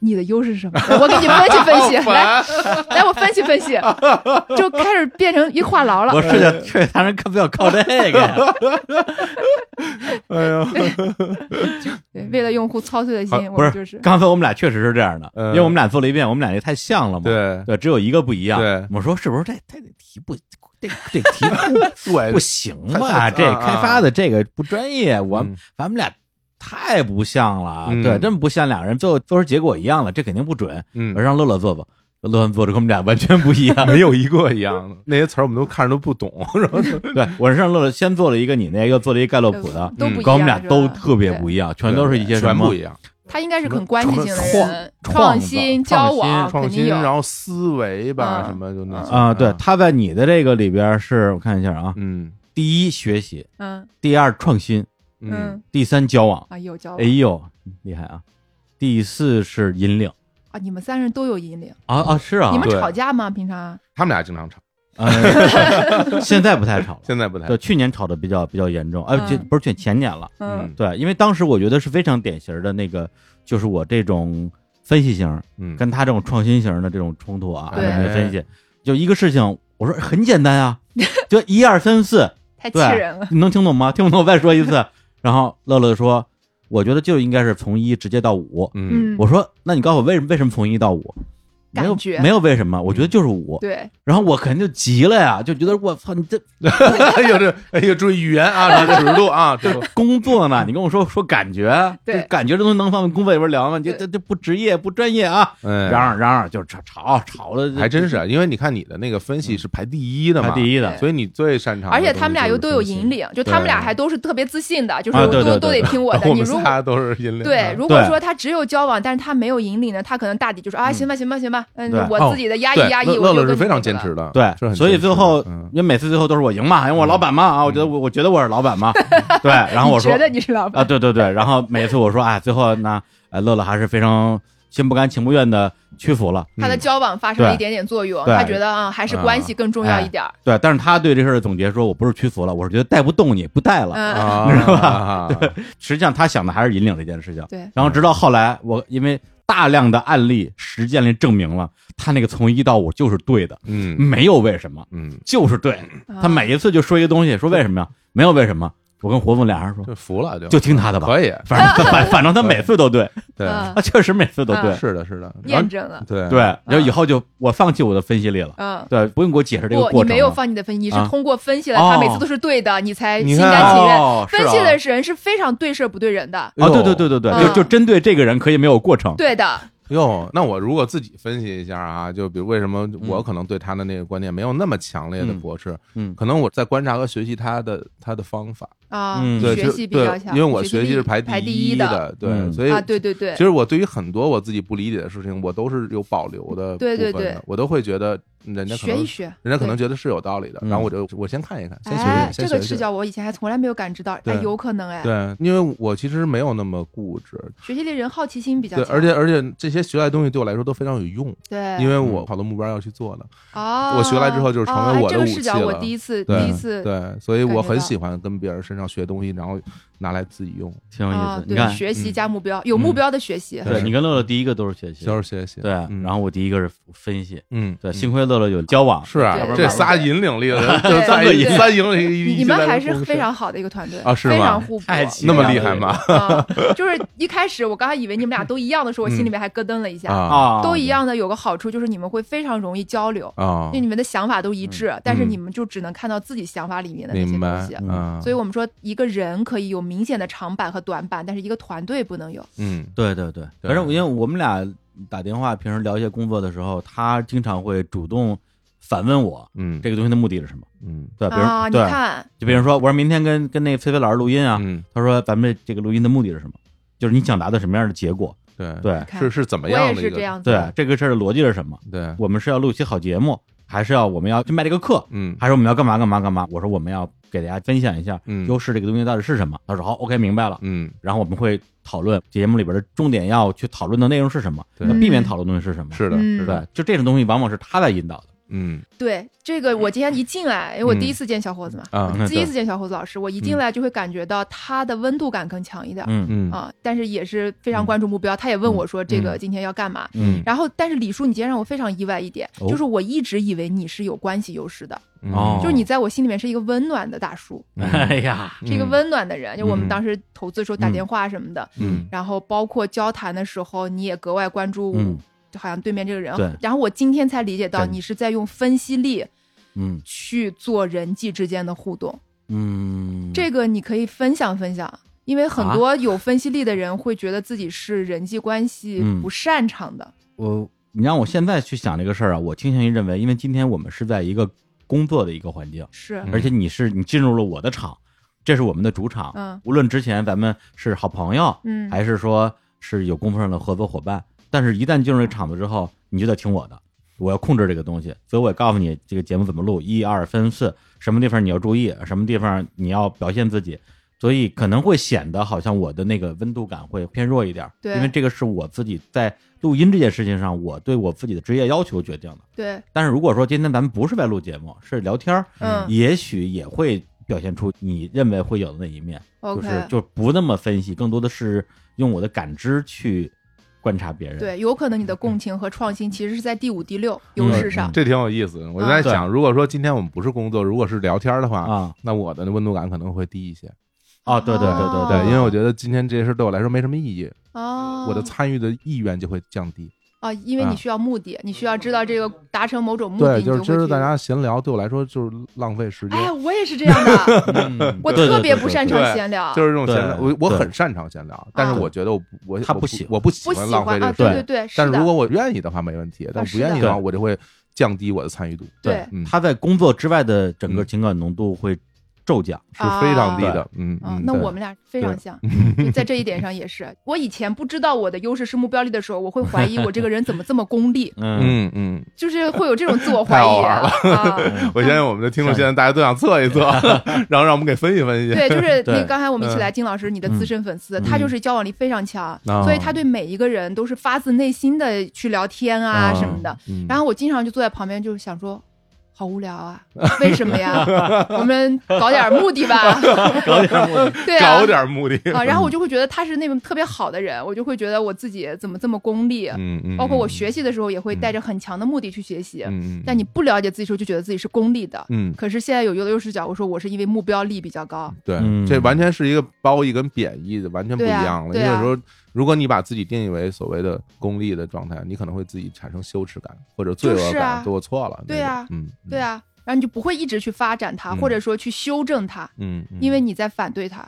S3: 你的优势是什么？我给你分析 分析，
S2: 好
S3: 来
S2: 烦
S3: 来，我分析分析，就开始变成一话痨
S1: 我
S3: 了。
S1: 是的，确实，当然可不要靠这个呀。
S2: 哎呀，
S3: 对，为了用户操碎了
S1: 啊
S3: 心，我
S1: 不
S3: 们
S1: 是，
S3: 就是
S1: 刚才我们俩确实是这样的，
S2: 嗯
S1: 因为我们俩做了一遍，我们俩也太像了嘛。
S2: 对
S1: 对，只有一个不一样。
S2: 对
S1: 我说是不是这这题不 这这题不
S2: 对
S1: 不行 吧？
S2: 太太
S1: 这
S2: 啊
S1: 开发的这个不专业，我
S2: 嗯
S1: 咱们俩太不像了啊。
S2: 嗯
S1: 对，这么不像，俩人最后做出结果一样了，这肯定不准。
S2: 嗯
S1: 我，让乐乐做吧，乐乐做的跟我们俩完全不一样。
S2: 没有一个一样的，那些词儿我们都看着都不懂，然后就
S1: 对，我是让乐乐先做了一个你那个，又做了一个盖洛普 的。
S3: 呃
S1: 嗯
S3: 都不一样，
S1: 跟我们俩都
S3: 是吧
S1: 特别不一样，全都是一些什
S2: 全
S1: 么
S2: 不一样，
S3: 他应该是
S2: 什么
S3: 很关系
S2: 什么
S3: 性的
S1: 创
S3: 人，
S1: 创
S3: 创
S1: 造创
S3: 新、交
S1: 新
S3: 往
S2: 创
S3: 肯定
S2: 新，然
S3: 有。
S2: 后思维吧，
S3: 嗯
S2: 什么就那些
S1: 啊？对，，他在你的这个里边是我看一下啊，
S2: 嗯
S1: 第一学习，
S3: 嗯
S1: 第二创新，
S2: 嗯
S3: 嗯
S1: 第三交往。
S3: 啊，有交
S1: 哎
S3: 往
S1: 呦，厉害啊！第四是引领
S3: 啊，你们三人都有引领。
S1: 啊啊，是啊
S3: 你们
S2: 对
S3: 吵架吗？平常？嗯
S2: 他们俩经常吵，
S1: 嗯， 现在不太吵了。
S2: 现在不太
S1: 对，去年吵得比较比较严重，哎、
S3: 嗯
S1: 这不是去前年了。
S3: 嗯
S1: 对，因为当时我觉得是非常典型的那个，就是我这种分析型
S2: 嗯
S1: 跟他这种创新型的这种冲突啊，
S3: 对
S1: 我们分析，就一个事情，我说很简单 啊，就一二三四，
S3: 太气
S1: 对
S3: 人了。
S1: 你能听懂吗？听不懂我再说一 次。然后乐乐说，我觉得就应该是从一直接到五。
S2: 嗯
S3: 嗯，
S1: 我说，那你告诉我为什么为什么从一到五？没有
S3: 感觉嗯
S1: 没有为什么，我觉得就是五。
S3: 对，
S1: 然后我肯定就急了呀，就觉得我操，你这
S2: 哎呦这哎呦注意语言啊，这个尺度啊，这个
S1: 工作 呢？你跟我说说感觉，
S3: 对
S1: 这感觉这东西能放在工作里边聊吗？你这
S3: 对
S1: 这这不职业不专业啊！
S2: 哎
S1: 嚷嚷嚷嚷就吵吵吵的，
S2: 还真是，啊因为你看你的那个分析是排第一的
S1: 排
S2: 嘛，
S1: 第一的
S3: 对，
S2: 所以你最擅长的
S3: 而
S2: 东西就是分析。
S3: 且他们俩又都有引领，就他们俩还都是特别自信的，就是
S1: 啊
S3: 我
S1: 对
S3: 都、
S1: 对
S3: 都
S1: 对
S3: 得听我的。
S2: 我
S3: 你
S2: 们
S3: 如果
S2: 仨都嗯是引领的。
S3: 对，如果
S1: 对
S3: 说他只有交往，但是他没有引领呢，他可能大抵就说啊，
S1: 嗯
S3: 行吧，行吧，行吧，嗯
S1: 对，
S2: 哦
S3: 我自己的压抑
S2: 对
S3: 压抑，
S2: 乐
S3: 我
S2: 乐
S3: 就
S2: 乐是
S3: 跟
S2: 非
S3: 你
S2: 常
S3: 这
S2: 坚
S3: 个
S2: 持的，
S1: 对
S2: 是很，
S1: 所以
S2: 坚持
S1: 最
S2: 的
S1: 后
S2: 嗯
S1: 因为每次最后都是我赢嘛，因为我老板嘛啊，我觉得我我觉得我是老板 嘛，对，然后我说
S3: 嗯你觉得你是 老
S1: 啊，
S3: 板，
S1: 对对对，然后每次我说哎，最后呢，呃，乐乐还是非常心不甘情不愿的屈服了，
S3: 他的
S2: 嗯
S3: 交往发生了
S1: 对
S3: 一点点作用，
S1: 对
S3: 他觉得啊，还是关系更重要一点儿。
S1: 对，但是他对这事儿的总结说，我不是屈服了，我是觉得带不动你，不带了。
S3: 嗯，
S2: 啊，
S1: 是
S2: 吧？
S1: 实际上他想的还是引领这件事情。
S3: 对，
S2: 嗯
S1: 然后直到后来，我因为大量的案例实践里证明了，他那个从一到五就是对的，
S2: 嗯
S1: 没有为什么，
S2: 嗯，
S1: 就是对的。
S3: 啊
S1: 他每一次就说一个东西，说为什么呀？没有为什么。我跟活动俩人说，
S2: 就服了就
S1: 就听他的吧，
S2: 可以，
S1: 反正反反正他每次都对，
S2: 对，
S3: 嗯
S1: 他确实每次都对，
S2: 是的，是的，然
S3: 验
S2: 后
S3: 证了，
S2: 对
S1: 对。然后以后就我放弃我的分析力了，
S3: 嗯。
S1: 对，不用给我解释这个
S3: 不，
S1: 过
S3: 你
S1: 程
S3: 没有
S1: 了。
S3: 放你的分析，你是
S1: 啊
S3: 通过分析了
S1: 哦
S3: 他每次都是对的，你才
S2: 你
S3: 心
S2: 看
S3: 甘情愿。
S1: 哦，是
S3: 分
S1: 啊
S3: 析的人是非常对事儿不对人的，
S1: 啊，对
S2: 哦
S1: 对对对对，就
S3: 嗯
S1: 就针对这个人可以没有过程，
S3: 对的，
S2: 哟，那我如果自己分析一下啊，就比如为什么我可能对他的那个观念没有那么强烈的
S1: 嗯
S2: 驳斥，
S1: 嗯
S2: 可能我在观察和学习他的他的方法，
S3: 啊
S1: 嗯，
S2: 对，
S3: 学
S2: 就
S3: 习比较
S2: 对，
S3: 强，
S2: 因为我学
S3: 习
S2: 习是
S3: 排
S2: 排
S3: 第
S2: 一
S3: 的，
S2: 的，对，
S1: 嗯
S2: 所以
S3: 啊，对对对
S2: 其，实我对于很多我自己不理解的事情，我都是有保留的部分的，
S3: 对对对
S2: 我都会觉得人家可
S3: 学
S2: 能
S3: 一学，
S2: 人家可能
S3: 对
S2: 觉得是有道理的，
S1: 嗯
S2: 然后我就我先看一看，先学学，，
S3: 哎
S2: 先学
S3: 这个
S2: 学
S3: 视。角我以前还从来没有感知到，哎，
S2: 对
S3: 有可能哎，
S2: 对，因为我其实没有那么固执，
S3: 学习力人好奇心比较
S2: 对，
S3: 强，
S2: 而且而且这些学来的东西对我来说都非常有用，
S3: 对，
S2: 因为我好多目标要去做的，
S3: 哦，
S2: 我学来之后就是成为
S3: 哦哎
S2: 我的
S3: 这个
S2: 武
S3: 视
S2: 器
S3: 角，我
S2: 了
S3: 第一次第
S2: 对
S3: 一次
S2: 对，所以
S3: 感
S2: 我
S3: 觉
S2: 很
S3: 到
S2: 喜欢跟别人身上学东西，然后拿来自己用，
S1: 挺有意
S3: 啊
S1: 思，。你
S3: 对，
S1: 看，
S3: 学习
S2: 嗯
S3: 加目标，有目
S1: 嗯
S3: 标的学习，
S1: 对
S2: 对
S1: 你跟乐乐第一个都是学习，
S2: 就是学习。
S1: 对，
S2: 嗯
S1: 然后我第一个是分析，
S2: 嗯，
S1: 对，
S2: 嗯
S1: 幸亏乐乐有交往，
S2: 是啊
S3: 对，
S2: 这
S1: 对
S2: 仨引领力的人，就
S3: 对
S2: 仨
S1: 对
S2: 引
S3: 对
S2: 仨引领力，
S3: 你你
S2: 一起
S3: 们
S2: 在
S3: 还
S2: 这
S3: 是
S2: 共
S3: 非
S2: 事
S3: 常好的一个团队
S2: 啊是
S3: 非
S2: 吗
S3: 常互补。
S1: 太奇
S2: 那么
S1: 妙
S2: 厉
S1: 了
S2: 害吗？
S3: 啊，就是一开始我刚才以为你们俩都一样的时候，我心里面还咯噔了一下。
S2: 嗯啊
S1: 啊，
S3: 都一样的有个好处就是你们会非常容易交流，
S2: 啊
S3: 因为，你们的想法都一致，但是
S2: 嗯
S3: 你们就只能看到自己想法里面的那些
S2: 明
S3: 东
S2: 白
S3: 西。
S1: 嗯
S2: 啊，
S3: 所以我们说，一个人可以有明显的长板和短板，但是一个团队不能有。
S2: 嗯
S1: 对对对，反正因为我们俩打电话，平时聊一些工作的时候，他经常会主动反问我
S2: 嗯
S1: 这个东西的目的是什么。
S2: 嗯
S1: 对，比如、
S3: 啊，你
S1: 对，
S3: 看，
S1: 就比如说，我说明天跟跟那菲菲老师录音啊，
S2: 嗯，
S1: 他说咱们这个录音的目的是什么？就是你想达到什么样的结果？
S2: 对，
S1: 对
S3: 你看
S2: 是是怎么
S3: 我
S2: 样
S3: 也
S2: 的一
S3: 是
S2: 个
S3: 这样子。
S1: 对，这个事儿的逻辑是什么？
S2: 对，
S1: 我们是要录一期好节目，还是要我们要去卖这个课，
S2: 嗯
S1: 还是我们要干嘛干嘛干嘛？我说我们要给大家分享一下
S2: 嗯
S1: 优势这个东西到底是什么。他说好，OK，明白了。
S2: 嗯
S1: 然后我们会讨论节目里边的重点要去讨论的内容是什么，
S2: 对
S1: 要避免讨论的东西是什么。
S2: 是的，
S3: 嗯
S2: 是的，
S1: 对，就这种东西往往是他在引导的。
S2: 嗯
S3: 对这个，我今天一进来，因为我
S2: 嗯
S3: 第一次见小伙子嘛，
S2: 啊
S1: 嗯
S3: 第一次见小伙子老师，我一进来就会感觉到他的温度感更强一点、
S1: 嗯
S2: 嗯
S3: 啊，但是也是非常关注目标。他也问我说这个今天要干嘛。
S1: 嗯
S3: 然后，但是李叔，你今天让我非常意外一点，
S1: 哦
S3: 就是我一直以为你是有关系优势的，
S2: 嗯
S1: 哦
S3: 就是你在我心里面是一个温暖的大叔，
S1: 哎呀，
S3: 是一个温暖的人。就我们
S2: 嗯
S3: 当时投资的时候打电话什么的，
S2: 嗯
S3: 然后包括交谈的时候，你也格外关注，
S1: 嗯
S3: 就好像对面这个人
S1: 对。
S3: 然后我今天才理解到，
S1: 对
S3: 你是在用分析力
S1: 嗯
S3: 去做人际之间的互动。
S1: 嗯，
S3: 这个你可以分享分享，因为
S2: 啊
S3: 很多有分析力的人会觉得自己是人际关系
S1: 嗯
S3: 不擅长的。
S1: 我你让我现在去想这个事儿啊，我倾向于认为，因为今天我们是在一个工作的一个环境，
S3: 是
S2: 嗯
S1: 而且你是你进入了我的场，这是我们的主场。
S3: 嗯
S1: 无论之前咱们是好朋友，
S3: 嗯
S1: 还是说是有工作上的合作伙伴，但是一旦进入这个场子之后，你就得听我的，我要控制这个东西，所以我也告诉你这个节目怎么录，一二三四，什么地方你要注意，什么地方你要表现自己。所以可能会显得好像我的那个温度感会偏弱一点儿，
S3: 对
S1: 因为这个是我自己在录音这件事情上，我对我自己的职业要求决定的。
S3: 对，
S1: 但是如果说今天咱们不是在录节目，是聊天儿，
S3: 嗯
S1: 也许也会表现出你认为会有的那一面，就
S3: ，OK，
S1: 是就不那么分析，更多的是用我的感知去观察别人。，
S3: 对，有可能你的共情和创新其实是在第五、第六优
S1: 嗯
S3: 势上，
S2: 这挺有意思的。我就
S3: 啊
S2: 在想，如果说今天我们不是工作，如果是聊天的话，
S1: 啊
S2: 那我的温度感可能会低一些。
S1: 啊，对对对对
S3: 哦
S2: 对，因为我觉得今天这些事对我来说没什么意义，
S3: 哦，
S2: 嗯我的参与的意愿就会降低。
S3: 啊，因为
S2: 啊
S3: 你需要目的，你需要知道这个达成某种目
S2: 对，
S3: 的，你
S2: 就是
S3: 会
S2: 今儿
S3: 去
S2: 大家闲聊，对我来说就是浪费时间。
S3: 哎，我也是这样 的，
S1: 嗯
S3: 我
S1: 对对
S3: 特
S1: 对
S3: 别
S1: 对
S3: 不擅
S1: 对
S3: 长
S2: 对
S3: 闲聊，
S2: 就是这种闲聊，
S1: 对
S2: 我我
S1: 对
S2: 很擅长闲聊，但是
S3: 啊
S2: 我觉得我不我
S1: 他
S2: 我
S1: 不
S2: 不
S1: 喜欢
S2: 我不喜
S3: 不
S2: 欢
S3: 喜
S2: 浪费
S3: 欢
S2: 这
S3: 啊，
S1: 对
S2: 个时
S3: 对
S2: 间。
S3: 对，是
S2: 但是如果
S3: 的，
S2: 我愿意的话，没问题；但我
S3: 啊
S2: 不
S3: 是的
S2: 愿意的话，
S1: 对
S2: 我就会降低我的参与度，
S3: 对
S2: 嗯，
S1: 他在工作之外的整个情感浓度会骤降。
S2: 是非常低
S1: 啊，
S2: 的。嗯
S3: 啊
S2: 嗯，，
S3: 那
S2: 对
S3: 我们俩非
S2: 对
S3: 常像，就在这一点上也是。我以前不知道我的优势是目标力的时候，我会怀疑我这个人怎么这么功利
S1: 嗯，
S2: 嗯嗯，
S3: 就是会有这种自我
S2: 太
S3: 怀
S2: 好
S3: 疑
S2: 玩
S3: 啊。 啊
S2: 我相信我们的听众现在大家都想测一测， 然后让我们给分析分析。
S3: 对，就是
S1: 对
S3: 那个刚才我们一
S2: 嗯
S3: 起来金老师，你的资深粉丝，
S1: 嗯
S3: 他就是交往力非常强，
S2: 哦
S3: 所以他对每一个人都是发自内心的去聊天啊什么的。
S2: 嗯，
S3: 然后我经常就坐在旁边，就是想说，好无聊啊，为什 么呀？我们搞点目的吧，
S2: 嗯
S1: 搞点目 的
S3: 对啊，
S2: 搞点目的，
S3: 啊。然后我就会觉得他是那种特别好的人，我就会觉得我自己怎么这么功利。
S2: 嗯嗯，
S3: 啊包括我学习的时候，也会带着很强的目的去学习。
S2: 嗯，嗯，
S3: 但你不了解自己的时候，就觉得自己是功利的。
S2: 嗯，
S3: 可是现在有优的优势角，我说我是因为目标力比较高，
S2: 对
S1: 嗯，
S2: 这完全是一个褒义跟贬义的，完全不一
S3: 对啊
S2: 样了。因
S3: 对
S2: 为有
S3: 啊
S2: 时候，如果你把自己定义为所谓的功利的状态，你可能会自己产生羞耻感或者罪恶
S3: 就是啊
S2: 感，对我错了。
S3: 对
S2: 那种
S3: 啊
S2: 嗯，
S3: 对啊，然后你就不会一直去发展它，
S2: 嗯
S3: 或者说去修正它，
S2: 嗯，嗯，
S3: 因为你在反对它。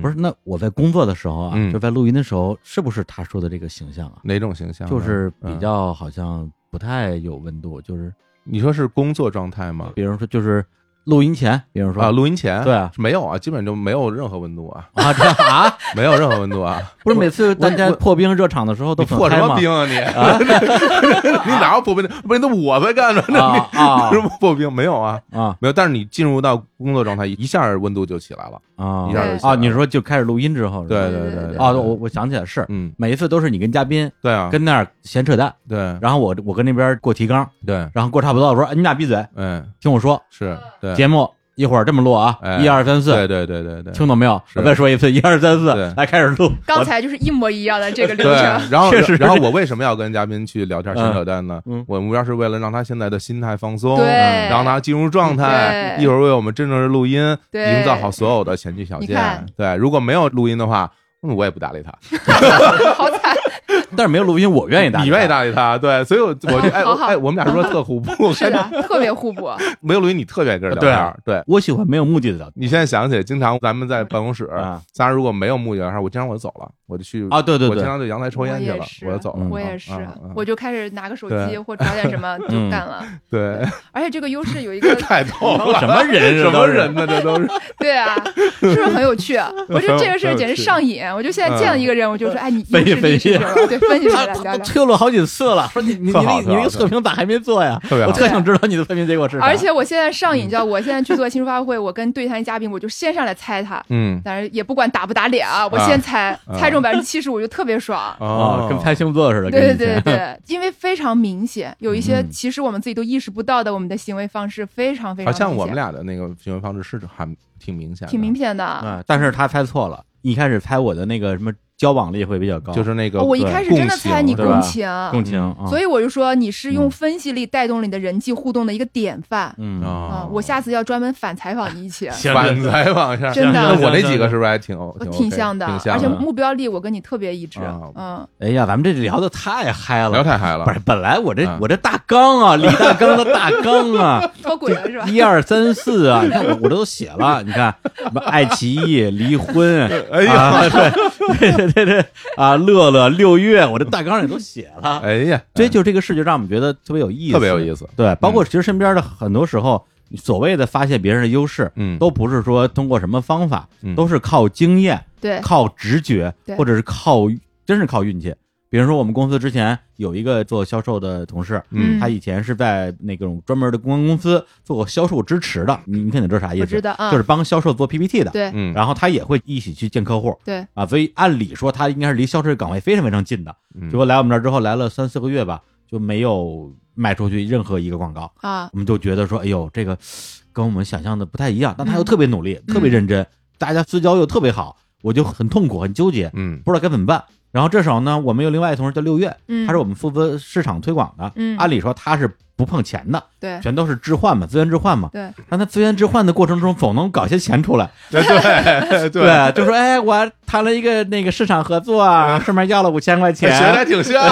S1: 不是，那我在工作的时候啊，
S2: 嗯
S1: 就在录音的时候，是不是他说的这个形象啊？
S2: 哪种形象呢？
S1: 就是比
S2: 嗯，
S1: 较好像不太有温度，就是
S2: 你说是工作状态吗？
S1: 比如说就是录音前，比如说
S2: 啊，录音前
S1: 呃对啊
S2: 没有啊，基本就没有任何温度啊，
S1: 啊这啊，
S2: 没有任何温度啊。
S1: 不是每次大家
S2: 我
S1: 破冰热场的时候都
S2: 你
S1: 很
S2: 破什
S1: 嗨
S2: 么
S1: 吗？
S2: 冰啊你？ 你哪有破冰的？不是，那我在干着呢。
S1: 啊啊
S2: 你什么破冰？没有啊，
S1: 啊
S2: 没有。但是你进入到工作状态，一下温度就起来了。
S1: 啊
S2: 一下
S3: 就
S1: 对
S3: 起
S1: 啊！
S2: 来了
S1: 你说就开始录音之后是吧
S2: 对
S3: 对
S2: 对
S3: 对
S2: 对
S3: 对
S1: 啊，我我想起来是
S2: 嗯，
S1: 每一次都是你跟嘉宾
S2: 对啊，
S1: 跟那儿闲扯淡，
S2: 对
S1: 然后我我跟那边过提纲，
S2: 对，
S1: 然后过差不多了，我说哎你俩闭嘴，
S2: 嗯，
S1: 听我说，
S2: 是对，
S1: 节目一会儿这么录啊，
S2: 哎
S1: 一二三四，
S2: 对对对对对，
S1: 听懂没有？
S2: 是
S1: 我再说一次，一二三四
S2: 对，
S1: 来开始录。
S3: 刚才就是一模一样的这个 流
S2: 对
S3: 程。，
S2: 然后
S1: 确实
S2: 然后我为什么要跟嘉宾去聊天闲扯淡呢？
S1: 嗯嗯
S2: 我的目标是为了让他现在的心态放松，
S3: 对
S2: 然后让他进入状态，
S3: 对
S2: 一会儿为我们真正的录音
S3: 对
S2: 营造好所有的前期条
S3: 你
S2: 件
S3: 看。
S2: 对，如果没有录音的话。嗯，我也不搭理他，
S3: 好惨，
S1: 但是没有录音，我愿意打，
S2: 你愿意，搭理他，对，所以我我就哎
S3: 好好
S2: 哎，我们俩说特互补，
S3: 是啊的，特别互补。
S2: 没有录音你特别跟人聊天儿，对
S1: 我喜欢没有目的的聊
S2: 你现在想起来，经常咱们在办公室，
S1: 啊
S2: 仨人如果没有目的的话，我经常我就走了，我就去
S1: 啊，对对
S2: 我经
S1: 对，
S2: 常就阳台抽烟去
S3: 我
S2: 了
S3: 也，是
S2: 我就走了。
S1: 嗯
S3: 我也是
S2: 啊啊，
S3: 我就开始拿个手
S2: 对
S3: 机或找点什么就
S1: 嗯
S3: 干了。
S2: 对，
S3: 而且这个优势有一个，
S2: 太逗了，
S1: 什么人
S2: 什么
S1: 都是
S2: 人呢？这都是
S3: 对啊，是不是很有趣？啊我觉得这个事
S2: 很有
S3: 儿简直
S2: 趣
S3: 上瘾。我就现在见了一个人，我就说，哎，你
S1: 分析
S3: 优势
S1: 分
S3: 力
S1: 析
S3: 是什么？对，分析出
S1: 他
S3: 来
S1: 他
S3: 聊
S1: 都
S3: 聊。
S1: 测了好几次了，说你你你
S2: 特好
S1: 那你
S2: 特好
S1: 那个测评咋还没做呀？
S2: 特别好
S1: 我特想知道你的测评结果是啥。
S3: 而且我现在上瘾，叫我现在去做新书发布会，我跟对谈嘉宾，我就先上来猜他，
S2: 嗯
S3: 但是也不管打不打脸啊，我先猜，猜中百分之七十我就特别爽。
S1: 啊，
S2: 哦
S1: 跟拍星座似的，跟
S3: 对
S1: 以前
S3: 对对对，因为非常明显，有一些
S1: 嗯
S3: 其实我们自己都意识不到的，我们的行为方式非常非
S2: 好
S3: 常明显
S2: 像我们俩的那个行为方式是还挺明显的，
S3: 挺明显的。
S1: 啊，但是他猜错了，一开始猜我的那个什么交往力会比较高，
S2: 就是那个
S3: 哦我一开始真的猜你
S1: 对吧
S3: 共情，
S1: 共情啊，
S3: 所
S1: 以
S3: 以我就说你是
S1: 嗯
S3: 用分析力带动了你的人际互动的一个典范
S1: 嗯啊
S3: 啊
S2: 啊！，嗯
S3: 我下次要专门反采访你一起，
S1: 行
S2: 反采访一下，
S3: 真的
S2: 那我那
S1: 行
S2: 几个
S1: 行
S2: 是不是还挺
S3: 我
S2: 挺 OK，
S3: 像的，
S2: 挺
S3: 而且
S2: 的
S3: 目标力我跟你特别一致
S2: 啊，
S3: 嗯，
S1: 哎呀，咱们这聊的太嗨
S2: 聊
S1: 了。
S2: 太嗨了
S1: 不。是，本来我这
S2: 嗯
S1: 我这大纲啊，李大纲的大纲啊，
S3: 脱轨 了是吧？
S1: 一二三四啊，你看我我这都写了，你看什么爱奇艺离婚，
S2: 哎呀
S1: 啊，对对对对对啊，乐乐六月，我这大纲里都写了，
S2: 哎呀，
S1: 所以就这个事就让我们觉得特别有意思，
S2: 特别有意思。
S1: 对，包
S2: 嗯
S1: 括其实身边的很多时候，所谓的发现别人的优势，
S2: 嗯
S1: 都不是说通过什么方法，
S2: 嗯
S1: 都是靠经验、
S3: 对
S1: 靠直觉，
S3: 对
S1: 或者是靠真是靠运气。比如说我们公司之前有一个做销售的同事，
S2: 嗯
S1: 他以前是在那种专门的公关公司做过销售支持的，你你肯定知道啥意
S3: 我
S1: 思，
S3: 知道啊，
S1: 就是帮销售做 PPT 的。
S3: 对
S2: 嗯，
S1: 然后他也会一起去见客户
S3: 对，
S1: 啊，所以按理说他应该是离销售岗位非常非常近的。
S2: 嗯
S1: 结果来我们这儿之后，来了三四个月吧，就没有卖出去任何一个广告。
S3: 啊，
S1: 我们就觉得说，哎呦，这个跟我们想象的不太一样。但他又
S3: 嗯
S1: 特别努力，特别认真，大家私交又特别好，我就很痛苦，很纠结，
S2: 嗯
S1: 不知道该怎么办。然后这时候呢，我们有另外一同事叫六月，
S3: 嗯，
S1: 他是我们负责市场推广的。
S3: 嗯哎
S1: 按理说他是不碰钱的，
S3: 对
S1: 全都是置换嘛，资源置换嘛。
S3: 对，
S1: 但他资源置换的过程中，总能搞些钱出来。
S2: 对哎对 对，啊
S1: 对，就说哎，我谈了一个那个市场合作啊，
S3: 嗯
S1: 顺便要了五千块
S2: 学
S1: 钱。
S2: 的还挺像，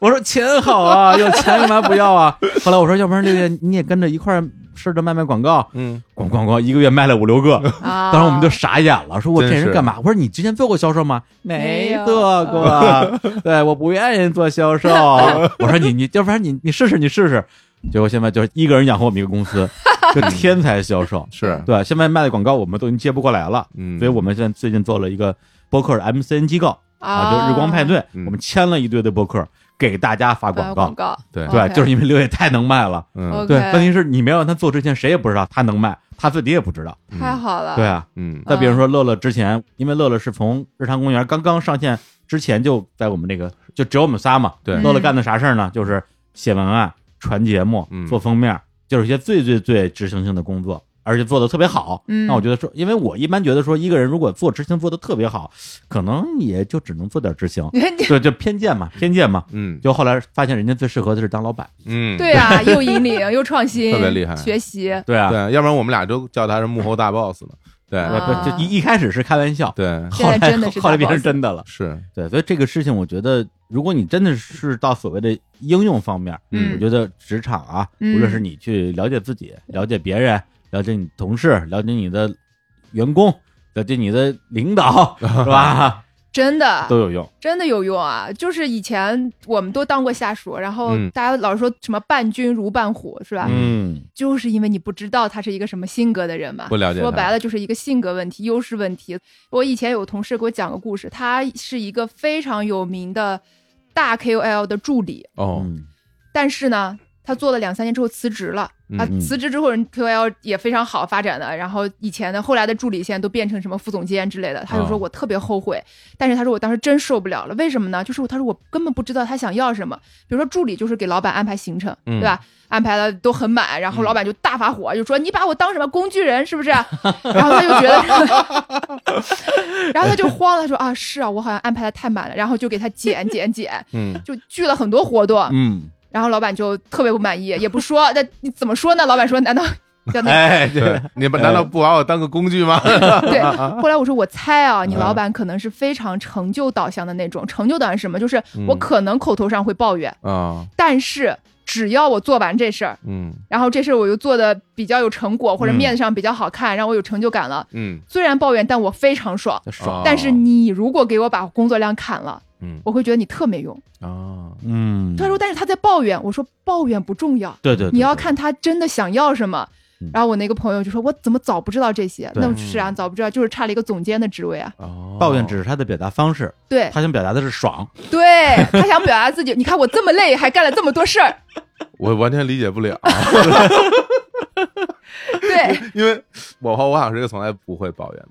S1: 我说钱好啊，有钱干嘛不要 啊？后来我说，要不然六月你也跟着一块儿试着卖卖广告，
S2: 嗯
S1: 咣咣咣，一个月卖了五六个，
S3: 啊，
S1: 当时我们就傻眼了，说我这
S2: 真是
S1: 人干嘛？我说你之前做过销售吗？
S3: 没有
S1: 做 过，对，我不愿意做销售。我说你你，要不然你你试试你试试。结果现在就是一个人养活我们一个公 司，就天才销售。
S2: 是，
S1: 对，现在卖的广告我们都已经接不过来了，
S2: 嗯，
S1: 所以我们现在最近做了一个播客的 MCN 机构啊，
S3: 啊，
S1: 就日光派对，
S2: 嗯
S1: 我们签了一堆的播客给大家发
S3: 呃
S1: 广
S3: 广
S1: 告。
S3: 告，
S2: 对
S1: 对，
S3: OK
S1: 就是因为六月太能卖了。
S2: 嗯
S3: OK
S1: 对，问题是你没让他做之前，谁也不知道他能卖，他自己也不知道。
S2: 嗯
S3: 太好了，
S1: 对啊，
S2: 嗯
S1: 再比如说乐乐之前，因为乐乐是从日常公园刚刚上线之前就在我们这个，就只有我们仨嘛。
S3: 嗯
S2: 对
S1: 乐乐 干的啥事儿呢？就是写文案、传节目
S2: 嗯、
S1: 做封面，就是一些最最最执行性的工作，而且做的特别好。
S3: 嗯，
S1: 那我觉得说，因为我一般觉得说，一个人如果做执行做的特别好，可能也就只能做点执行
S3: 你
S1: 对，就偏见嘛，偏见嘛。
S2: 嗯
S1: 就后来发现人家最适合的是当老板，
S2: 嗯，
S3: 对 啊，又引领又创新，
S2: 特别厉害
S3: 学习，
S1: 对啊，
S2: 对，要不然我们俩都叫他是幕后大 boss 呢，对
S1: 对不就
S3: 啊
S1: 一一开始是开玩笑，
S2: 对
S1: 后来
S3: 现在真的是
S1: 后来
S3: 大
S1: 变成
S3: boss
S1: 真的了。
S2: 是，
S1: 对，所以这个事情，我觉得，如果你真的是到所谓的应用方面，
S3: 嗯
S1: 我觉得职场啊，
S3: 嗯
S1: 无论是你去了解自己、了解别人、了解你同事、了解你的员工、了解你的领 导，是吧？
S3: 真的
S1: 都有用。
S3: 真的有用啊！就是以前我们都当过下属，然后
S2: 嗯
S3: 大家老是说什么伴君如伴虎，是吧？
S1: 嗯，
S3: 就是因为你不知道他是一个什么性格的人嘛。
S2: 不了解他
S3: 说白了就是一个性格问题、优势问题。我以前有同事给我讲个故事，他是一个非常有名的大 KOL 的助理，
S2: 哦，
S1: 嗯
S3: 但是呢，他做了两三年之后辞职了。啊
S1: 嗯，
S3: 辞职之后人 KOL 也非常好发展呃的，然后呃以前的后来的助理现在都变成什么副总监之类的，他就
S2: 啊
S3: 说我特别后悔，但是他说我当时真受不了了，为什么呢？就是他说我根本不知道他想要什么，比如说助理就是给老板安排行程，
S2: 嗯
S3: 对吧？安排的都很满，然后老板就大发火，就说你把我当什么工具人是 不是？然后他就觉得， 然后他就慌了，他说啊是啊，我好像安排的太满了，然后就给他减减减，
S2: 嗯
S3: 就聚了很多活动，
S1: 嗯，
S3: 然后老板就特别不满意，也不说， 那你怎么说呢？老板说， 难道叫那、哎
S1: 哎，对
S2: 对，，你们难道不把我当个工具吗？
S3: 对？ 后来我说，我猜
S1: 嗯
S3: 啊，你老板可能是非常成就导向的那种。成就导向是什么？就是
S1: 嗯
S3: 我可能口头上会抱怨，
S2: 啊，
S3: 但是只要我做完这事儿，
S2: 嗯
S3: 然后这事儿我又做的比较有成果，或者
S1: 嗯
S3: 面子上比较好看，让我有成就感了。
S2: 嗯
S3: 虽然抱怨，但我非常爽。
S1: 爽
S2: 哦。
S3: 但是你如果给我把工作量砍了，
S2: 嗯
S3: 我会觉得你特没用。
S2: 啊，
S1: 嗯，
S3: 他说，但是他在抱怨，我说抱怨不重要。
S1: 对对，对
S3: 你要，看他真的想要什么
S1: 嗯。
S3: 然后我那个朋友就说：“我怎么早不知道这些？
S1: 对
S3: 那我是啊，早不知道，就是差了一个总监的职位啊。
S2: 哦
S1: 对抱怨只是他的表达方式，
S3: 对
S1: 他想表达的是爽。
S3: 对，他想表达自己，你看我这么累，还干了这么多事儿。
S2: 我完全理解 不了，
S3: 对，
S2: 因为我我好像是一个从来不会抱怨的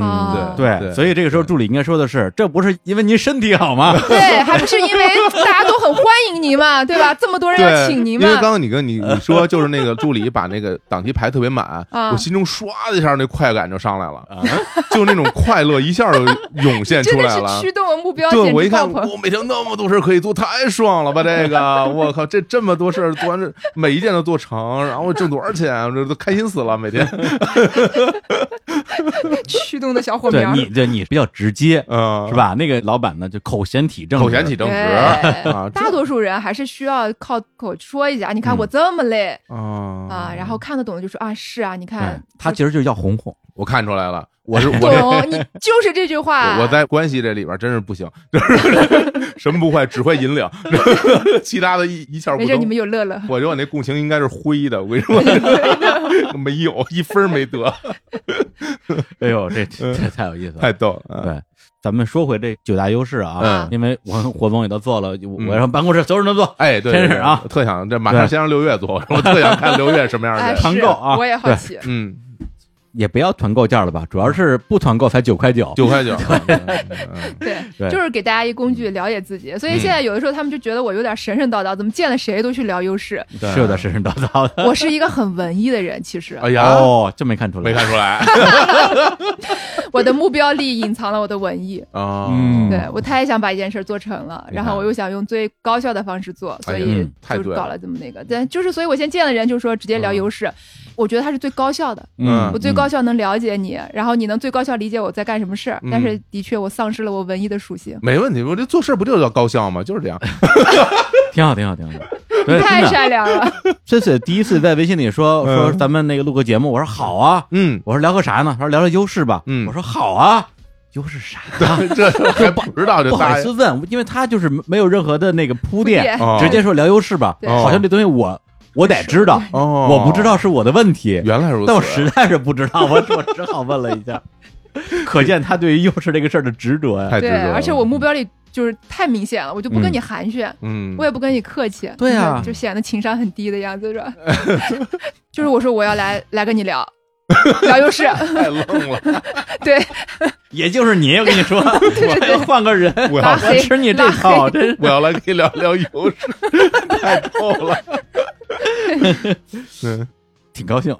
S1: 嗯
S3: 哦，
S1: 对
S2: 对
S1: 所以这个时候助理应该说的是，这不是因为您身体好 吗？
S3: 对，还不是因为大家都很欢迎您嘛，对吧？这么多人要请您
S2: 因
S3: 嘛
S2: 为，刚刚你跟你你说就是那个助理把那个档期排特别满，
S3: 啊
S2: 我心中唰的一下那快感就上来了，
S1: 啊，
S2: 就那种快乐一下就涌现
S3: 真
S2: 出
S3: 的
S2: 来了
S3: 是。驱动我目标，
S2: 对，
S3: 简
S2: 我一
S3: 直爆
S2: 看，
S3: 棚。
S2: 我每天那么多事儿可以做，太爽了吧！这个，我靠，这这么多事儿做完这，每一件都做成，然后挣多少钱，这都开心死了，每天。
S3: 驱动的小火
S1: 对
S3: 苗，
S1: 你，对你比较直接，
S2: 嗯，
S1: 是？吧？那个老板呢，就口嫌体正，
S2: 口嫌体正直
S3: 对
S2: 啊，嗯
S3: 大多数人还是需要靠口说一下。你看我这么累
S2: 啊
S3: 啊，然后看得懂的就说啊，是啊，你
S1: 对
S3: 看
S1: 他其实就是要哄哄。
S2: 我看出来了，我 是我这
S3: 懂，你就是这句 话。
S2: 我我在关系这里边真是不行，就是 什么不会，只会引领， 其他的一一窍
S3: 没
S2: 不
S3: 事，你们
S2: 通。
S3: 有乐乐。
S2: 我觉得我那共情应该是灰的，我跟你说， 没有一分儿没得，
S1: 哎呦，这这太有意思了。
S2: 太逗了。
S1: 对，咱们说回这九大优势啊，
S2: 嗯
S1: 因为我活动也都做了，我
S2: 嗯
S1: 我让办公室所有人都做，
S2: 哎，对，
S1: 真
S2: 对
S1: 是啊，
S2: 对特想这马上
S1: 对
S2: 先让六月做，我 特想看六月什么样的
S3: 哎，
S2: 人。
S1: 团
S3: 是
S1: 购啊
S3: 我也好
S1: 对
S3: 奇。
S2: 嗯，
S1: 也不要团购价了吧，主要是不团购才九块九，
S2: 九块 九，嗯
S3: 对，
S1: 对嗯
S3: 就是给大家一工具了解自己。所以现在有的时候他们就觉得我有点神神叨叨，怎么见了谁都去聊优 势。
S2: 对
S1: 是有点神神叨叨的。
S3: 我是一个很文艺的人，其实
S2: 哎呀，
S1: 哦，这没看出来，
S2: 没看出来
S3: 我的目标力隐藏了我的文艺。
S2: 啊
S1: 嗯
S3: 对我太想把一件事做成了，
S2: 你看
S3: 然后我又想用最高效的方式做，
S2: 哎
S3: 所
S2: 呀
S3: 以
S1: 嗯
S2: 太
S3: 就是
S2: 对了
S3: 搞了这么那个。但就是，所以我先见了人就说直接聊优
S1: 嗯
S3: 势，我觉得它是最高效的。
S2: 嗯
S3: 我最高效能了解你，然后你能最高效理解我在干什么事儿。
S2: 嗯
S3: 但是的确，我丧失了我文艺的属性，
S2: 没问题，我这做事不就叫高效吗？就是这样。
S1: 挺好，挺好，挺好。对，
S3: 太
S1: 真的，
S3: 善良了。
S1: 这次第一次在微信里说
S2: 嗯
S1: 说咱们那个录个节目，我说好啊，
S2: 嗯，
S1: 我说聊个啥呢？他说聊聊优势吧，
S2: 嗯
S1: 我说好啊，优势啥呀？
S2: 这还不知道就
S1: 不好
S2: 大
S1: 意思问，因为他就是没有任何的那个铺垫，
S2: 哦
S1: 直接说聊优势吧，
S3: 对
S1: 好像这东西我我得知道，
S2: 哦，
S1: 我不知道是我的问题，
S2: 原来如此。
S1: 但我实在是不知道，我我只好问了一 下，可见他对于优势这个事儿的执着呀。
S2: 太执
S3: 对，
S2: 着了
S3: 而且我目标力就是太明显了，我就不跟
S1: 嗯
S3: 你寒暄，
S2: 嗯，
S3: 我也不跟你客气，
S1: 对啊
S3: 就就显得情商很低的样子是吧？ 就是我说我要来来跟你聊。聊 优势，
S2: 太愣了，
S3: 对，
S1: 也就是你，我跟 你说，我要换个人，
S2: 我
S3: 拉
S2: 要
S1: 我
S3: 黑
S1: 吃你这套，真是。
S2: 我要来跟你聊聊油脂，太臭了。 嗯，
S1: 挺高兴。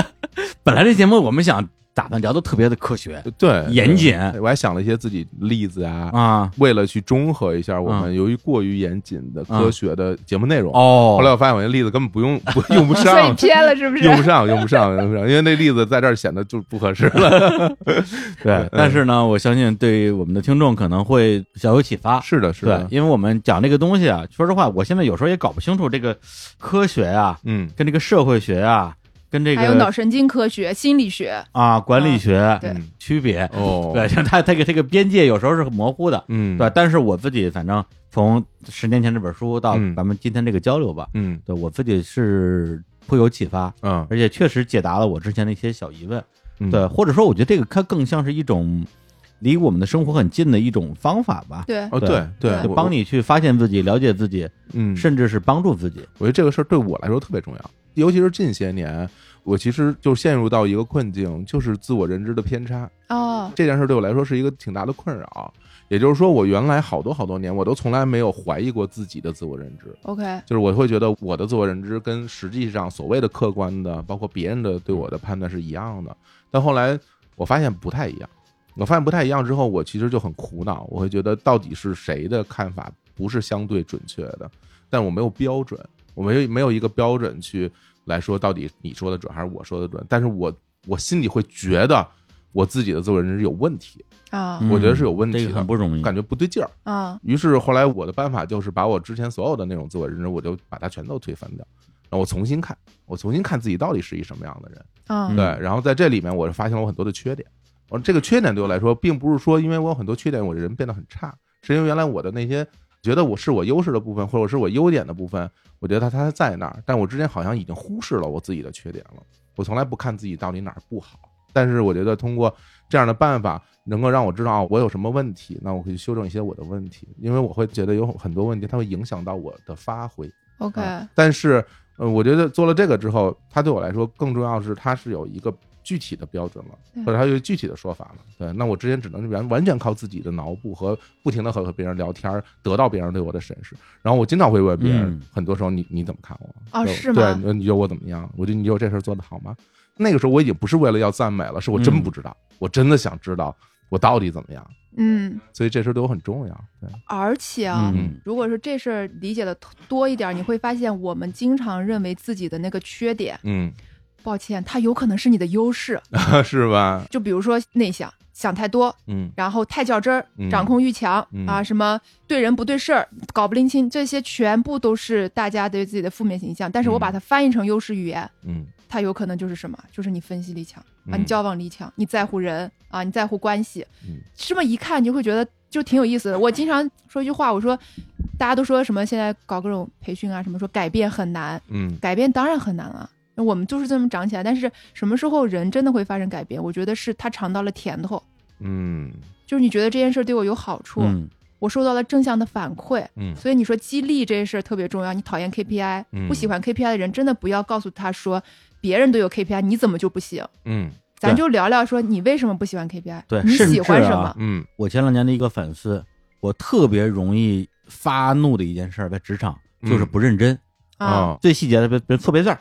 S1: 本来这节目我们想打算聊的特别的科学
S2: 对，
S1: 严谨
S2: 对我还想了一些自己例子啊，
S1: 啊，
S2: 为了去中和一下我们由于过于严谨的科学的节目内容。
S1: 嗯哦
S2: 后来我发现我那例子根本不用， 不用不
S1: 啊
S3: 所以
S2: 上。
S3: 偏了是不是？
S2: 用不上，用不上，用不上，因为那例子在这儿显得就不合适 了。嗯
S1: 对，但是呢，我相信对于我们的听众可能会小有启发。
S2: 是的，是
S1: 对
S2: 的，，
S1: 因为我们讲这个东西啊，说实话，我现在有时候也搞不清楚这个科学啊，
S2: 嗯，
S1: 跟这个社会学啊，跟这
S3: 还有脑
S1: 个
S3: 神经科学、心理学，
S1: 啊管理学
S3: 对
S2: 嗯
S1: 区别。
S2: 哦，
S1: 对， 像它这个这个边界有时候是很模糊的。
S2: 嗯，
S1: 对，，但是我自己反正从十年前这本书到
S2: 嗯
S1: 咱们今天这个交流吧，
S2: 嗯
S1: 对我自己是颇有启发。
S2: 嗯，
S1: 而且确实解答了我之前的一些小疑问。
S2: 嗯
S1: 对，或者说我觉得这个它更像是一种离我们的生活很近的一种方法吧，
S3: 对，
S2: 哦，
S1: 对
S2: 对
S3: 对
S2: 对，
S1: 就帮
S2: 你，
S1: 你去发现自己、了解自己，
S2: 嗯，
S1: 甚至是帮助自己。
S2: 我觉得这个事儿对我来说特别重要，尤其是近些年，我其实就陷入到一个困境，就是自我认知的偏差。
S3: 哦，
S2: 这件事对我来说是一个挺大的困扰。也就是说，我原来好多好多年，我都从来没有怀疑过自己的自我认知，
S3: OK，
S2: 就是我会觉得我的自我认知跟实际上所谓的客观的，包括别人的对我的判断是一样的。但后来我发现不太一样，我发现不太一样之后，我其实就很苦恼，我会觉得到底是谁的看法不是相对准确的，但我没有标准，我没有没有一个标准去来说到底你说的准还是我说的准，但是我我心里会觉得我自己的自我认知有问题，
S3: 啊
S1: 嗯
S2: 我觉得是有问题
S1: 这
S2: 的，
S1: 个很不容易。
S2: 感觉不对劲儿。
S3: 啊，
S2: 于是后来我的办法就是把我之前所有的那种自我认知，我就把它全都推翻掉，然后我重新看，我重新看自己到底是一什么样的人。
S3: 啊
S1: 嗯
S2: 对，然后在这里面，我是发现了我很多的缺点。我这个缺点对我来说，并不是说因为我有很多缺点，我人变得很差，是因为原来我的那些觉得我是我优势的部分，或者我是我优点的部分，我觉得它它在那儿，但我之前好像已经忽视了我自己的缺点了。我从来不看自己到底哪儿不好，但是我觉得通过这样的办法，能够让我知道啊我有什么问题，那我可以修正一些我的问题，因为我会觉得有很多问题，它会影响到我的发挥。
S3: ，OK，
S1: 嗯
S2: 啊但是，呃，我觉得做了这个之后，它对我来说更重要的是，它是有一个具体的标准了，
S3: 对
S2: 或者它有具体的说法了。对，那我之前只能完完全靠自己的脑补和不停的和和别人聊天儿，得到别人对我的审视。然后我经常会问别人，
S1: 嗯
S2: 很多时候你你怎么看我？
S3: 哦
S2: 对
S3: 是吗
S2: 对，你觉得我怎么样？我觉得你觉得我这事儿做得好吗？那个时候我已经不是为了要赞美了，是我真
S1: 嗯
S2: 不知道，我真的想知道我到底怎么样。
S3: 嗯，
S2: 所以这事儿对我很重要。对，
S3: 而且啊，
S1: 嗯，
S3: 如果说这事儿理解的多一点儿，你会发现我们经常认为自己的那个缺点，
S2: 嗯，
S3: 抱歉，它有可能是你的优势。
S2: 是吧？
S3: 就比如说内向，想太多，
S2: 嗯
S3: 然后太较真儿
S2: 嗯，
S3: 掌控欲强、
S2: 嗯
S3: 啊，什么对人不对事儿，搞不拎清，这些全部都是大家对自己的负面形象。但是我
S2: 嗯
S3: 把它翻译成优势语言，
S2: 嗯
S3: 它有可能就是什么？就是你分析力强啊，
S2: 嗯
S3: 你交往力强，你在乎人啊，你在乎关系
S2: 嗯，
S3: 这么一看你就会觉得就挺有意思的。我经常说一句话，我说大家都说什么现在搞各种培训啊，什么说改变很难，
S2: 嗯
S3: 改变当然很难啊了。那我们就是这么长起来，但是什么时候人真的会发生改变？我觉得是他尝到了甜头，
S2: 嗯
S3: 就是你觉得这件事儿对我有好处，
S1: 嗯
S3: 我受到了正向的反馈。
S2: 嗯
S3: 所以你说激励这事儿特别重要。你讨厌 KPI，、
S2: 嗯
S3: 不喜欢 KPI 的人，真的不要告诉他说别人都有 KPI，你怎么就不行？
S2: 嗯
S3: 咱就聊聊说你为什么不喜欢 KPI，
S1: 对
S3: 你
S1: 甚
S3: 喜欢
S1: 至啊
S3: 什么？
S2: 嗯
S1: 我前两年的一个反思，我特别容易发怒的一件事儿，在职场就是
S2: 嗯哦
S1: 不认真，
S3: 啊，
S1: 最细节的，比如错别字儿，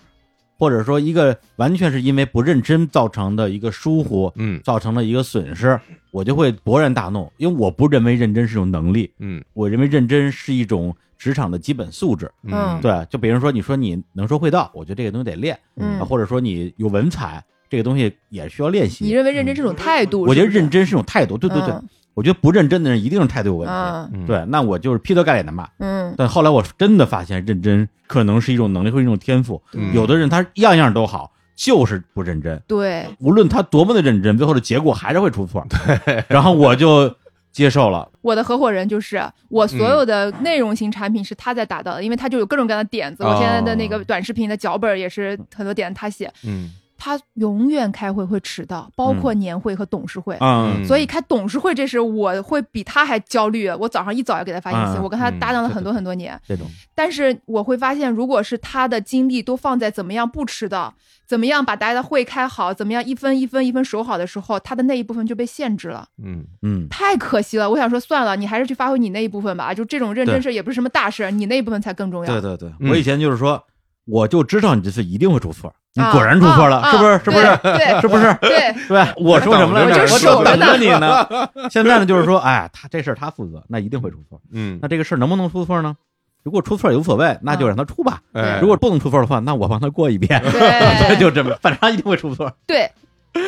S1: 或者说一个完全是因为不认真造成的一个疏忽，
S2: 嗯
S1: 造成了一个损失，我就会勃然大怒，因为我不认为认真是一种能力，
S2: 嗯
S1: 我认为认真是一种职场的基本素质。
S3: 嗯
S1: 对，就比如说你说你能说会道，我觉得这个东西得练，
S3: 嗯
S1: 啊或者说你有文采，这个东西也需要练习。
S3: 你认为认真这种态度，
S1: 嗯我觉得
S3: 是不是
S1: 认，真是一种态度，对对对，
S3: 嗯
S1: 我觉得不认真的人一定是态度有问题。
S3: 嗯
S2: 嗯
S1: 对，那我就是劈头盖脸的骂。
S3: 嗯，
S1: 但后来我真的发现，认真可能是一种能力，或者一种天赋。
S2: 嗯
S1: 有的人他样样都好，就是不认真。
S3: 对，
S1: 无论他多么的认真，最后的结果还是会出错。对，然后我就接受了。
S3: 我的合伙人就是我所有的内容型产品是他在打造的，因为他就有各种各样的点子。
S2: 哦
S3: 我现在的那个短视频的脚本也是很多点子他写，
S2: 嗯
S3: 他永远开会会迟到，包括年会和董事会。
S1: 嗯
S2: 嗯
S3: 所以开董事会这事我会比他还焦虑，啊我早上一早要给他发信息，
S1: 嗯
S3: 我跟他搭档了
S1: 嗯
S3: 很多很多年，
S1: 这种
S3: 但是我会发现，如果是他的精力都放在怎么样不迟到，怎么样把大家的会开好，怎么样一分一分一分守好的时候，他的那一部分就被限制了。
S2: 嗯
S1: 嗯，
S3: 太可惜了。我想说，算了，你还是去发挥你那一部分吧。就这种认真事儿也不是什么大事儿，你那一部分才更重要。
S1: 对对对，
S2: 嗯
S1: 我以前就是说，我就知道你这次一定会出错，你
S3: 啊
S1: 果然出错了，
S3: 啊
S1: 是不是
S3: 啊？
S1: 是不是？
S3: 对
S1: 是不是？
S3: 对，
S1: 对，我说什么来
S2: 我
S1: 着？
S2: 就
S1: 我
S2: 守
S3: 着
S1: 等
S3: 呢
S1: 着你呢。现在呢，就是说，哎，他这事儿他负责，那一定会出错。
S2: 嗯
S1: 那，这个事儿能不能出错呢？如果出错也无所谓，那就让他出吧。
S2: 哎
S1: 如果不能出错的话，那我帮他过一遍。
S3: 对
S1: 就这么，反正他一定会出错。
S3: 对。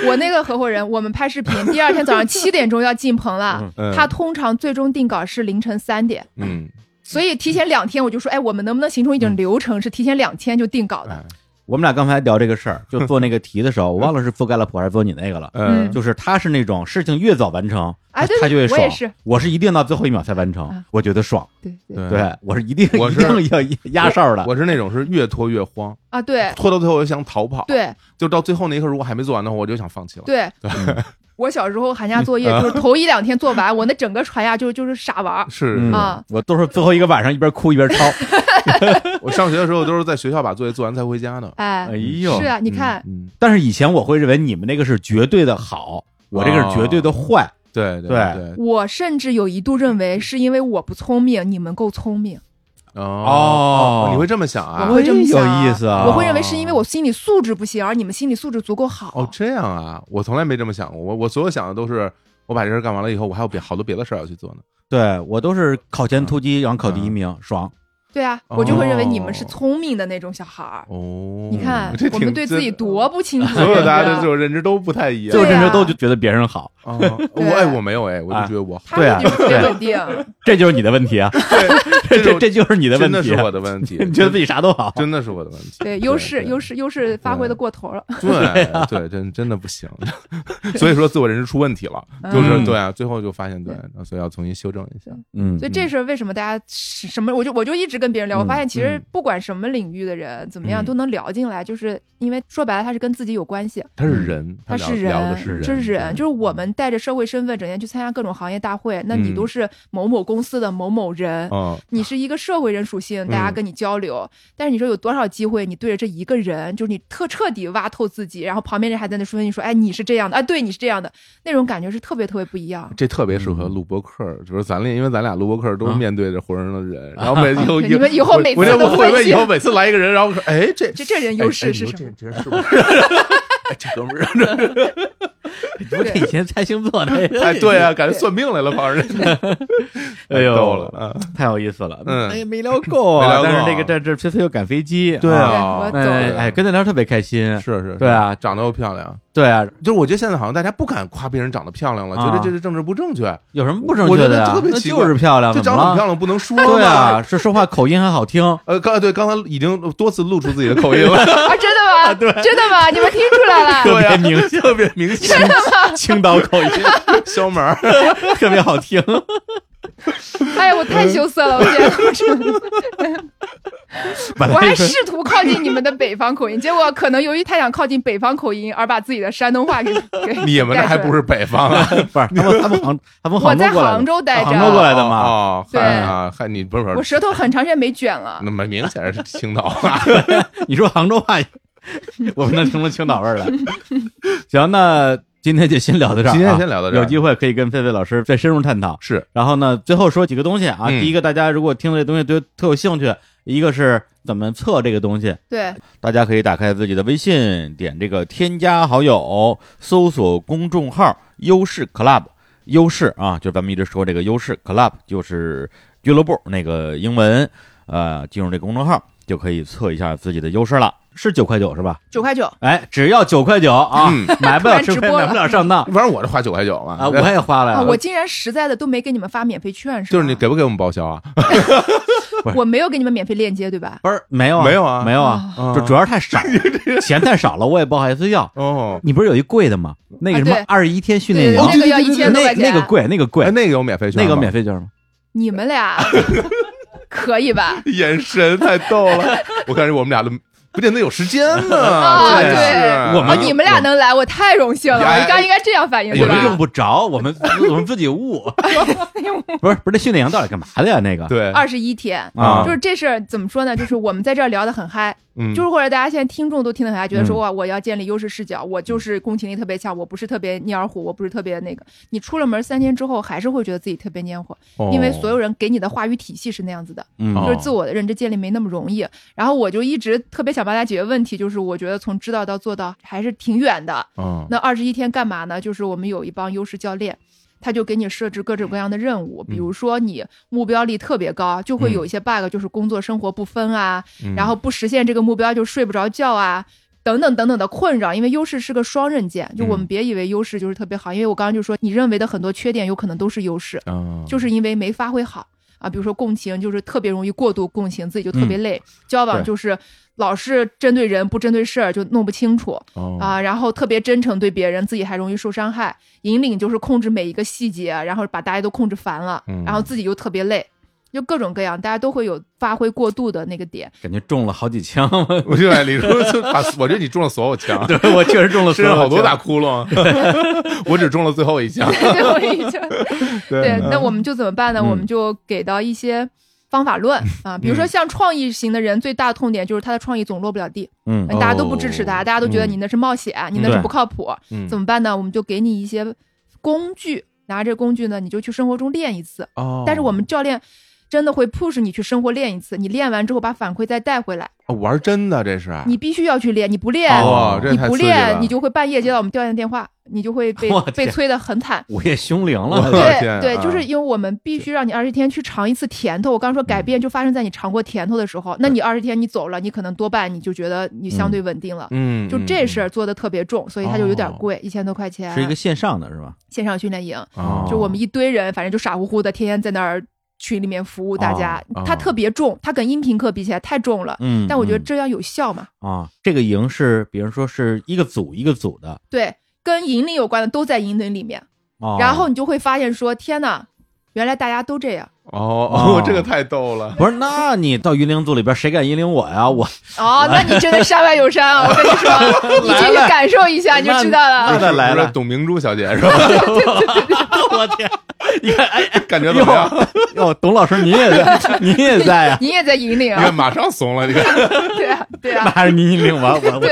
S3: 我那个合伙人，我们拍视频，第二天早上七点钟要进棚了。
S2: 嗯
S3: 他通常最终定稿是凌晨三点，
S2: 嗯
S3: 所以提前两天我就说，哎，我们能不能形成一种流程，是提前两天就定稿
S2: 哎
S3: 的？
S1: 我们俩刚才聊这个事儿，就做那个题的时 候，我忘了是覆盖了普还是做你那个了。
S2: 嗯
S1: 就是他是那种事情越早完成，
S3: 哎对
S1: 他就越
S3: 我
S1: 爽。
S3: 也是，
S1: 我是一定到最后一秒才完成
S3: 啊，
S1: 我觉得爽。
S3: 对对
S2: 对
S1: 对，我是一定
S2: 嗯我
S1: 一
S2: 是
S1: 定要压哨的。
S2: 我是那种是越拖越慌，
S3: 啊，对
S2: 拖到最后我就想逃跑，，
S3: 对
S2: 就到最后那一刻如果还没做完的话，我就想放弃了。
S3: 对。 我小时候寒假作业就是头一两天做完，我那整个寒假就就是傻玩儿。
S2: 是，
S1: 嗯
S3: 啊，
S1: 我都是最后一个晚上一边哭一边抄。
S2: 我上学的时候都是在学校把作业做完才回家的。
S3: 哎
S1: 哎，呦，
S3: 是啊，你看，
S2: 嗯，嗯
S1: 但是以前我会认为你们那个是绝对的好，我这个是绝
S2: 哦
S1: 对的坏。
S2: 对
S1: 对
S2: 对，
S3: 我甚至有一度认为是因为我不聪明，你们够聪明，
S1: 哦
S2: 你会这么想啊
S3: 我？会这么想啊、
S1: 哎有意思啊
S3: 我会认为是因为我心理素质不行，而你们心理素质足够好。
S2: 哦，这样啊，我从来没这么想过。我我所有想的都是，我把这事儿干完了以后，我还有别好多别的事儿要去做呢。
S1: 对我都是考前突击，然后考第一
S2: 嗯
S1: 名，爽。
S3: 对啊，
S2: 哦
S3: 我就会认为你们是聪明的那种小孩儿。
S2: 哦，
S3: 你看
S2: 这，挺
S3: 我们对自己
S2: 这
S3: 多不清楚，
S2: 所有大家的这
S3: 对不对
S2: 种认知都不太一
S1: 最后
S2: 样
S3: 对。
S1: 认识都就觉得别人好，
S2: 哦我哎，我没有哎，我就觉得我好
S3: 他们就是
S1: 对啊对
S3: 特
S1: 啊
S3: 别稳定，
S1: 这就是你的问题啊！ 这
S2: 这
S1: 这
S2: 种
S1: 这就是你的问
S2: 真的
S1: 题
S2: 是
S1: 啊。
S2: 我的问题，
S1: 你觉得自己啥都 好，
S2: 真的是我的问题。
S3: 对优势
S2: 对啊嗯
S3: 优势优势发挥的过头了。
S1: 啊
S2: 对对，真真的不行。 所以说自我认知出问题了，就是
S1: 嗯
S2: 对啊，最后就发现对
S3: 对，
S2: 所以要重新修正一下。
S1: 嗯
S3: 所以这事儿为什么大家是什么？我就我就一直跟别人聊，
S1: 嗯
S3: 我发现其实
S2: 嗯
S3: 不管什么领域的人怎么样
S2: 嗯
S3: 都能聊进来，就是因为说白了他是跟自己有关系。
S2: 他是人，嗯
S3: 他
S2: 聊
S3: 是人，
S2: 聊的是
S3: 这是人，
S2: 对
S3: 就是我们带着社会身份，整天去参加各种行业大会，那你
S2: 嗯
S3: 都是某某公司的某某人，
S2: 嗯
S3: 你是一个社会人属性，大家跟你交流。但是你说有多少机会，你对着这一个人，就是你特彻底挖透自己，然后旁边人还在那说你说，哎，你是这样的，啊，对，你是这样的，那种感觉是特别特别不一样。
S2: 这特别适合
S1: 嗯
S2: 录播客，就是咱俩，因为咱俩录播客都
S1: 啊
S2: 面对着活生生的人，然后 每以后
S3: 对你们以后
S2: 我
S3: 每次
S2: 我就
S3: 都
S2: 我会不
S3: 分
S2: 会
S3: 析
S2: 以后每次来一个人，然后说，哎，这
S3: 这这人优势是什么？
S2: 么？这人是不是？ 哎这哥们儿，
S1: 我以前猜星座 的，
S2: 哎，对啊，感觉算命来了，反 正，
S1: 哎呦
S2: 太逗了啊！
S1: 太有意思了。
S2: 嗯
S1: 哎呀，没聊够
S2: 没
S1: 啊！
S2: 聊够
S1: 但
S2: 啊
S1: 是这个这这菲菲又赶飞机，
S2: 对
S1: 啊，
S2: 啊，
S3: 对我
S1: 哎
S3: 懂
S1: 哎，跟他聊特别开心。
S2: 是是，
S1: 对啊
S2: 是长得又漂亮，
S1: 对啊，
S2: 就是我觉得现在好像大家不敢夸别人长得漂亮了，
S1: 啊
S2: 觉得这是政治不正确，
S1: 有什么不正
S2: 我
S1: 确
S2: 觉得
S1: 的呀
S2: 特？别
S1: 那
S2: 奇怪
S1: 就是漂亮，
S2: 就
S1: 怎
S2: 长
S1: 么
S2: 得很
S1: 了
S2: 漂？亮不能说
S1: 对
S2: 嘛
S1: 啊，。是说话口音还好听，
S2: 呃，刚对刚才已经多次露出自己的口音 了，
S3: 啊，真 的吗？真的吗？你们听出来 了？
S1: 特
S2: 对
S1: 别
S2: 啊
S1: 明显，
S2: 特别明显，
S1: 青岛口 音
S2: 肖 门儿。
S1: 特别好听。
S3: 哎呀，我太羞涩了，我觉得。
S1: 本
S3: 我
S1: 来
S3: 还试图靠近你们的北方口音，结果可能由于太想靠近北方口音，而把自己的山东话 给给
S2: 你们那还不
S3: 是？
S2: 是北方啊？
S1: 不是他们 他们杭他们
S3: 我
S1: 杭州
S3: 在
S1: 过来
S3: 杭
S1: 的，
S3: 州待着，
S1: 杭州过来的嘛
S2: 哦，
S3: 对
S2: 嗨啊，嗨，你不是不
S3: 我
S2: 是，
S3: 舌头很长时间没卷了
S1: 嗯
S2: 那。么明显是青岛啊 话。
S1: 你说杭州话， 我们能听出青岛味 儿来。行，那今天就先聊到这儿、啊，
S2: 今天先聊到这儿
S1: 有机会可以跟狒狒老师再深入探讨。
S2: 是，
S1: 然后呢，最后说几个东西啊。
S2: 嗯
S1: 第一个，大家如果听了这东西对特有兴趣，一个是怎么测这个东西，
S3: 对，
S1: 大家可以打开自己的微信，点这个添加好友，搜索公众号“优势 Club”。优势啊，就咱们一直说这个优势 Club 就是俱乐部那个英文，呃，进入这个公众号就可以测一下自己的优势了。是九块九是吧？
S3: 九块九，
S1: 哎，只要九块九啊，
S2: 嗯
S1: 买不了吃亏，
S3: 突然直播
S1: 买
S3: 了
S1: 不了上当
S2: 反正我是花九块九嘛。
S1: 啊！我也花了
S3: 啊，
S1: 呀，
S3: 我竟然实在的都没给你们发免费券，
S2: 就是
S3: 吗
S2: 你给不给我们报销啊？
S3: 我没有给你们免费链接，对吧？
S1: 不是没有啊
S2: 没有啊
S1: 没有啊，
S2: 啊
S3: 哦
S1: 就主要是太少， 钱太少了，我也不好意思要。
S2: 哦，
S1: 你不是有一贵的吗？那个什么
S3: 啊对
S1: 二十一天训
S3: 对
S1: 练
S3: 对
S1: 营
S3: 对，，那个要
S2: 对
S3: 一
S1: 那
S2: 对对
S3: 千多块钱，
S1: 那个贵，那个
S2: 哎，
S1: 贵，
S2: 那个有免费券吗，
S1: 那个免费券吗？
S3: 你 们俩可以吧？
S2: 眼神太逗 了，我感觉我们俩都不见得有时间呢。
S3: 啊
S2: 真
S3: 对
S2: 是嗯
S1: 我
S3: 哦，
S1: 们
S3: 你们俩能来，我太荣幸了。
S2: 哎
S3: 你刚应该这样反应，
S1: 我
S3: 对
S2: 有
S1: 们
S2: 这
S1: 用
S3: 吧？哎
S1: 不着，我们我们自己 悟。不是不是，那训练营到底干嘛的呀？那个
S2: 对，
S3: 二十一天。
S1: 啊
S3: 就，是这事儿怎么说呢？就是我们在这儿聊得很嗨，
S2: 嗯
S3: 就是或者大家现在听众都听得很嗨，觉得说
S1: 嗯
S3: 哇，我要建立优势视角，我
S2: 嗯
S3: 就是共情力特别强，我不是特别蔫儿虎，我不是特别那个。你出了门三天之后，还是会觉得自己特别蔫火，因为所有人给你的话语体系是那样子的，
S1: 嗯
S2: 哦
S3: 就是自我的认知建立没那么容易。然后我就一直特别想帮大家解决问题，就是我觉得从知道到做到还是挺远的。
S2: 哦
S3: 那二十一天干嘛呢？就是我们有一帮优势教练，他就给你设置各种各样的任务，
S2: 嗯
S3: 比如说你目标力特别高，就会有一些 bug，就是工作生活不分啊，
S2: 嗯
S3: 然后不实现这个目标就睡不着觉啊。等等等等的困扰，因为优势是个双刃
S2: 嗯
S3: 剑，就我们别以为优势就是特别好，因为我刚刚就说，你认为的很多缺点有可能都是优势，
S2: 嗯
S3: 就是因为没发挥好啊。比如说共情，就是特别容易过度共情，自己就特
S2: 嗯
S3: 别累；交往
S1: 对
S3: 就是老是针对人不针对事儿，就弄不清楚。
S2: 哦
S3: 啊，然后特别真诚对别人，自己还容易受伤害。引领就是控制每一个细节，然后把大家都控制烦了，
S2: 嗯
S3: 然后自己又特别累，就各种各样，大家都会有发挥过度的那个点。
S1: 感觉中了 好几枪，我
S2: 我就爱李叔，就把我觉得你中了所有枪，
S1: 对我确实中了
S2: 身上好多大
S1: 大。
S2: 窟 窿，
S3: 啊
S2: 我只中了最后一枪。
S3: 最后一枪，对，那
S2: 嗯嗯
S3: 我们就怎么办呢？
S1: 嗯
S3: 我们就给到一些方 法论啊，比如说像创意型的人，最大的痛点就是他的创意总落不了地，
S1: 嗯
S3: 大家都不支持他，
S2: 哦
S3: 大家都觉得你那是冒险，你那是
S1: 对
S3: 不靠谱，
S2: 嗯
S3: 怎么办呢？我们就给你一些工具，拿着工具呢，你就去生活中练一次。
S2: 哦
S3: 但是我们教练真的会 push 你去生活练一次，你练完之后把反馈再带回来，
S2: 哦玩真的这是
S3: 你必须要去练，你不练，
S2: 哇，啊哦这
S3: 你
S2: 太
S3: 不
S2: 刺激了
S3: 练，你就会半夜接到我们教练的电话，你就会被
S1: 我天
S3: 被催得很惨。
S1: 午夜凶铃了，
S2: 我
S3: 对
S2: 天
S3: 对，
S2: 啊
S3: 就是因为我们必须让你二十天去尝一次甜头。我刚说改变就发生在你尝过甜头的时候，那你二十天你走了，你可能多半你就觉得你相对稳定了。
S2: 嗯
S3: 就这事儿做的特别重，所以它就有点
S2: 哦
S3: 贵，一千多块钱。
S1: 是一个线上的是吧？
S3: 线上训练营，
S2: 哦
S3: 就我们一堆人，反正就傻乎乎的，天天在那儿群里面服务大家。
S2: 哦哦
S3: 它特别重，它跟音频课比起来太重了，
S1: 嗯，
S3: 但我觉得
S1: 嗯
S3: 这样有效嘛？
S1: 啊，这个营是，比如说是一个组一个组的，
S3: 对，跟引领有关的都在引领里面，
S1: 哦、
S3: 然后你就会发现说，天呐，原来大家都这样
S2: 哦
S1: 哦
S2: 哦， 这个太逗了。
S1: 不是，那你到云领组里边，谁敢引领我呀？ 我
S3: 哦，那你真的山外有山啊！我跟你说，你进去感受一下你就知道
S1: 那
S3: 了。
S1: 再来
S2: 是不是
S1: 了
S2: 董明珠小姐是 吧？
S1: 我天，你看，哎哎，
S2: 感觉怎么样？
S1: 哟，董老师您也 在，您也在呀、
S3: 你也在引
S2: 你
S3: 领
S2: 看
S3: 啊？
S2: 马上怂了，你看，
S3: 对啊，对
S1: 那
S3: 啊，
S1: 还是您引领我，我我
S3: 对。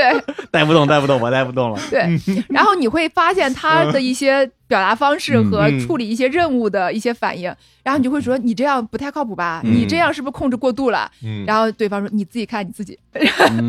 S1: 带不动，带不动，我带不动了。
S3: 对，
S2: 嗯
S3: 然后你会发现他的一些表达方式和
S2: 嗯嗯
S3: 处理一些任务的一些反应，然后你就会说你这样不太靠谱吧？
S1: 嗯
S3: 你这样是不是控制过度了？
S2: 嗯，
S3: 然后对方说你自己看你自己，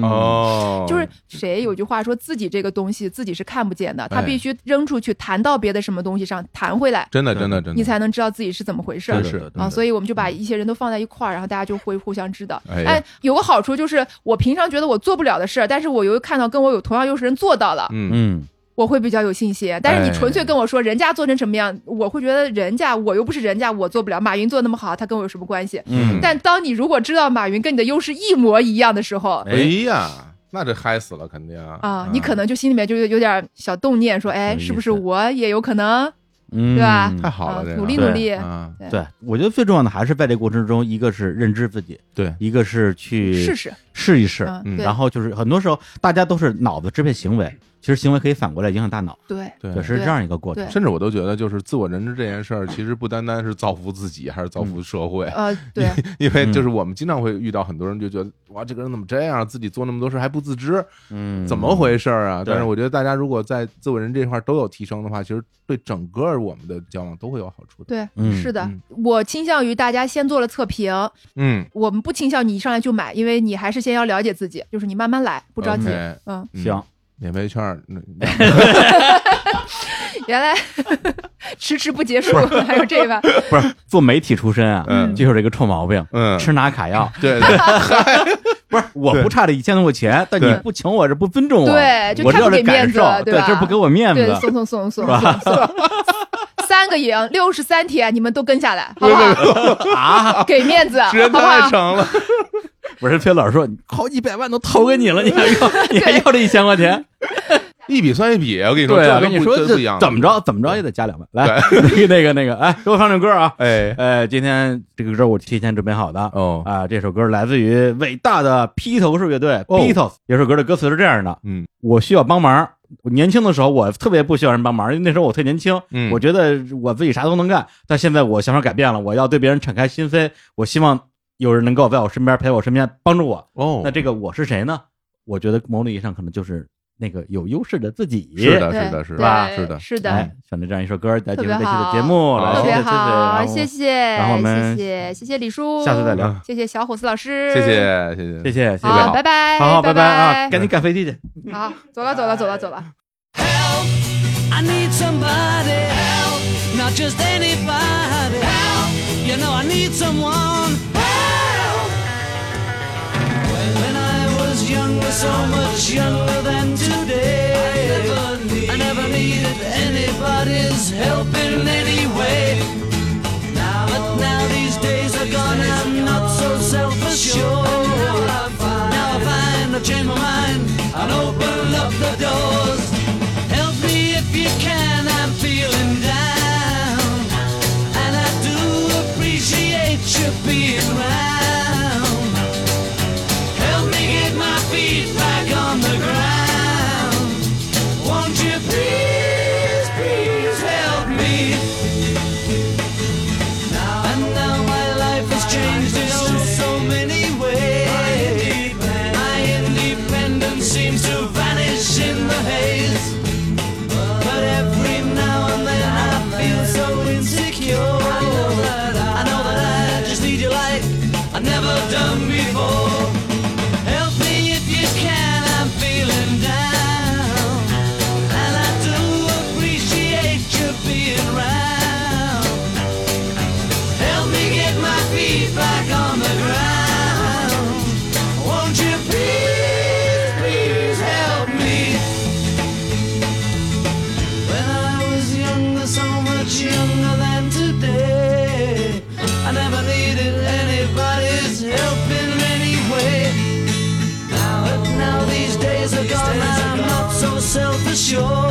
S2: 哦，
S3: 就是谁有句话说自己这个东西自己是看不见的，他
S2: 哎
S3: 必须扔出去弹到别的什么东西上弹回来，
S2: 真的，真的，真的，
S3: 你才能知道自己是怎么回事儿。
S2: 是
S3: 啊，所
S1: 以
S3: 以我们就把一些人都放在一块儿，然后大家就会互相指导。
S2: 哎呀
S3: 哎，有个好处就是，我平常觉得我做不了的事儿，但是我又看到跟我有同样优势人做到了，
S2: 嗯，
S1: 嗯，
S3: 我会比较有信心。但是你纯粹
S2: 哎
S3: 跟我说人家做成什么样，我会觉得人家我又不是人家，我做不了。马云做那么好，他跟我有什么关系？
S1: 嗯
S3: 但当你如果知道马云跟你的优势一模一样的时候，
S2: 哎呀，那这嗨死了，肯定啊
S3: 啊啊，你可能就心里面就有有点小动念，说，哎，
S1: 有意思
S3: 是不是我也有可能？
S1: 嗯，
S3: 对吧
S2: 太好了，
S3: 啊
S2: 这个
S3: 努力
S1: 努
S3: 力
S2: 啊
S3: 对
S1: 对，我觉得最重要的还是在这过程中，一个是认知自己，
S2: 对
S1: 一个是去
S3: 试试，
S1: 试一试，
S3: 嗯
S2: 嗯，
S3: 对
S1: 然后就是很多时候大家都是脑子支配行为，其实行为可以反过来影响大脑，
S3: 对
S2: 对
S1: 对，是这样一个过程
S3: 对。
S2: 甚至我都觉得，就是自我认知这件事儿，其实不单单是造福自己，还是造福社会。
S3: 呃 对
S2: 因为就是我们经常会遇到很多人就觉得，哇，这个人怎么这样？自己做那么多事还不自知，
S1: 嗯，
S2: 怎么？回事儿啊？
S1: 对
S2: 但是我觉得大家如果在自我认知这块儿都有提升的话，其实对整个我们的交往都会有好处的。
S3: 对
S1: 嗯，
S3: 是的
S2: 嗯，
S3: 我倾向于大家先做了测评，
S2: 嗯，
S3: 我们不倾向你一上来就买，因为你还是先要了解自己，就是你慢慢来，不着急。
S2: OK，
S3: 嗯，
S2: 嗯
S1: 行，
S2: 免费券儿，那
S3: 原来迟迟不结束，还有这个，
S1: 不是做媒体出身啊，
S2: 嗯
S1: 就是这个臭毛病，
S2: 嗯，
S1: 吃拿卡 要。
S2: 对对，
S1: 不是，我
S2: 对
S1: 不差这一千多块钱，但你
S2: 对
S1: 不请我是不尊重我，
S3: 对就
S1: 我
S3: 太不
S1: 这
S3: 给面
S1: 感
S3: 子
S1: 受
S3: 了，
S1: 对，
S3: 对吧
S1: 这不给我面
S3: 对，
S1: 子，
S3: 送送送送送送，三个赢，六十三天，你们都跟下来，好不好？
S1: 啊！
S3: 给面子，
S2: 时间
S3: 好不
S2: 太
S3: 好？
S2: 长了。
S1: 我是崔老师说，你好几百万都投给你 了，你还要你还要这一千块钱？
S2: 一笔算一笔，我 跟你说，
S1: 对啊，
S2: 这
S1: 我跟你
S2: 不
S1: 说
S2: 这不一样，
S1: 怎么着？怎么着也得加两万。来，那个 那个那个，哎，给我放首歌啊！
S2: 哎，
S1: 呃，今天这个歌我提前准备好的
S2: 哦，
S1: 啊，这首歌来自于伟大的披头士乐队
S2: 哦
S1: Beatles。有首歌的歌词是这样的：
S2: 嗯，
S1: 我需要帮忙。我年轻的时候，我特别不需要人帮忙，因为那时候我特年轻，
S2: 嗯
S1: 我觉得我自己啥都能干。但现在我想法改变了，我要对别人敞开心扉，我希望有人能够在我身边陪我身边帮助我。
S2: 哦，
S1: 那这个我是谁呢？我觉得某种意义上可能就是那个有优势的自己。
S2: 是的，
S3: 对
S2: 是的，是
S1: 吧
S3: 对
S2: 是的
S3: 是
S1: 哎
S3: 的，，
S1: 选择这样一首歌，来结束这
S3: 特别
S1: 期的
S3: 好
S1: 节目，
S2: 好
S1: 来
S3: 特
S1: 谢
S3: 别
S1: 谢崔崔，
S3: 好，
S1: 然后
S3: 谢谢，
S1: 然后我们
S3: 谢谢谢谢李叔，
S1: 下次再聊，
S2: 嗯
S3: 谢谢小伙子老师，
S2: 谢，谢，谢谢
S1: 谢。谢，谢谢，
S3: 好，拜拜，
S1: 好好拜
S3: 拜
S1: 啊，赶紧赶飞机去。
S3: 好，走了走了走了走了。
S4: Help! I need somebody. Help! Not just anybody. Help! You know I need someone. Help! When, when I was younger, so much younger than today, I never, I never needed anybody's help in any way. Now, but now these days are gone, I'm not so self-assured. Now I find, now I find I've changed my mind and open up the doors. Help me if you can, I'm feeling down. And I do appreciate you being round. Help me get my feet back on the ground. Won't you please, please help me? Now and now my life has changed in oh so many ways. My independence seems to vanish in the haze. But every now and then I feel so insecure. I know that I, know that I just need your light. I've never done before. Help me if you can. I'm feeling down, and I do appreciate you being round. Help me get my feet back on the ground. Won't you please, please help me? When I was younger, so much younger than today, I never needed anybody's help in any way. Now, but now these days are gone, I'm not so self assured.